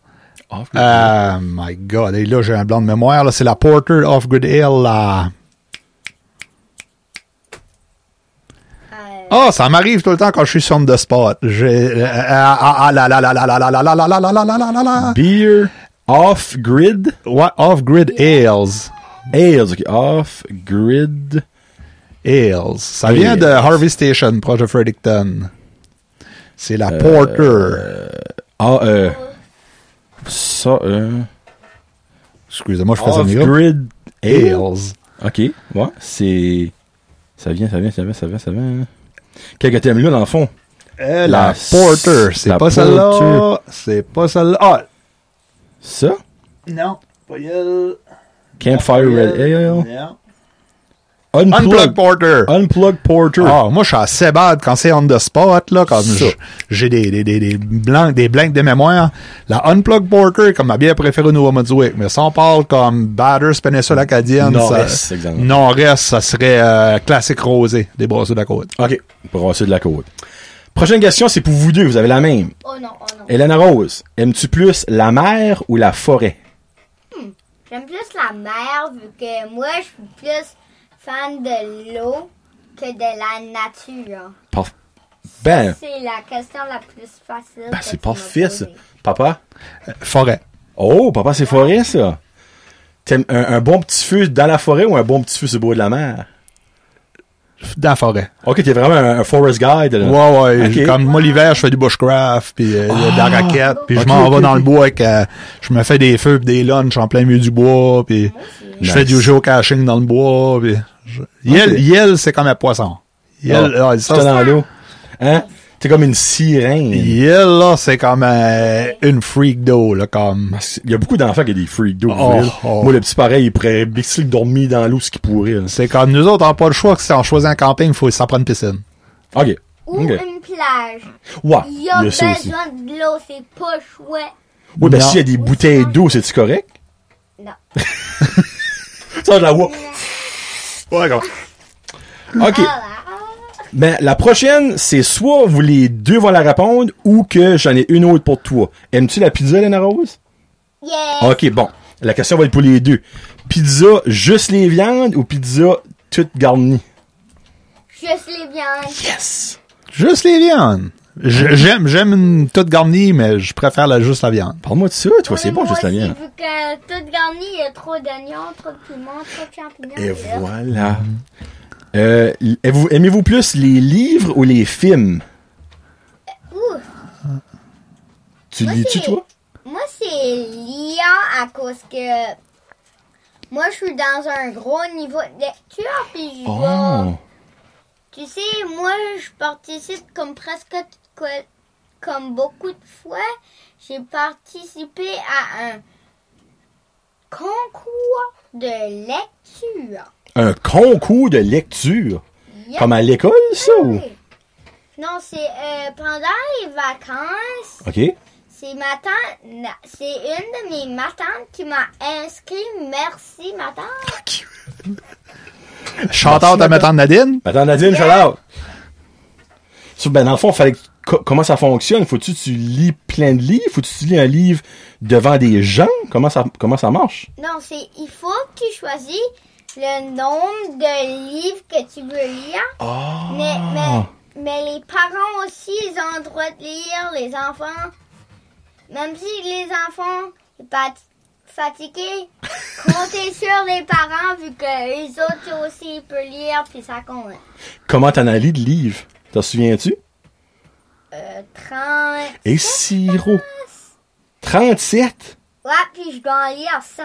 [SPEAKER 1] Mm-hmm.
[SPEAKER 4] Euh, my God, et là j'ai un blanc de mémoire. là, C'est la Porter Off-Grid Ale. là.
[SPEAKER 3] Euh,
[SPEAKER 4] Ah, ça m'arrive tout le temps quand je suis sur de spot. J'ai- Ah, ah, ah, la, la, la, la, la, la, la, la, la, la, la, la, la, la, la, la.
[SPEAKER 1] Beer off-grid.
[SPEAKER 4] Ouais, Off-Grid Ales.
[SPEAKER 1] Ales, ok. Off-grid.
[SPEAKER 4] Ales. Ça vient de
[SPEAKER 1] Ales.
[SPEAKER 4] Harvey Station, proche de Fredericton. C'est la Porter.
[SPEAKER 1] Ah, euh. Ça, euh.
[SPEAKER 4] Excusez-moi, je faisais mes gars.
[SPEAKER 1] Off-grid ale.
[SPEAKER 4] Ales.
[SPEAKER 1] Ok, ouais, c'est. Ça vient, ça vient, ça vient, ça vient, hein. ça vient. Quel que t'aimes là, dans le fond?
[SPEAKER 4] Euh,
[SPEAKER 1] La
[SPEAKER 4] la, Porter, c'est
[SPEAKER 1] la
[SPEAKER 4] pas celle-là.
[SPEAKER 1] Porter.
[SPEAKER 4] C'est pas celle-là. Ah,
[SPEAKER 1] Ça?
[SPEAKER 4] non, pas elle.
[SPEAKER 1] Campfire Red Ale.
[SPEAKER 4] Unplug
[SPEAKER 1] Unplug,
[SPEAKER 4] Porter.
[SPEAKER 1] Unplug Porter.
[SPEAKER 4] Ah, moi, je suis assez bad quand c'est on the spot, là, comme
[SPEAKER 1] Ça.
[SPEAKER 4] je- j'ai des, des, des, des blancs, des blancs de mémoire. La Unplug Porter est comme ma bière préférée au Nouveau-Brunswick. Mais si on parle comme Batters Peninsula Acadienne,
[SPEAKER 1] Nord-Est,
[SPEAKER 4] ça,
[SPEAKER 1] exactement.
[SPEAKER 4] Nord-Est, ça serait euh, classique rosé des brasseries de la côte.
[SPEAKER 1] Ok, brasser de la côte. Prochaine question, c'est pour vous deux, vous avez la même.
[SPEAKER 3] Oh non, oh non.
[SPEAKER 1] Hélène Rose, aimes-tu plus la mer ou la forêt?
[SPEAKER 3] J'aime plus la mer vu que moi je suis plus fan de l'eau que de la nature.
[SPEAKER 1] Parf- Ben,
[SPEAKER 3] C'est la question la plus facile.
[SPEAKER 1] ben
[SPEAKER 3] que
[SPEAKER 1] c'est
[SPEAKER 3] tu m'as
[SPEAKER 1] parfait, ça.
[SPEAKER 3] posée.
[SPEAKER 1] Papa?
[SPEAKER 4] Forêt.
[SPEAKER 1] Oh, papa, c'est forêt, ça. T'aimes un, un bon petit feu dans la forêt ou un bon petit feu sur le bord de la mer?
[SPEAKER 4] Dans la forêt.
[SPEAKER 1] Ok, t'es vraiment un, un forest guide, là.
[SPEAKER 4] Ouais, ouais.
[SPEAKER 1] Ok. Ah!
[SPEAKER 4] j- Comme moi, l'hiver, je fais du bushcraft, puis euh, de la raquette, puis
[SPEAKER 1] Ok,
[SPEAKER 4] je m'en
[SPEAKER 1] ok,
[SPEAKER 4] vais dans
[SPEAKER 1] ok.
[SPEAKER 4] le bois avec, euh, je me fais des feux pis des lunchs en plein milieu du bois, puis je fais
[SPEAKER 1] Nice.
[SPEAKER 4] du geocaching dans le bois, puis je- Yel,
[SPEAKER 1] Ok.
[SPEAKER 4] yel, c'est comme un poisson. Yel,
[SPEAKER 1] Ah,
[SPEAKER 4] ah,
[SPEAKER 1] tu
[SPEAKER 4] ça,
[SPEAKER 1] t'as
[SPEAKER 4] c'est-
[SPEAKER 1] dans l'eau. Hein? T'es comme une sirène.
[SPEAKER 4] yel, là, c'est comme euh, une freak d'eau, là, comme...
[SPEAKER 1] Bah, Il y a beaucoup d'enfants qui ont des freaks d'eau.
[SPEAKER 4] Oh,
[SPEAKER 1] vous voyez.
[SPEAKER 4] oh.
[SPEAKER 1] Moi, le petit pareil, il pourrait bixler dormir dans l'eau ce qu'il pourrait. là.
[SPEAKER 4] C'est comme nous autres, on n'a pas le choix que si on choisit un camping, il faut s'en prendre une piscine.
[SPEAKER 1] OK.
[SPEAKER 3] Ou
[SPEAKER 1] OK.
[SPEAKER 3] une plage.
[SPEAKER 1] Ouais,
[SPEAKER 3] Il y a
[SPEAKER 1] ça aussi.
[SPEAKER 3] besoin de l'eau, c'est pas chouette.
[SPEAKER 1] Oui, ben
[SPEAKER 4] Non.
[SPEAKER 1] s'il y a des bouteilles d'eau, c'est-tu correct?
[SPEAKER 3] Non.
[SPEAKER 1] Ça, je la vois.
[SPEAKER 4] Ouais,
[SPEAKER 3] Ah.
[SPEAKER 1] OK. Ben, la prochaine, c'est soit vous les deux vont la répondre ou que j'en ai une autre pour toi. Aimes-tu la pizza, Lena Rose?
[SPEAKER 3] Yes.
[SPEAKER 1] OK, bon. La question va être pour les deux. Pizza, juste les viandes ou pizza toute garnie?
[SPEAKER 3] Juste les viandes.
[SPEAKER 1] Yes!
[SPEAKER 4] Juste les viandes. J- J'aime, j'aime une toute garnie, mais je préfère la, juste la viande.
[SPEAKER 1] Parle-moi de ça, toi, c'est bon, juste la viande.
[SPEAKER 3] Vu que tout garni, il y a trop d'oignons, trop de piments, trop de champignons.
[SPEAKER 1] Et
[SPEAKER 3] là.
[SPEAKER 1] voilà. Euh, aimez-vous- Aimez-vous plus les livres ou les films?
[SPEAKER 3] Ouh.
[SPEAKER 1] Tu
[SPEAKER 3] Moi,
[SPEAKER 1] lis-tu,
[SPEAKER 3] c'est-
[SPEAKER 1] toi?
[SPEAKER 3] Moi, c'est liant à cause que moi, je suis dans un gros niveau de lecture, puis je
[SPEAKER 1] Oh!
[SPEAKER 3] vois- Tu sais, moi, je participe comme presque tout- que- comme beaucoup de fois. J'ai participé à un concours de lecture.
[SPEAKER 1] Un concours de lecture?
[SPEAKER 3] Yeah.
[SPEAKER 1] Comme à l'école, ça? Ou...
[SPEAKER 3] Non, c'est euh, pendant les vacances.
[SPEAKER 1] OK.
[SPEAKER 3] C'est ma tante, na- c'est une de mes ma tantes qui m'a inscrit. Merci ma tante.
[SPEAKER 4] Chanteur de
[SPEAKER 1] madame.
[SPEAKER 4] ma tante Nadine?
[SPEAKER 1] Attends, Nadine, shout-out! Ça, Ben, dans le fond, fallait que- co- comment ça fonctionne? Faut-tu que tu lis plein de livres? Faut-tu que tu lis un livre devant des gens? Comment ça, comment ça marche?
[SPEAKER 3] Non, c'est il faut que tu choisis le nombre de livres que tu veux lire.
[SPEAKER 1] Ah!
[SPEAKER 3] Mais, mais, mais les parents aussi, ils ont le droit de lire, les enfants. Même si les enfants sont pas fatigués, comptez sur les parents vu que les autres aussi ils peuvent lire, puis ça compte.
[SPEAKER 1] Comment t'analyses le livre? T'en souviens-tu?
[SPEAKER 3] Euh, 30.
[SPEAKER 1] Et sirop. 37?
[SPEAKER 3] Ouais, puis je dois en lire 100.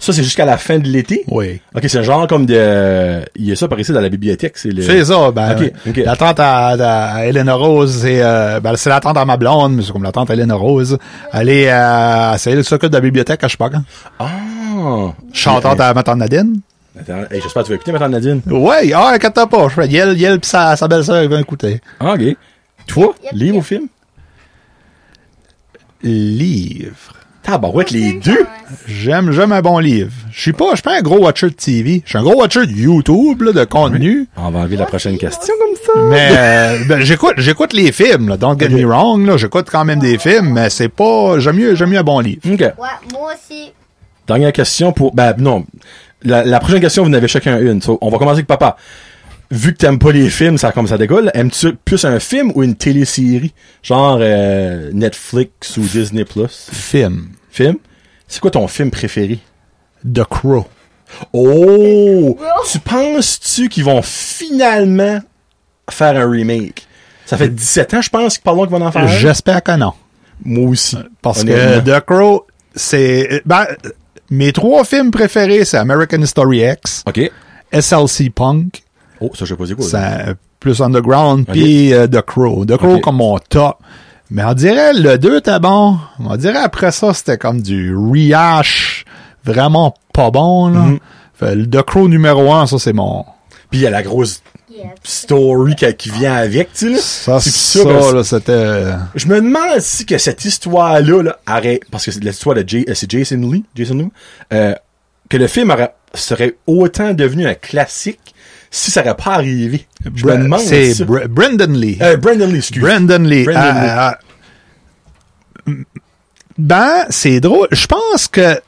[SPEAKER 1] Ça, c'est jusqu'à la fin de l'été?
[SPEAKER 4] Oui.
[SPEAKER 1] OK, c'est genre comme de... Il y a ça par ici dans la bibliothèque, c'est le...
[SPEAKER 4] C'est ça, ben,
[SPEAKER 1] OK, OK.
[SPEAKER 4] l'attente à, à- à Hélène Rose, c'est, euh, ben, c'est l'attente à ma blonde, mais c'est comme l'attente à Hélène Rose. Elle est, euh, c'est elle qui s'occupe de la bibliothèque à Chicago.
[SPEAKER 1] Ah!
[SPEAKER 4] Chantante à ma tante Nadine.
[SPEAKER 1] Attends, hey, j'espère que tu vas écouter, maintenant Nadine.
[SPEAKER 4] Ouais, ah, inquiète-toi pas, je fais Yel, Yel pis sa, sa belle-sœur, ils vont écouter.
[SPEAKER 1] Ah, OK. Toi,
[SPEAKER 3] Yep,
[SPEAKER 1] livre
[SPEAKER 3] yep.
[SPEAKER 1] ou film?
[SPEAKER 4] Livre.
[SPEAKER 1] Tabarouette, les
[SPEAKER 3] Aucune
[SPEAKER 1] deux!
[SPEAKER 3] chance.
[SPEAKER 4] J'aime, j'aime un bon livre. Je suis pas, je suis pas un gros watcher de TV. Je suis un gros watcher de YouTube, là, de contenu.
[SPEAKER 1] On va enlever la prochaine
[SPEAKER 3] Ok,
[SPEAKER 1] question comme ça.
[SPEAKER 4] Mais, euh, ben, j'écoute, j'écoute les films, là. Don't get me wrong, là. J'écoute quand même des films, mais c'est pas, j'aime mieux, j'aime mieux un bon livre.
[SPEAKER 1] OK.
[SPEAKER 3] Ouais, moi aussi.
[SPEAKER 1] Dernière question pour... Ben, non. La, la prochaine question, vous en avez chacun une. So, on va commencer avec papa. Vu que t'aimes pas les films, ça comme ça décolle, aimes-tu plus un film ou une télésérie? Genre euh, Netflix ou Disney+. Plus
[SPEAKER 4] Film.
[SPEAKER 1] Film? C'est quoi ton film préféré?
[SPEAKER 4] The Crow.
[SPEAKER 1] Oh!
[SPEAKER 3] Bro.
[SPEAKER 1] Tu penses-tu qu'ils vont finalement faire un remake? Ça fait 17 ans, je pense, que pas long qu'ils vont en faire un.
[SPEAKER 4] J'espère que non.
[SPEAKER 1] Moi aussi.
[SPEAKER 4] Parce que
[SPEAKER 1] honnêtement.
[SPEAKER 4] The Crow, c'est, ben, mes trois films préférés, c'est American History X,
[SPEAKER 1] OK.
[SPEAKER 4] SLC Punk,
[SPEAKER 1] Oh, ça, je sais pas c'est quoi. là.
[SPEAKER 4] ça, plus underground,
[SPEAKER 1] Ok.
[SPEAKER 4] puis euh, The Crow. The Crow
[SPEAKER 1] Ok.
[SPEAKER 4] comme mon top. Mais on dirait le 2 était bon. On dirait après ça, c'était comme du rehash vraiment pas bon. Là.
[SPEAKER 1] Mm-hmm.
[SPEAKER 4] Fait, le The Crow numéro 1, ça c'est mon...
[SPEAKER 1] Puis il y a la grosse
[SPEAKER 3] Yeah.
[SPEAKER 1] story qui, qui vient avec, tu sais, là.
[SPEAKER 4] Ça,
[SPEAKER 1] C'est
[SPEAKER 4] ça,
[SPEAKER 1] parce-
[SPEAKER 4] là, c'était... euh,
[SPEAKER 1] Je me demande si que cette histoire-là, là, aurait- parce que c'est l'histoire de Jay- euh, c'est Jason Lee, Jason Lee, euh, que le film aurait- serait autant devenu un classique si ça n'aurait pas arrivé. Je me demande
[SPEAKER 4] C'est
[SPEAKER 1] ça.
[SPEAKER 4] Br- Brendan Lee.
[SPEAKER 1] Euh, Brandon Lee, excuse.
[SPEAKER 4] Brandon Lee.
[SPEAKER 1] Brandon
[SPEAKER 4] Ah,
[SPEAKER 1] Lee.
[SPEAKER 4] ah, ah. ben, c'est drôle. Je pense que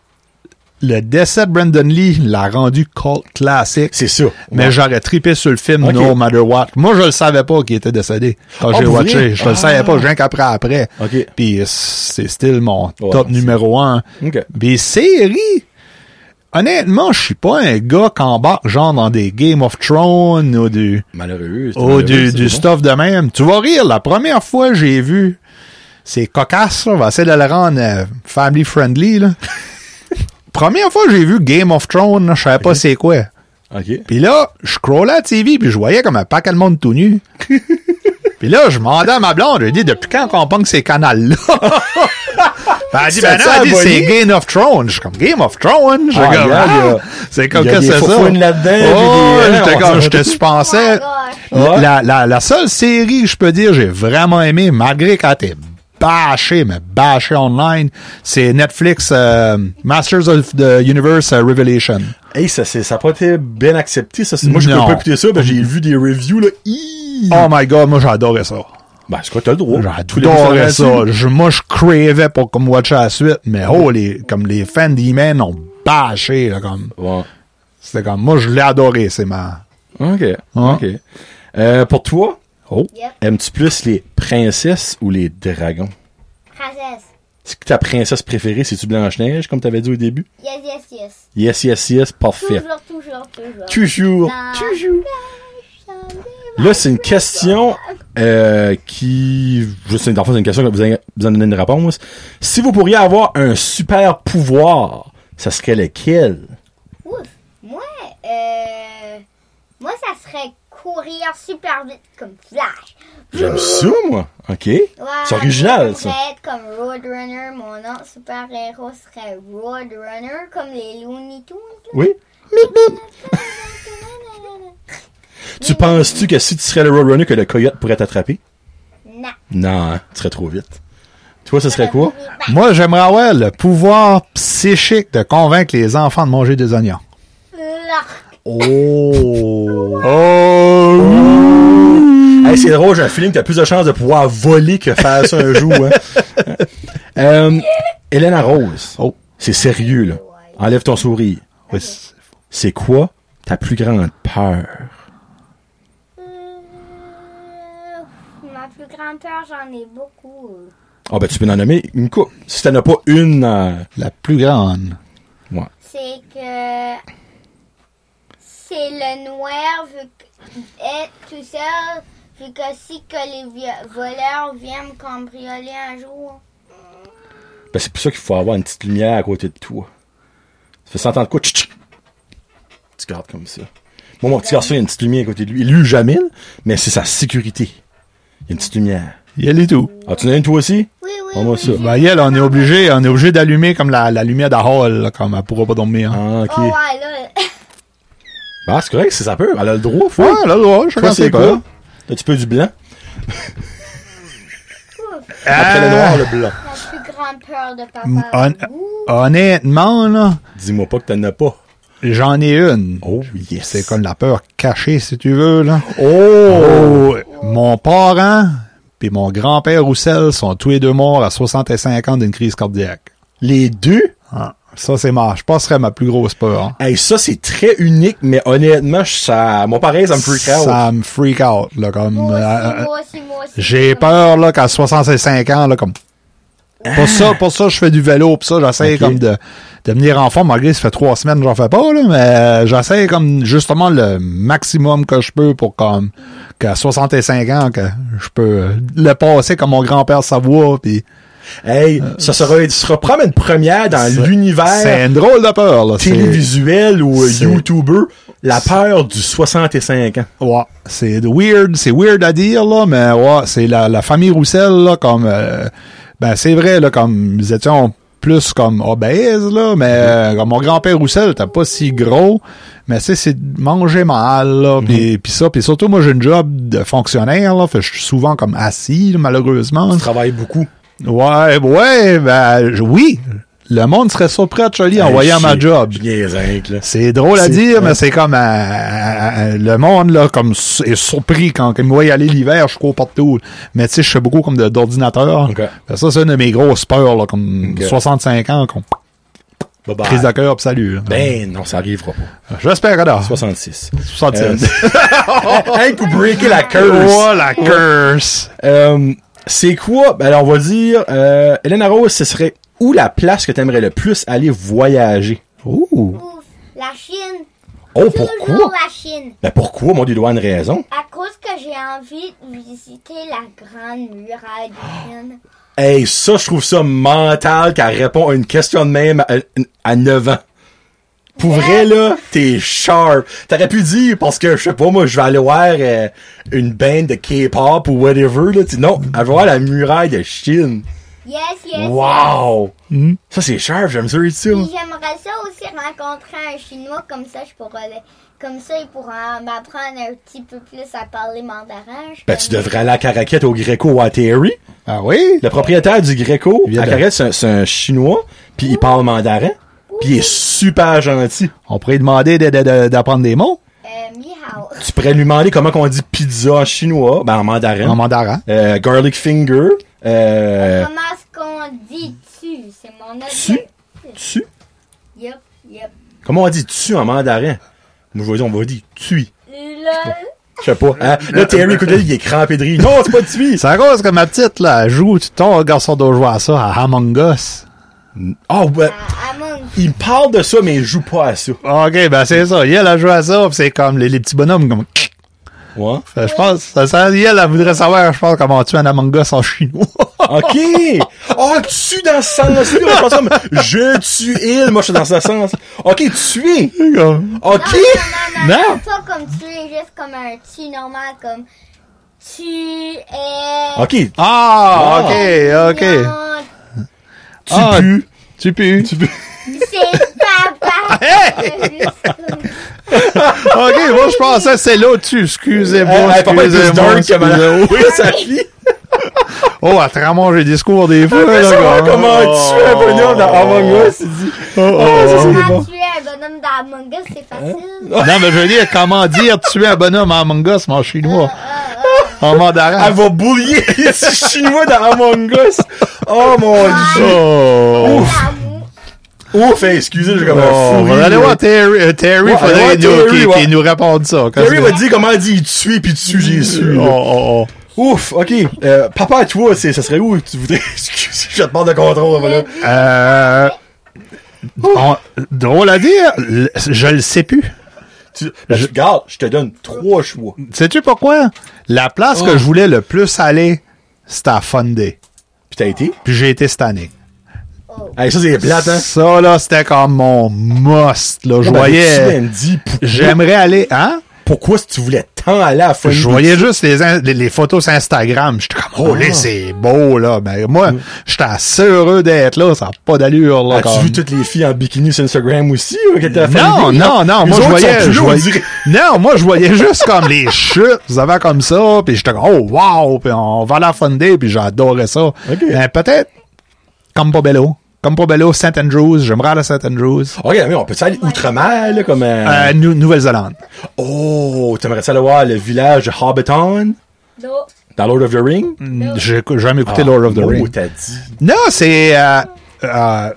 [SPEAKER 4] le décès de Brandon Lee l'a rendu cult classique.
[SPEAKER 1] C'est ça.
[SPEAKER 4] Mais
[SPEAKER 1] Ouais.
[SPEAKER 4] j'aurais trippé sur le film
[SPEAKER 1] Ok.
[SPEAKER 4] No Matter What. Moi, je le savais pas qu'il était décédé quand
[SPEAKER 1] Ah,
[SPEAKER 4] j'ai
[SPEAKER 1] pour vrai?
[SPEAKER 4] watché. Je le savais pas,
[SPEAKER 1] Ah.
[SPEAKER 4] rien qu'après après.
[SPEAKER 1] Ok.
[SPEAKER 4] Puis c'est still mon
[SPEAKER 1] Ouais,
[SPEAKER 4] top
[SPEAKER 1] c'est-
[SPEAKER 4] numéro un.
[SPEAKER 1] Ok.
[SPEAKER 4] Des séries. Honnêtement, je suis pas un gars qui embarque genre dans des Game of Thrones ou du
[SPEAKER 1] Malheureux. c'est
[SPEAKER 4] Oh,
[SPEAKER 1] malheureux,
[SPEAKER 4] du,
[SPEAKER 1] ça,
[SPEAKER 4] du
[SPEAKER 1] non?
[SPEAKER 4] stuff de même. Tu vas rire, la première fois que j'ai vu, c'est cocasse, là. on va essayer de le rendre euh, family friendly, là. première fois que j'ai vu Game of Thrones, là, je savais pas c'est quoi.
[SPEAKER 1] OK.
[SPEAKER 4] Puis là, je scrollais la TV, puis je voyais comme un paquet de monde tout nu. puis là, je demandais à ma blonde, j'ai dit, depuis quand qu'on pogne ces canals-là? Ben, elle dit,
[SPEAKER 1] Ça
[SPEAKER 4] ben non,
[SPEAKER 1] t'a
[SPEAKER 4] elle dit, c'est
[SPEAKER 1] abonné?
[SPEAKER 4] Game of Thrones. Je suis comme, Game of Thrones? Je
[SPEAKER 1] Ah,
[SPEAKER 4] comme,
[SPEAKER 1] regarde,
[SPEAKER 4] ah!
[SPEAKER 1] il y a-
[SPEAKER 4] c'est comme
[SPEAKER 1] il y a
[SPEAKER 4] que
[SPEAKER 1] des
[SPEAKER 4] c'est ça.
[SPEAKER 1] foufounes là-dedans,
[SPEAKER 4] Oh,
[SPEAKER 1] puis des-
[SPEAKER 4] j'étais
[SPEAKER 1] on
[SPEAKER 4] comme,
[SPEAKER 1] s'en
[SPEAKER 4] je te
[SPEAKER 3] Oh my
[SPEAKER 4] pensais.
[SPEAKER 3] gosh.
[SPEAKER 1] Ouais.
[SPEAKER 4] La, la, la seule série, je peux dire, j'ai vraiment aimé, malgré quand t'es bâché, mais bâché online, c'est Netflix euh, Masters of the Universe euh, Revelation.
[SPEAKER 1] Hey, ça, c'est, ça a pas été bien accepté, ça. c'est- Moi, je peux
[SPEAKER 4] Non.
[SPEAKER 1] pas écouter ça, ben, j'ai vu des reviews, là. Hi!
[SPEAKER 4] Oh my god, moi j'adorais ça.
[SPEAKER 1] Ben, c'est quoi, t'as le droit. Mm. Ah. Tous les
[SPEAKER 4] J'adorais
[SPEAKER 1] personnages
[SPEAKER 4] ça.
[SPEAKER 1] là-dessus.
[SPEAKER 4] Je, moi je cravais pour comme watcher la suite, mais oh les comme les fans d'E-Man ont bâché là, comme.
[SPEAKER 1] Ouais.
[SPEAKER 4] C'était comme moi je l'ai adoré, c'est ma.
[SPEAKER 1] OK.
[SPEAKER 4] Ah.
[SPEAKER 1] OK. Euh, pour toi, oh,
[SPEAKER 3] Yep.
[SPEAKER 1] aimes-tu plus les princesses ou les dragons?
[SPEAKER 3] Princesse.
[SPEAKER 1] C'est que ta princesse préférée, c'est-tu Blanche-Neige, comme t'avais dit au début?
[SPEAKER 3] Yes, yes, yes.
[SPEAKER 1] Yes, yes, yes, parfait.
[SPEAKER 3] Toujours, toujours, toujours.
[SPEAKER 1] Toujours.
[SPEAKER 3] La-
[SPEAKER 1] Toujours.
[SPEAKER 3] la- la- la-
[SPEAKER 1] Là, c'est une question euh, qui... Je sais, dans le fond, c'est une question que vous allez vous en donner une réponse. Si vous pourriez avoir un super pouvoir, ça serait lequel?
[SPEAKER 3] Ouf. Moi, euh... Moi, ça serait courir super vite comme Flash.
[SPEAKER 1] J'aime ça, moi. OK. c'est
[SPEAKER 3] moi,
[SPEAKER 1] original,
[SPEAKER 3] je
[SPEAKER 1] ça.
[SPEAKER 3] voudrais être comme Roadrunner. Mon nom super-héros serait Roadrunner, comme les Looney Tunes. là.
[SPEAKER 1] Oui. Tu penses-tu que si tu serais le Roadrunner, que le coyote pourrait t'attraper?
[SPEAKER 3] Non.
[SPEAKER 1] Non, hein, tu serais trop vite. Toi, ce serait quoi?
[SPEAKER 3] Bah,
[SPEAKER 4] Moi j'aimerais avoir le pouvoir psychique de convaincre les enfants de manger des oignons.
[SPEAKER 3] bah.
[SPEAKER 1] Oh!
[SPEAKER 4] Oh!
[SPEAKER 1] Hey, c'est drôle, j'ai un feeling que t'as plus de chances de pouvoir voler que faire ça un jour. Hein. Euh, Hélène Rose.
[SPEAKER 4] Oh.
[SPEAKER 1] C'est sérieux, là. Enlève ton sourire.
[SPEAKER 4] Oui, c'est-
[SPEAKER 1] C'est quoi ta plus grande peur?
[SPEAKER 3] Euh, Ma plus grande peur, j'en ai beaucoup. euh.
[SPEAKER 1] Ah, ben, tu peux en nommer une coupe. Si t'en as pas une, euh,
[SPEAKER 4] la plus grande.
[SPEAKER 1] ouais.
[SPEAKER 3] C'est que c'est le noir vu que- être tout seul vu que si que les vi- voleurs viennent me cambrioler un jour.
[SPEAKER 1] Ben, c'est pour ça qu'il faut avoir une petite lumière à côté de toi. Ça fait 100 ans de quoi? tchic, tchic. Tu gardes comme ça. Moi, mon petit garçon, il y a une petite lumière à côté de lui. Il lui jamais, là, mais c'est sa sécurité. Il y a une petite lumière.
[SPEAKER 4] Il y a les tout.
[SPEAKER 1] Ah, tu en as une toi aussi?
[SPEAKER 3] Oui, oui.
[SPEAKER 1] On Ah, moi
[SPEAKER 3] oui.
[SPEAKER 1] ça.
[SPEAKER 4] Ben, elle, on est obligé, on est obligé d'allumer comme la, la lumière de la hall, là, comme elle pourra pas dormir. Hein.
[SPEAKER 1] Ah, ok.
[SPEAKER 3] Oh, ouais, là.
[SPEAKER 1] Bah, c'est correct, c'est sa peur. Elle a le droit, faut.
[SPEAKER 4] Ouais, là, là, chacun
[SPEAKER 1] Toi,
[SPEAKER 4] ses
[SPEAKER 1] c'est quoi?
[SPEAKER 4] peurs.
[SPEAKER 1] T'as un petit peu du blanc? Après le noir, le blanc.
[SPEAKER 3] La plus grande peur de
[SPEAKER 4] Hon-
[SPEAKER 1] ah,
[SPEAKER 3] papa.
[SPEAKER 4] honnêtement, là,
[SPEAKER 1] Dis-moi pas que t'en as pas.
[SPEAKER 4] j'en ai une.
[SPEAKER 1] Oh, yes.
[SPEAKER 4] C'est comme la peur cachée, si tu veux, là.
[SPEAKER 1] Oh!
[SPEAKER 4] Oh, mon parent puis mon grand-père Roussel sont tous les deux morts à 65 ans d'une crise cardiaque.
[SPEAKER 1] Les deux?
[SPEAKER 4] Ah, ça, c'est ma, je penserais ma plus grosse peur. hein.
[SPEAKER 1] Hey, ça, c'est très unique, mais honnêtement, je- ça, moi, pareil, ça me freak out.
[SPEAKER 4] Ça me freak out, là, comme,
[SPEAKER 3] Moi
[SPEAKER 4] euh,
[SPEAKER 3] aussi,
[SPEAKER 4] euh,
[SPEAKER 3] moi aussi, moi aussi.
[SPEAKER 4] j'ai peur, là, qu'à 65 ans, là, comme, pour ça, pour ça, je fais du vélo, pis ça, j'essaie,
[SPEAKER 1] Ok.
[SPEAKER 4] comme, de, de venir en forme, malgré, ça fait trois semaines, que j'en fais pas, là, mais, euh, j'essaie, comme, justement, le maximum que je peux pour, comme, qu'à 65 ans, que je peux euh, le passer comme mon grand-père Savoie, pis
[SPEAKER 1] Hey, ça sera, ça sera probablement une première dans
[SPEAKER 4] C'est- C'est
[SPEAKER 1] l'univers
[SPEAKER 4] une drôle de peur, là. C'est-
[SPEAKER 1] télévisuel ou euh,
[SPEAKER 4] c'est-
[SPEAKER 1] YouTuber. La peur du 65 ans.
[SPEAKER 4] Ouais. C'est weird, c'est weird à dire, là, mais ouais, c'est la, la famille Roussel, là, comme, euh, ben, c'est vrai, là, comme, ils étions plus comme obèses, là, mais
[SPEAKER 1] Mhm.
[SPEAKER 4] euh, comme mon grand-père Roussel, t'es pas si gros, mais c'est, c'est de manger mal,
[SPEAKER 1] Mhm.
[SPEAKER 4] là, pis, pis ça, pis surtout, moi, j'ai une job de fonctionnaire, là, fait que je suis souvent comme assis, là, malheureusement.
[SPEAKER 1] Tu travailles beaucoup.
[SPEAKER 4] Ouais, ouais, ben, je- oui, le monde serait surpris à Charlie en
[SPEAKER 1] Hey,
[SPEAKER 4] voyant ma
[SPEAKER 1] j'ai-
[SPEAKER 4] job.
[SPEAKER 1] j'ai les ringues, là.
[SPEAKER 4] C'est drôle à
[SPEAKER 1] C'est-
[SPEAKER 4] dire,
[SPEAKER 1] ouais.
[SPEAKER 4] mais c'est comme euh, euh, euh, le monde là, comme su- est surpris quand, quand il me voit y aller l'hiver, je cours partout. Mais tu sais, je fais beaucoup comme de- d'ordinateur.
[SPEAKER 1] Ok.
[SPEAKER 4] Ben, Ça, c'est une de mes grosses peurs, là, comme
[SPEAKER 1] Ok.
[SPEAKER 4] 65 ans, comme
[SPEAKER 1] Bye bye.
[SPEAKER 4] prise de cœur, pis salut. là.
[SPEAKER 1] Ben, non, ça arrivera pas.
[SPEAKER 4] J'espère que non.
[SPEAKER 1] 66.
[SPEAKER 4] 66.
[SPEAKER 1] Hey, pour breaker la Euh, curse.
[SPEAKER 4] Oh, la curse!
[SPEAKER 1] Euh, c'est quoi? Ben, alors, on va dire, euh, Elena Rose, ce serait où la place que t'aimerais le plus aller voyager?
[SPEAKER 4] Ouh!
[SPEAKER 3] Ouf. La Chine.
[SPEAKER 1] Oh,
[SPEAKER 3] Toujours
[SPEAKER 1] pourquoi?
[SPEAKER 3] la Chine.
[SPEAKER 1] Ben, pourquoi? Mon Dieu, il doit avoir une raison.
[SPEAKER 3] À cause que j'ai envie de visiter la grande muraille de Chine.
[SPEAKER 1] Hey, ça, je trouve ça mental qu'elle répond à une question de même à, à 9 ans. Pour vrai, là, t'es sharp. T'aurais pu dire, parce que, je sais pas, moi, je vais aller voir euh, une band de K-pop ou whatever, là. tu- Non, elle va voir la muraille de Chine.
[SPEAKER 3] Yes, yes.
[SPEAKER 1] Wow!
[SPEAKER 4] Hmm?
[SPEAKER 1] Ça, c'est sharp, j'aime ça, ça.
[SPEAKER 3] yes. Puis j'aimerais ça aussi rencontrer un Chinois comme ça, je pourrais, le- comme ça, il pourra m'apprendre un petit peu plus à parler mandarin. je
[SPEAKER 1] Ben, tu
[SPEAKER 3] connais.
[SPEAKER 1] devrais aller à Caraquette au Greco à Terry.
[SPEAKER 4] Ah oui?
[SPEAKER 1] Le propriétaire du Greco,
[SPEAKER 4] Il vient
[SPEAKER 1] à
[SPEAKER 4] de-
[SPEAKER 1] Caraquette, c'est un, c'est un Chinois, puis il parle mandarin, puis il est super gentil.
[SPEAKER 4] On pourrait lui demander de- de- de- d'apprendre des mots
[SPEAKER 3] Euh, ni hao.
[SPEAKER 1] Tu pourrais lui demander comment qu'on dit pizza en chinois, ben en mandarin.
[SPEAKER 4] en mandarin.
[SPEAKER 1] Euh, garlic finger, euh,
[SPEAKER 3] Comment est-ce qu'on dit tu? C'est mon
[SPEAKER 1] tu,
[SPEAKER 3] objectif.
[SPEAKER 1] tu.
[SPEAKER 3] Yep, yep.
[SPEAKER 1] Comment on dit tu en mandarin? Nous voyons, on va dire tui.
[SPEAKER 3] Lol.
[SPEAKER 1] Je sais pas. hein. Là, Terry, écoute, il est crampé de rire. Non, c'est pas tui.
[SPEAKER 4] C'est à cause que ma petite, là, elle joue, tu ton garçon doit jouer à ça, à Among Us. Ah,
[SPEAKER 1] Oh, ben,
[SPEAKER 3] À, à mon
[SPEAKER 1] il parle de ça, mais il joue pas à ça.
[SPEAKER 4] Ok, ben c'est ça. Yel a joué à ça, pis c'est comme les, les petits bonhommes. Comme,
[SPEAKER 1] Ouais.
[SPEAKER 4] Fait, Euh, je pense, ça, ça, Yel, elle voudrait savoir, je pense, comment tu un Among Us en chinois.
[SPEAKER 1] OK! Oh, tu dans ce sens-là! Je pense comme, je tue il! Moi, je suis dans ce sens. OK, tuer!
[SPEAKER 4] Comme,
[SPEAKER 1] OK!
[SPEAKER 3] Non, non, non,
[SPEAKER 4] Non.
[SPEAKER 3] Pas comme tu es, juste comme un tu normal, comme tu es.
[SPEAKER 1] OK, tu
[SPEAKER 4] ah,
[SPEAKER 3] Non,
[SPEAKER 4] ok, ok. Ah,
[SPEAKER 1] pues!
[SPEAKER 4] Tu pues. Tu pues.
[SPEAKER 3] C'est papa.
[SPEAKER 4] ok, moi, je pensais que c'est l'autre tu.
[SPEAKER 1] Bon,
[SPEAKER 4] Excusez-moi,
[SPEAKER 1] hey, Eh, papa est plus
[SPEAKER 4] excusez-moi. Ah,
[SPEAKER 1] dark que madame.
[SPEAKER 4] excusez-moi.
[SPEAKER 1] Oui, sa fille!
[SPEAKER 4] Oh, elle te ramasse les discours des fois,
[SPEAKER 1] Elle veut
[SPEAKER 4] là.
[SPEAKER 1] savoir
[SPEAKER 4] comme-
[SPEAKER 1] comment tuer un bonhomme dans
[SPEAKER 4] Ah.
[SPEAKER 1] Among Us, il dit.
[SPEAKER 4] Oh, oh,
[SPEAKER 1] ça,
[SPEAKER 4] oh.
[SPEAKER 1] c'est-
[SPEAKER 3] Quand tu es un bonhomme dans Among Us, c'est facile.
[SPEAKER 4] Non, mais je veux dire, comment dire tuer un bonhomme en Among Us, mais en chinois. En mandarin.
[SPEAKER 1] Elle va boulier les Chinois dans Among Us! Oh mon dieu!
[SPEAKER 4] Oh.
[SPEAKER 3] L'amour.
[SPEAKER 1] Ouf, hey, excusez, j'ai comme un
[SPEAKER 4] Oh,
[SPEAKER 1] fou.
[SPEAKER 4] on va
[SPEAKER 1] rire.
[SPEAKER 4] aller voir Terry. euh, Terry,
[SPEAKER 1] Ouais, allez
[SPEAKER 4] faudrait
[SPEAKER 1] voir
[SPEAKER 4] nous-
[SPEAKER 1] Terry,
[SPEAKER 4] qu'il
[SPEAKER 1] ouais.
[SPEAKER 4] qu'il nous réponde ça. Parce
[SPEAKER 1] Terry
[SPEAKER 4] que-
[SPEAKER 1] m'a dit comment elle dit tuer puis tue Jésus. là.
[SPEAKER 4] Oh, oh,
[SPEAKER 1] Ouf, ok. Euh, papa, toi, c'est, ça serait où tu voudrais. Excusez, je te demande de contrôle, voilà.
[SPEAKER 4] oh. Euh, on- drôle à dire, le- je le sais plus.
[SPEAKER 1] Tu- ben, je, regarde, je te donne trois choix.
[SPEAKER 4] Sais-tu pourquoi? La place
[SPEAKER 1] Oh.
[SPEAKER 4] que je voulais le plus aller, c'était à Funday.
[SPEAKER 1] Puis t'as été?
[SPEAKER 4] Puis j'ai été cette année.
[SPEAKER 3] Oh.
[SPEAKER 1] Hey, ça, c'est plate, hein?
[SPEAKER 4] Ça, là, c'était comme mon must, là. Je voyais.
[SPEAKER 1] Andy, pour-
[SPEAKER 4] J'aimerais aller, hein?
[SPEAKER 1] pourquoi si tu voulais tant aller à la Funny
[SPEAKER 4] Je voyais juste les, in- les, les photos sur Instagram. J'étais comme,
[SPEAKER 1] Ah.
[SPEAKER 4] oh, là, c'est beau, là. Mais moi, j'étais assez heureux d'être là. Ça n'a pas d'allure, là.
[SPEAKER 1] Mm. As-tu
[SPEAKER 4] comme-
[SPEAKER 1] vu toutes les filles en bikini sur Instagram aussi? Ou, que t'as fait
[SPEAKER 4] Non,
[SPEAKER 1] une-
[SPEAKER 4] non, non,
[SPEAKER 1] Les
[SPEAKER 4] moi je
[SPEAKER 1] autres
[SPEAKER 4] voyais,
[SPEAKER 1] sont plus
[SPEAKER 4] je
[SPEAKER 1] là, on
[SPEAKER 4] voyais-
[SPEAKER 1] dirait.
[SPEAKER 4] non, moi je voyais juste comme les chutes, vous avez comme ça, puis j'étais comme oh wow, puis on va la fonder, puis j'adorais ça. Mais peut-être comme Pobello, comme Pobello, Saint Andrews, j'aimerais aller à Saint Andrews,
[SPEAKER 1] Ok, mais on peut aller outre-mer, là, comme... euh,
[SPEAKER 4] Euh, Nou- Nouvelle-Zélande.
[SPEAKER 1] Oh, t'aimerais ça aller voir le village de Hobbiton
[SPEAKER 3] Non.
[SPEAKER 1] dans Lord of the Ring?
[SPEAKER 4] J'ai j'ai jamais écouté Lord of the
[SPEAKER 1] Oh,
[SPEAKER 4] Rings.
[SPEAKER 1] t'as dit.
[SPEAKER 4] Non, c'est euh, euh,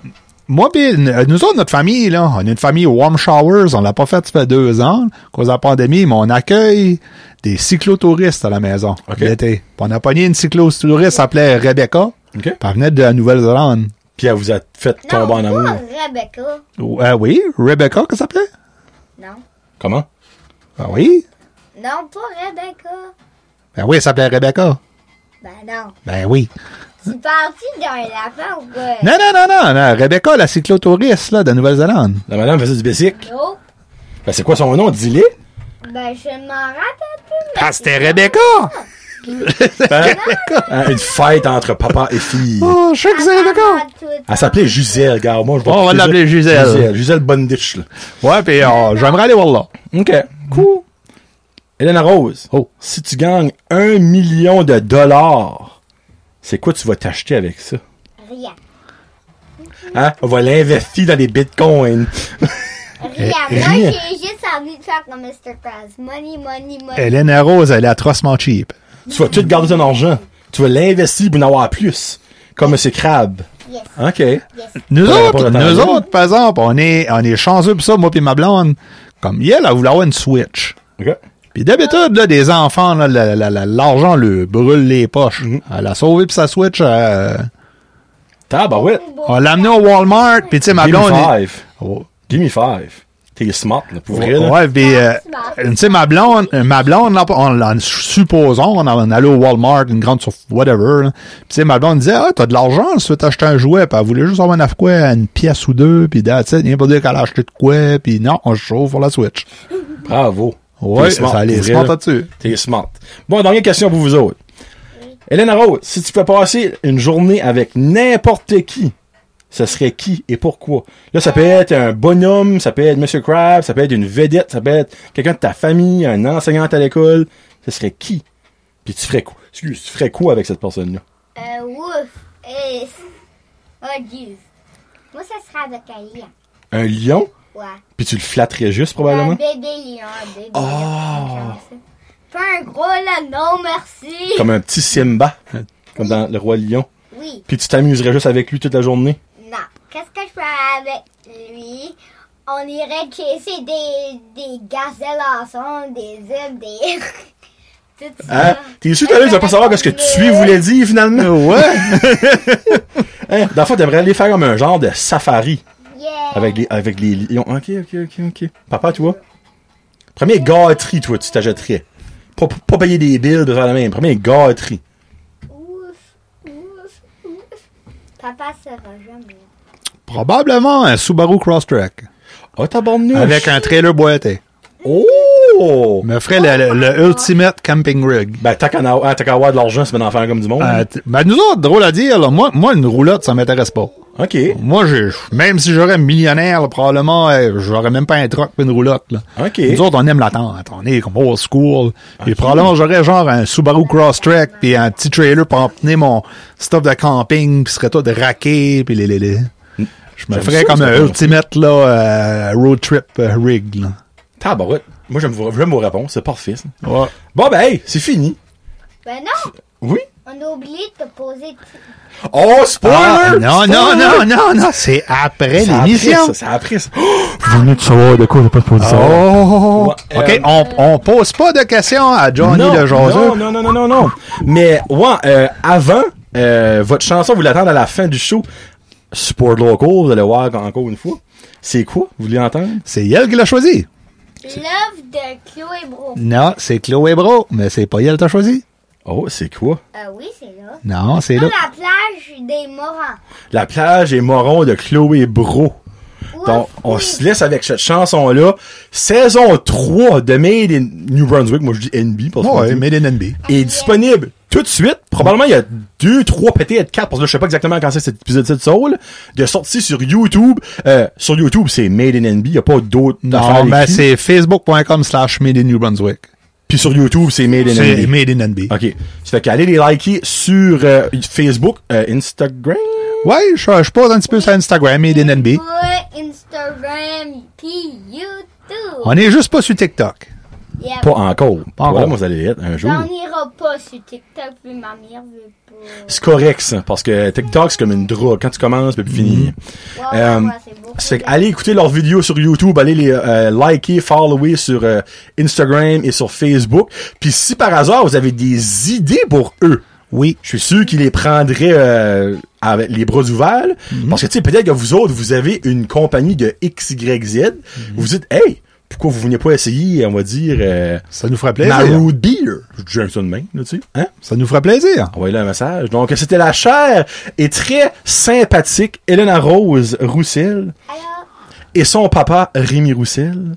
[SPEAKER 4] moi pis n- nous autres, notre famille, là, on est une famille Warm Showers, on l'a pas fait ça fait deux ans, à cause de la pandémie, mais on accueille des cyclotouristes à la maison
[SPEAKER 1] OK.
[SPEAKER 4] l'été. Puis On a pogné une cyclotouriste, elle s'appelait Rebecca.
[SPEAKER 1] OK.
[SPEAKER 4] Puis Elle venait de la Nouvelle-Zélande.
[SPEAKER 1] Puis elle vous a fait
[SPEAKER 3] Non,
[SPEAKER 1] tomber en amour.
[SPEAKER 3] pas Rebecca.
[SPEAKER 4] Euh, oui, Rebecca, qu'elle s'appelait?
[SPEAKER 3] Non.
[SPEAKER 1] Comment?
[SPEAKER 4] Ah oui?
[SPEAKER 3] Non, pas Rebecca.
[SPEAKER 4] Ben oui, elle s'appelait Rebecca.
[SPEAKER 3] Ben non.
[SPEAKER 4] Ben oui.
[SPEAKER 3] Tu parti d'un lapin ou quoi?
[SPEAKER 4] Non, non, non, non, non. Rebecca, la cyclotouriste, là, de Nouvelle-Zélande.
[SPEAKER 1] La madame faisait du basic.
[SPEAKER 3] Non.
[SPEAKER 1] Ben, c'est quoi son nom? Dis-le.
[SPEAKER 3] Ben je m'en rappelle plus.
[SPEAKER 4] Ah, c'était Rebecca!
[SPEAKER 1] Hein? Hein, Une fête entre papa et fille.
[SPEAKER 4] Oh, je sais que c'est
[SPEAKER 3] Ah,
[SPEAKER 4] Rebecca!
[SPEAKER 1] Elle s'appelait Gisèle, gars. Moi, je vois
[SPEAKER 4] Oh, on va
[SPEAKER 1] Gisèle-
[SPEAKER 4] l'appeler Gisèle.
[SPEAKER 1] Gisèle, Gisèle Bonditch, là.
[SPEAKER 4] Ouais, pis euh, j'aimerais aller voir là.
[SPEAKER 1] OK. Cool. Hélène Rose.
[SPEAKER 4] Oh.
[SPEAKER 1] Si tu gagnes un million de dollars, c'est quoi tu vas t'acheter avec ça?
[SPEAKER 3] Rien.
[SPEAKER 1] Hein? On va l'investir dans des bitcoins.
[SPEAKER 3] Rien.
[SPEAKER 1] rien.
[SPEAKER 3] Moi, j'ai juste envie de faire comme Mr. Krabs. Money, money, money.
[SPEAKER 4] Hélène Rose, elle est atrocement cheap.
[SPEAKER 1] tu vas tout garder ton argent. Tu vas l'investir pour en avoir plus. Comme ce crabe.
[SPEAKER 3] Yes,
[SPEAKER 1] OK.
[SPEAKER 3] yes.
[SPEAKER 4] Nous
[SPEAKER 1] Ça
[SPEAKER 4] autres,
[SPEAKER 1] va pas
[SPEAKER 4] nous
[SPEAKER 1] attendre.
[SPEAKER 4] autres, par exemple, on est, on est chanceux pour ça, moi pis ma blonde. Comme, elle, elle voulait avoir une Switch.
[SPEAKER 1] OK.
[SPEAKER 4] Puis d'habitude, là, des enfants, là, la- la- la- l'argent le brûle les poches. Elle a sauvé pis sa Switch, euh,
[SPEAKER 1] Tabarouette.
[SPEAKER 4] on l'a amené au Walmart, puis tu sais, ma
[SPEAKER 1] Give
[SPEAKER 4] blonde... Oh,
[SPEAKER 1] me
[SPEAKER 4] est-
[SPEAKER 1] five.
[SPEAKER 4] Oh,
[SPEAKER 1] Give me five. T'es smart, là, pour vrai, là.
[SPEAKER 4] Ouais, puis, euh,
[SPEAKER 3] smart.
[SPEAKER 4] tu sais, ma blonde, euh, ma blonde, là, on, l'a- supposons, on, en allait au Walmart, une grande sur whatever, là. Puis, tu sais, ma blonde disait, ah, t'as de l'argent, si tu veux t'acheter un jouet, puis elle voulait juste avoir un af- quoi, une pièce ou deux, puis tu sais, rien pour dire qu'elle a acheté de quoi, puis non, on se chauffe pour la Switch.
[SPEAKER 1] Bravo.
[SPEAKER 4] Ouais,
[SPEAKER 1] T'es smart,
[SPEAKER 4] ça allait
[SPEAKER 1] pour vrai,
[SPEAKER 4] smart
[SPEAKER 1] là.
[SPEAKER 4] là-dessus.
[SPEAKER 1] T'es smart. Bon, dernière question pour vous autres. Hélène Rose, si tu peux passer une journée avec n'importe qui, ce serait qui et pourquoi? Là, ça peut être un bonhomme, ça peut être Monsieur Crab, ça peut être une vedette, ça peut être quelqu'un de ta famille, un enseignant à l'école. Ce serait qui? Puis tu ferais quoi? Excuse, tu ferais quoi avec cette personne-là?
[SPEAKER 3] Euh, ouf. Et... Oh, jeez. Moi, ça sera avec un lion.
[SPEAKER 1] Un lion?
[SPEAKER 3] Ouais.
[SPEAKER 1] Puis tu le flatterais juste,
[SPEAKER 3] Un
[SPEAKER 1] probablement?
[SPEAKER 3] bébé lion, un bébé lion. Oh. Pas un gros là, non, merci.
[SPEAKER 1] Comme un petit Simba, hein, comme dans Le Roi Lion.
[SPEAKER 3] Oui,
[SPEAKER 1] Puis tu t'amuserais juste avec lui toute la journée?
[SPEAKER 3] non. Qu'est-ce que je ferais avec lui? On irait chasser des, des gazelles ensemble, des zèbres, des... Tout ça.
[SPEAKER 1] Hein? T'es sûr, t'as pas savoir ce que tuer voulait dire, finalement?
[SPEAKER 4] Ouais.
[SPEAKER 1] Hein? Dans le fond, t'aimerais aller faire comme un genre de safari
[SPEAKER 3] Yeah.
[SPEAKER 1] avec les, avec les lions. Ok, ok, ok, ok. Papa, toi? Premier gâterie, toi, tu t'achèterais. Pas, pas payer des billes de faire la même. Premier gâterie.
[SPEAKER 3] Ouf, ouf, ouf. Papa sera jamais.
[SPEAKER 4] Probablement un Subaru Crosstrek.
[SPEAKER 1] Oh, ta bonne nuit.
[SPEAKER 4] Avec un trailer boité.
[SPEAKER 1] Oh!
[SPEAKER 4] Me ferait le, le- le ultimate camping rig.
[SPEAKER 1] Ben, t'as qu'à en avoir- t'as qu'à avoir de l'argent, c'est d'en faire comme du monde.
[SPEAKER 4] Euh, t- ben, nous autres, drôle à dire, là, moi, moi, une roulotte, ça m'intéresse pas.
[SPEAKER 1] ok.
[SPEAKER 4] Moi, j'ai- même si j'aurais un millionnaire, là, probablement, euh, j'aurais même pas un truck pour une roulotte. Là.
[SPEAKER 1] OK.
[SPEAKER 4] Nous autres, on aime l'attente. On est comme old school. Et probablement, j'aurais genre un Subaru Crosstrek puis un petit trailer pour emmener mon stuff de camping, puis serait tout raqué, puis les, les, les. Je me
[SPEAKER 1] J'aime
[SPEAKER 4] ferais
[SPEAKER 1] ça,
[SPEAKER 4] comme
[SPEAKER 1] ça,
[SPEAKER 4] un
[SPEAKER 1] moi.
[SPEAKER 4] ultimate là, euh, road trip euh, rig. Là.
[SPEAKER 1] Tabarouette. Moi, j'aime vos j'aime vos réponses. C'est parfait, ça.
[SPEAKER 4] Ouais.
[SPEAKER 1] Bon, ben, hey, c'est fini.
[SPEAKER 3] Ben non,
[SPEAKER 1] Oui?
[SPEAKER 3] on a oublié de te poser...
[SPEAKER 1] Oh, spoiler!
[SPEAKER 4] Ah, non, non,
[SPEAKER 1] Spoiler!
[SPEAKER 4] non, non, non, c'est après
[SPEAKER 1] Ça a pris,
[SPEAKER 4] l'émission.
[SPEAKER 1] ça, ça a pris, ça.
[SPEAKER 4] Oh,
[SPEAKER 1] Ouais,
[SPEAKER 4] OK,
[SPEAKER 1] euh,
[SPEAKER 4] on, on pose pas de questions à Johnny
[SPEAKER 1] non,
[SPEAKER 4] le jaseux.
[SPEAKER 1] Non, non, non, non, non, non. Mais, ouais, euh, avant, euh, votre chanson, vous l'attendez à la fin du show. Support local, vous allez voir encore une fois. C'est quoi? Vous voulez entendre?
[SPEAKER 4] C'est elle qui l'a choisi.
[SPEAKER 3] L'œuvre de Chloé Bro.
[SPEAKER 4] Non, c'est Chloé Bro, mais c'est pas elle qui t'a choisi.
[SPEAKER 1] Oh, c'est quoi?
[SPEAKER 3] Ah oui, c'est là.
[SPEAKER 4] Non, c'est
[SPEAKER 3] Sur
[SPEAKER 4] là.
[SPEAKER 3] la plage des Morans.
[SPEAKER 1] La plage et moron de Chloé Bro.
[SPEAKER 3] Ouf,
[SPEAKER 1] Donc, on
[SPEAKER 3] oui.
[SPEAKER 1] se laisse avec cette chanson-là. Saison 3 de Made in New Brunswick. Moi, je dis NB parce qu'on
[SPEAKER 4] Ouais,
[SPEAKER 1] dit-
[SPEAKER 4] Made in NB.
[SPEAKER 1] est disponible tout de suite. Probablement, il y a deux, trois peut-être quatre, parce que là, je sais pas exactement quand c'est cet épisode de Soul, de sortie sur YouTube. Euh, sur YouTube, c'est Made in NB. Il y a pas d'autres
[SPEAKER 4] Non,
[SPEAKER 1] affaires
[SPEAKER 4] ben
[SPEAKER 1] écrites.
[SPEAKER 4] c'est facebook.com slash Made in New Brunswick.
[SPEAKER 1] Puis sur YouTube, c'est Made in
[SPEAKER 4] C'est
[SPEAKER 1] NB.
[SPEAKER 4] Made in NB.
[SPEAKER 1] OK. Ça fait qu'aller les liker sur euh, Facebook, euh, Instagram.
[SPEAKER 4] Ouais, je je pose un petit peu sur Instagram, Made in NB.
[SPEAKER 3] Ouais, Instagram, puis YouTube.
[SPEAKER 4] On est juste pas sur TikTok.
[SPEAKER 3] Yeah.
[SPEAKER 1] Pas encore.
[SPEAKER 4] Pas encore.
[SPEAKER 1] Voilà, moi, vous allez être un jour.
[SPEAKER 3] On n'ira pas sur TikTok, puis ma mère veut pas.
[SPEAKER 1] C'est correct, ça, parce que TikTok, c'est comme une drogue. Quand tu commences, ben, tu peux plus finir.
[SPEAKER 4] Mm-hmm.
[SPEAKER 3] Ouais,
[SPEAKER 1] Euh,
[SPEAKER 3] ouais, ouais, c'est beau.
[SPEAKER 1] Ça fait que allez écouter leurs vidéos sur YouTube, allez les euh, liker, follower sur euh, Instagram et sur Facebook. Puis si par hasard vous avez des idées pour eux,
[SPEAKER 4] Oui.
[SPEAKER 1] je suis sûr qu'ils les prendraient euh, avec les bras ouverts. là.
[SPEAKER 4] Mhm.
[SPEAKER 1] Parce que tu sais, peut-être que vous autres, vous avez une compagnie de XYZ.
[SPEAKER 4] Mhm.
[SPEAKER 1] Vous dites Hey, pourquoi vous venez pas essayer, on va dire euh,
[SPEAKER 4] Ça nous ferait
[SPEAKER 1] ma
[SPEAKER 4] plaisir.
[SPEAKER 1] root beer? Je dis ça de main, là, tu sais. Hein?
[SPEAKER 4] Ça nous ferait plaisir.
[SPEAKER 1] Envoyez-le un message. Donc, c'était la chère et très sympathique Elena Rose Roussel
[SPEAKER 3] Alors,
[SPEAKER 1] et son papa Rémi Roussel.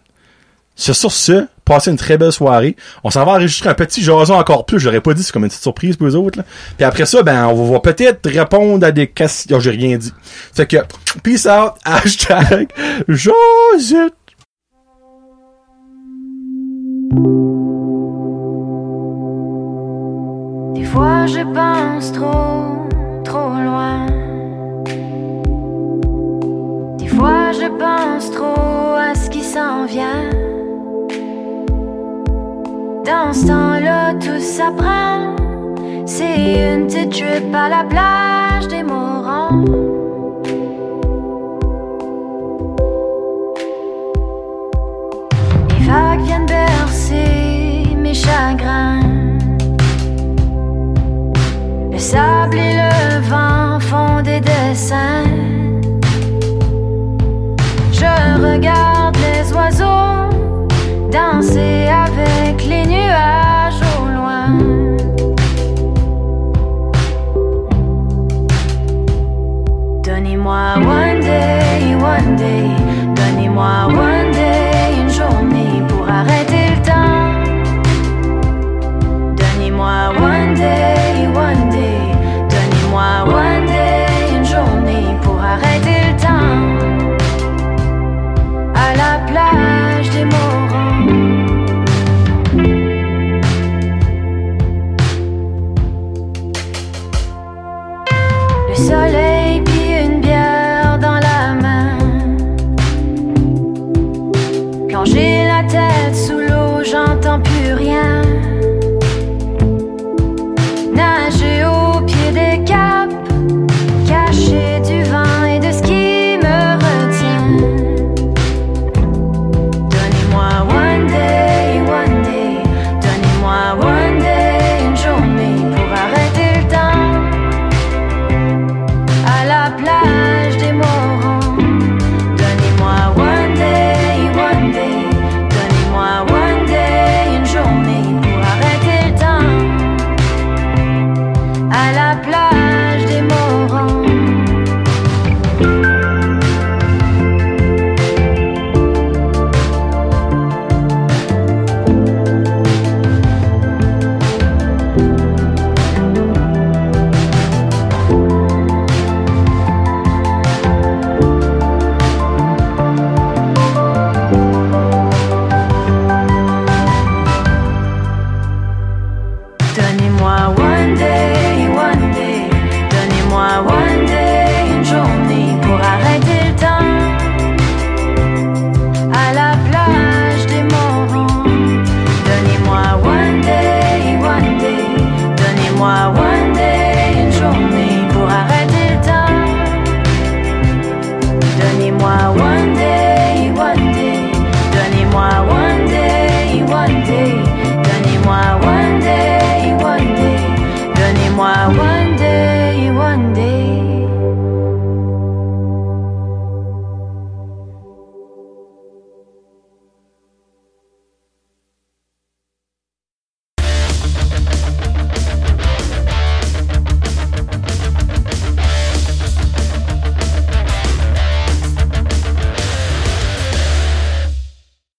[SPEAKER 1] C'est sur ce, passez une très belle soirée. On s'en va enregistrer un petit jason encore plus. Je l'aurais pas dit, c'est comme une petite surprise pour les autres. Là. Puis après ça, ben, on va peut-être répondre à des questions. Oh, J'ai rien dit. Fait que, peace out, hashtag, Josette.
[SPEAKER 5] Des fois je pense trop, trop loin. Des fois je pense trop à ce qui s'en vient. Dans ce temps-là, tout s'apprend. C'est une petite trip à la plage des Morons. Les vagues viennent bercer mes chagrins. Le sable et le vent font des dessins. Je regarde les oiseaux danser avec les nuages au loin. Donnez-moi one day, one day. Donnez-moi one day, une journée pour arrêter le temps. Donnez-moi one day, one day. Donnez-moi one day, une journée pour arrêter le temps. À la plage des Morons. Le soleil puis une bière dans la main. Plonger la tête sous l'eau, j'entends plus rien. Nager au pied des caps, caché du vent et de ce qui me retient. Donnez-moi one day, one day. Donnez-moi one day, une journée pour arrêter le temps. À la plage des Morons. Donnez-moi one day, one day. Donnez-moi one day, une journée pour arrêter le temps à la plage des Morons. Donnez-moi one day,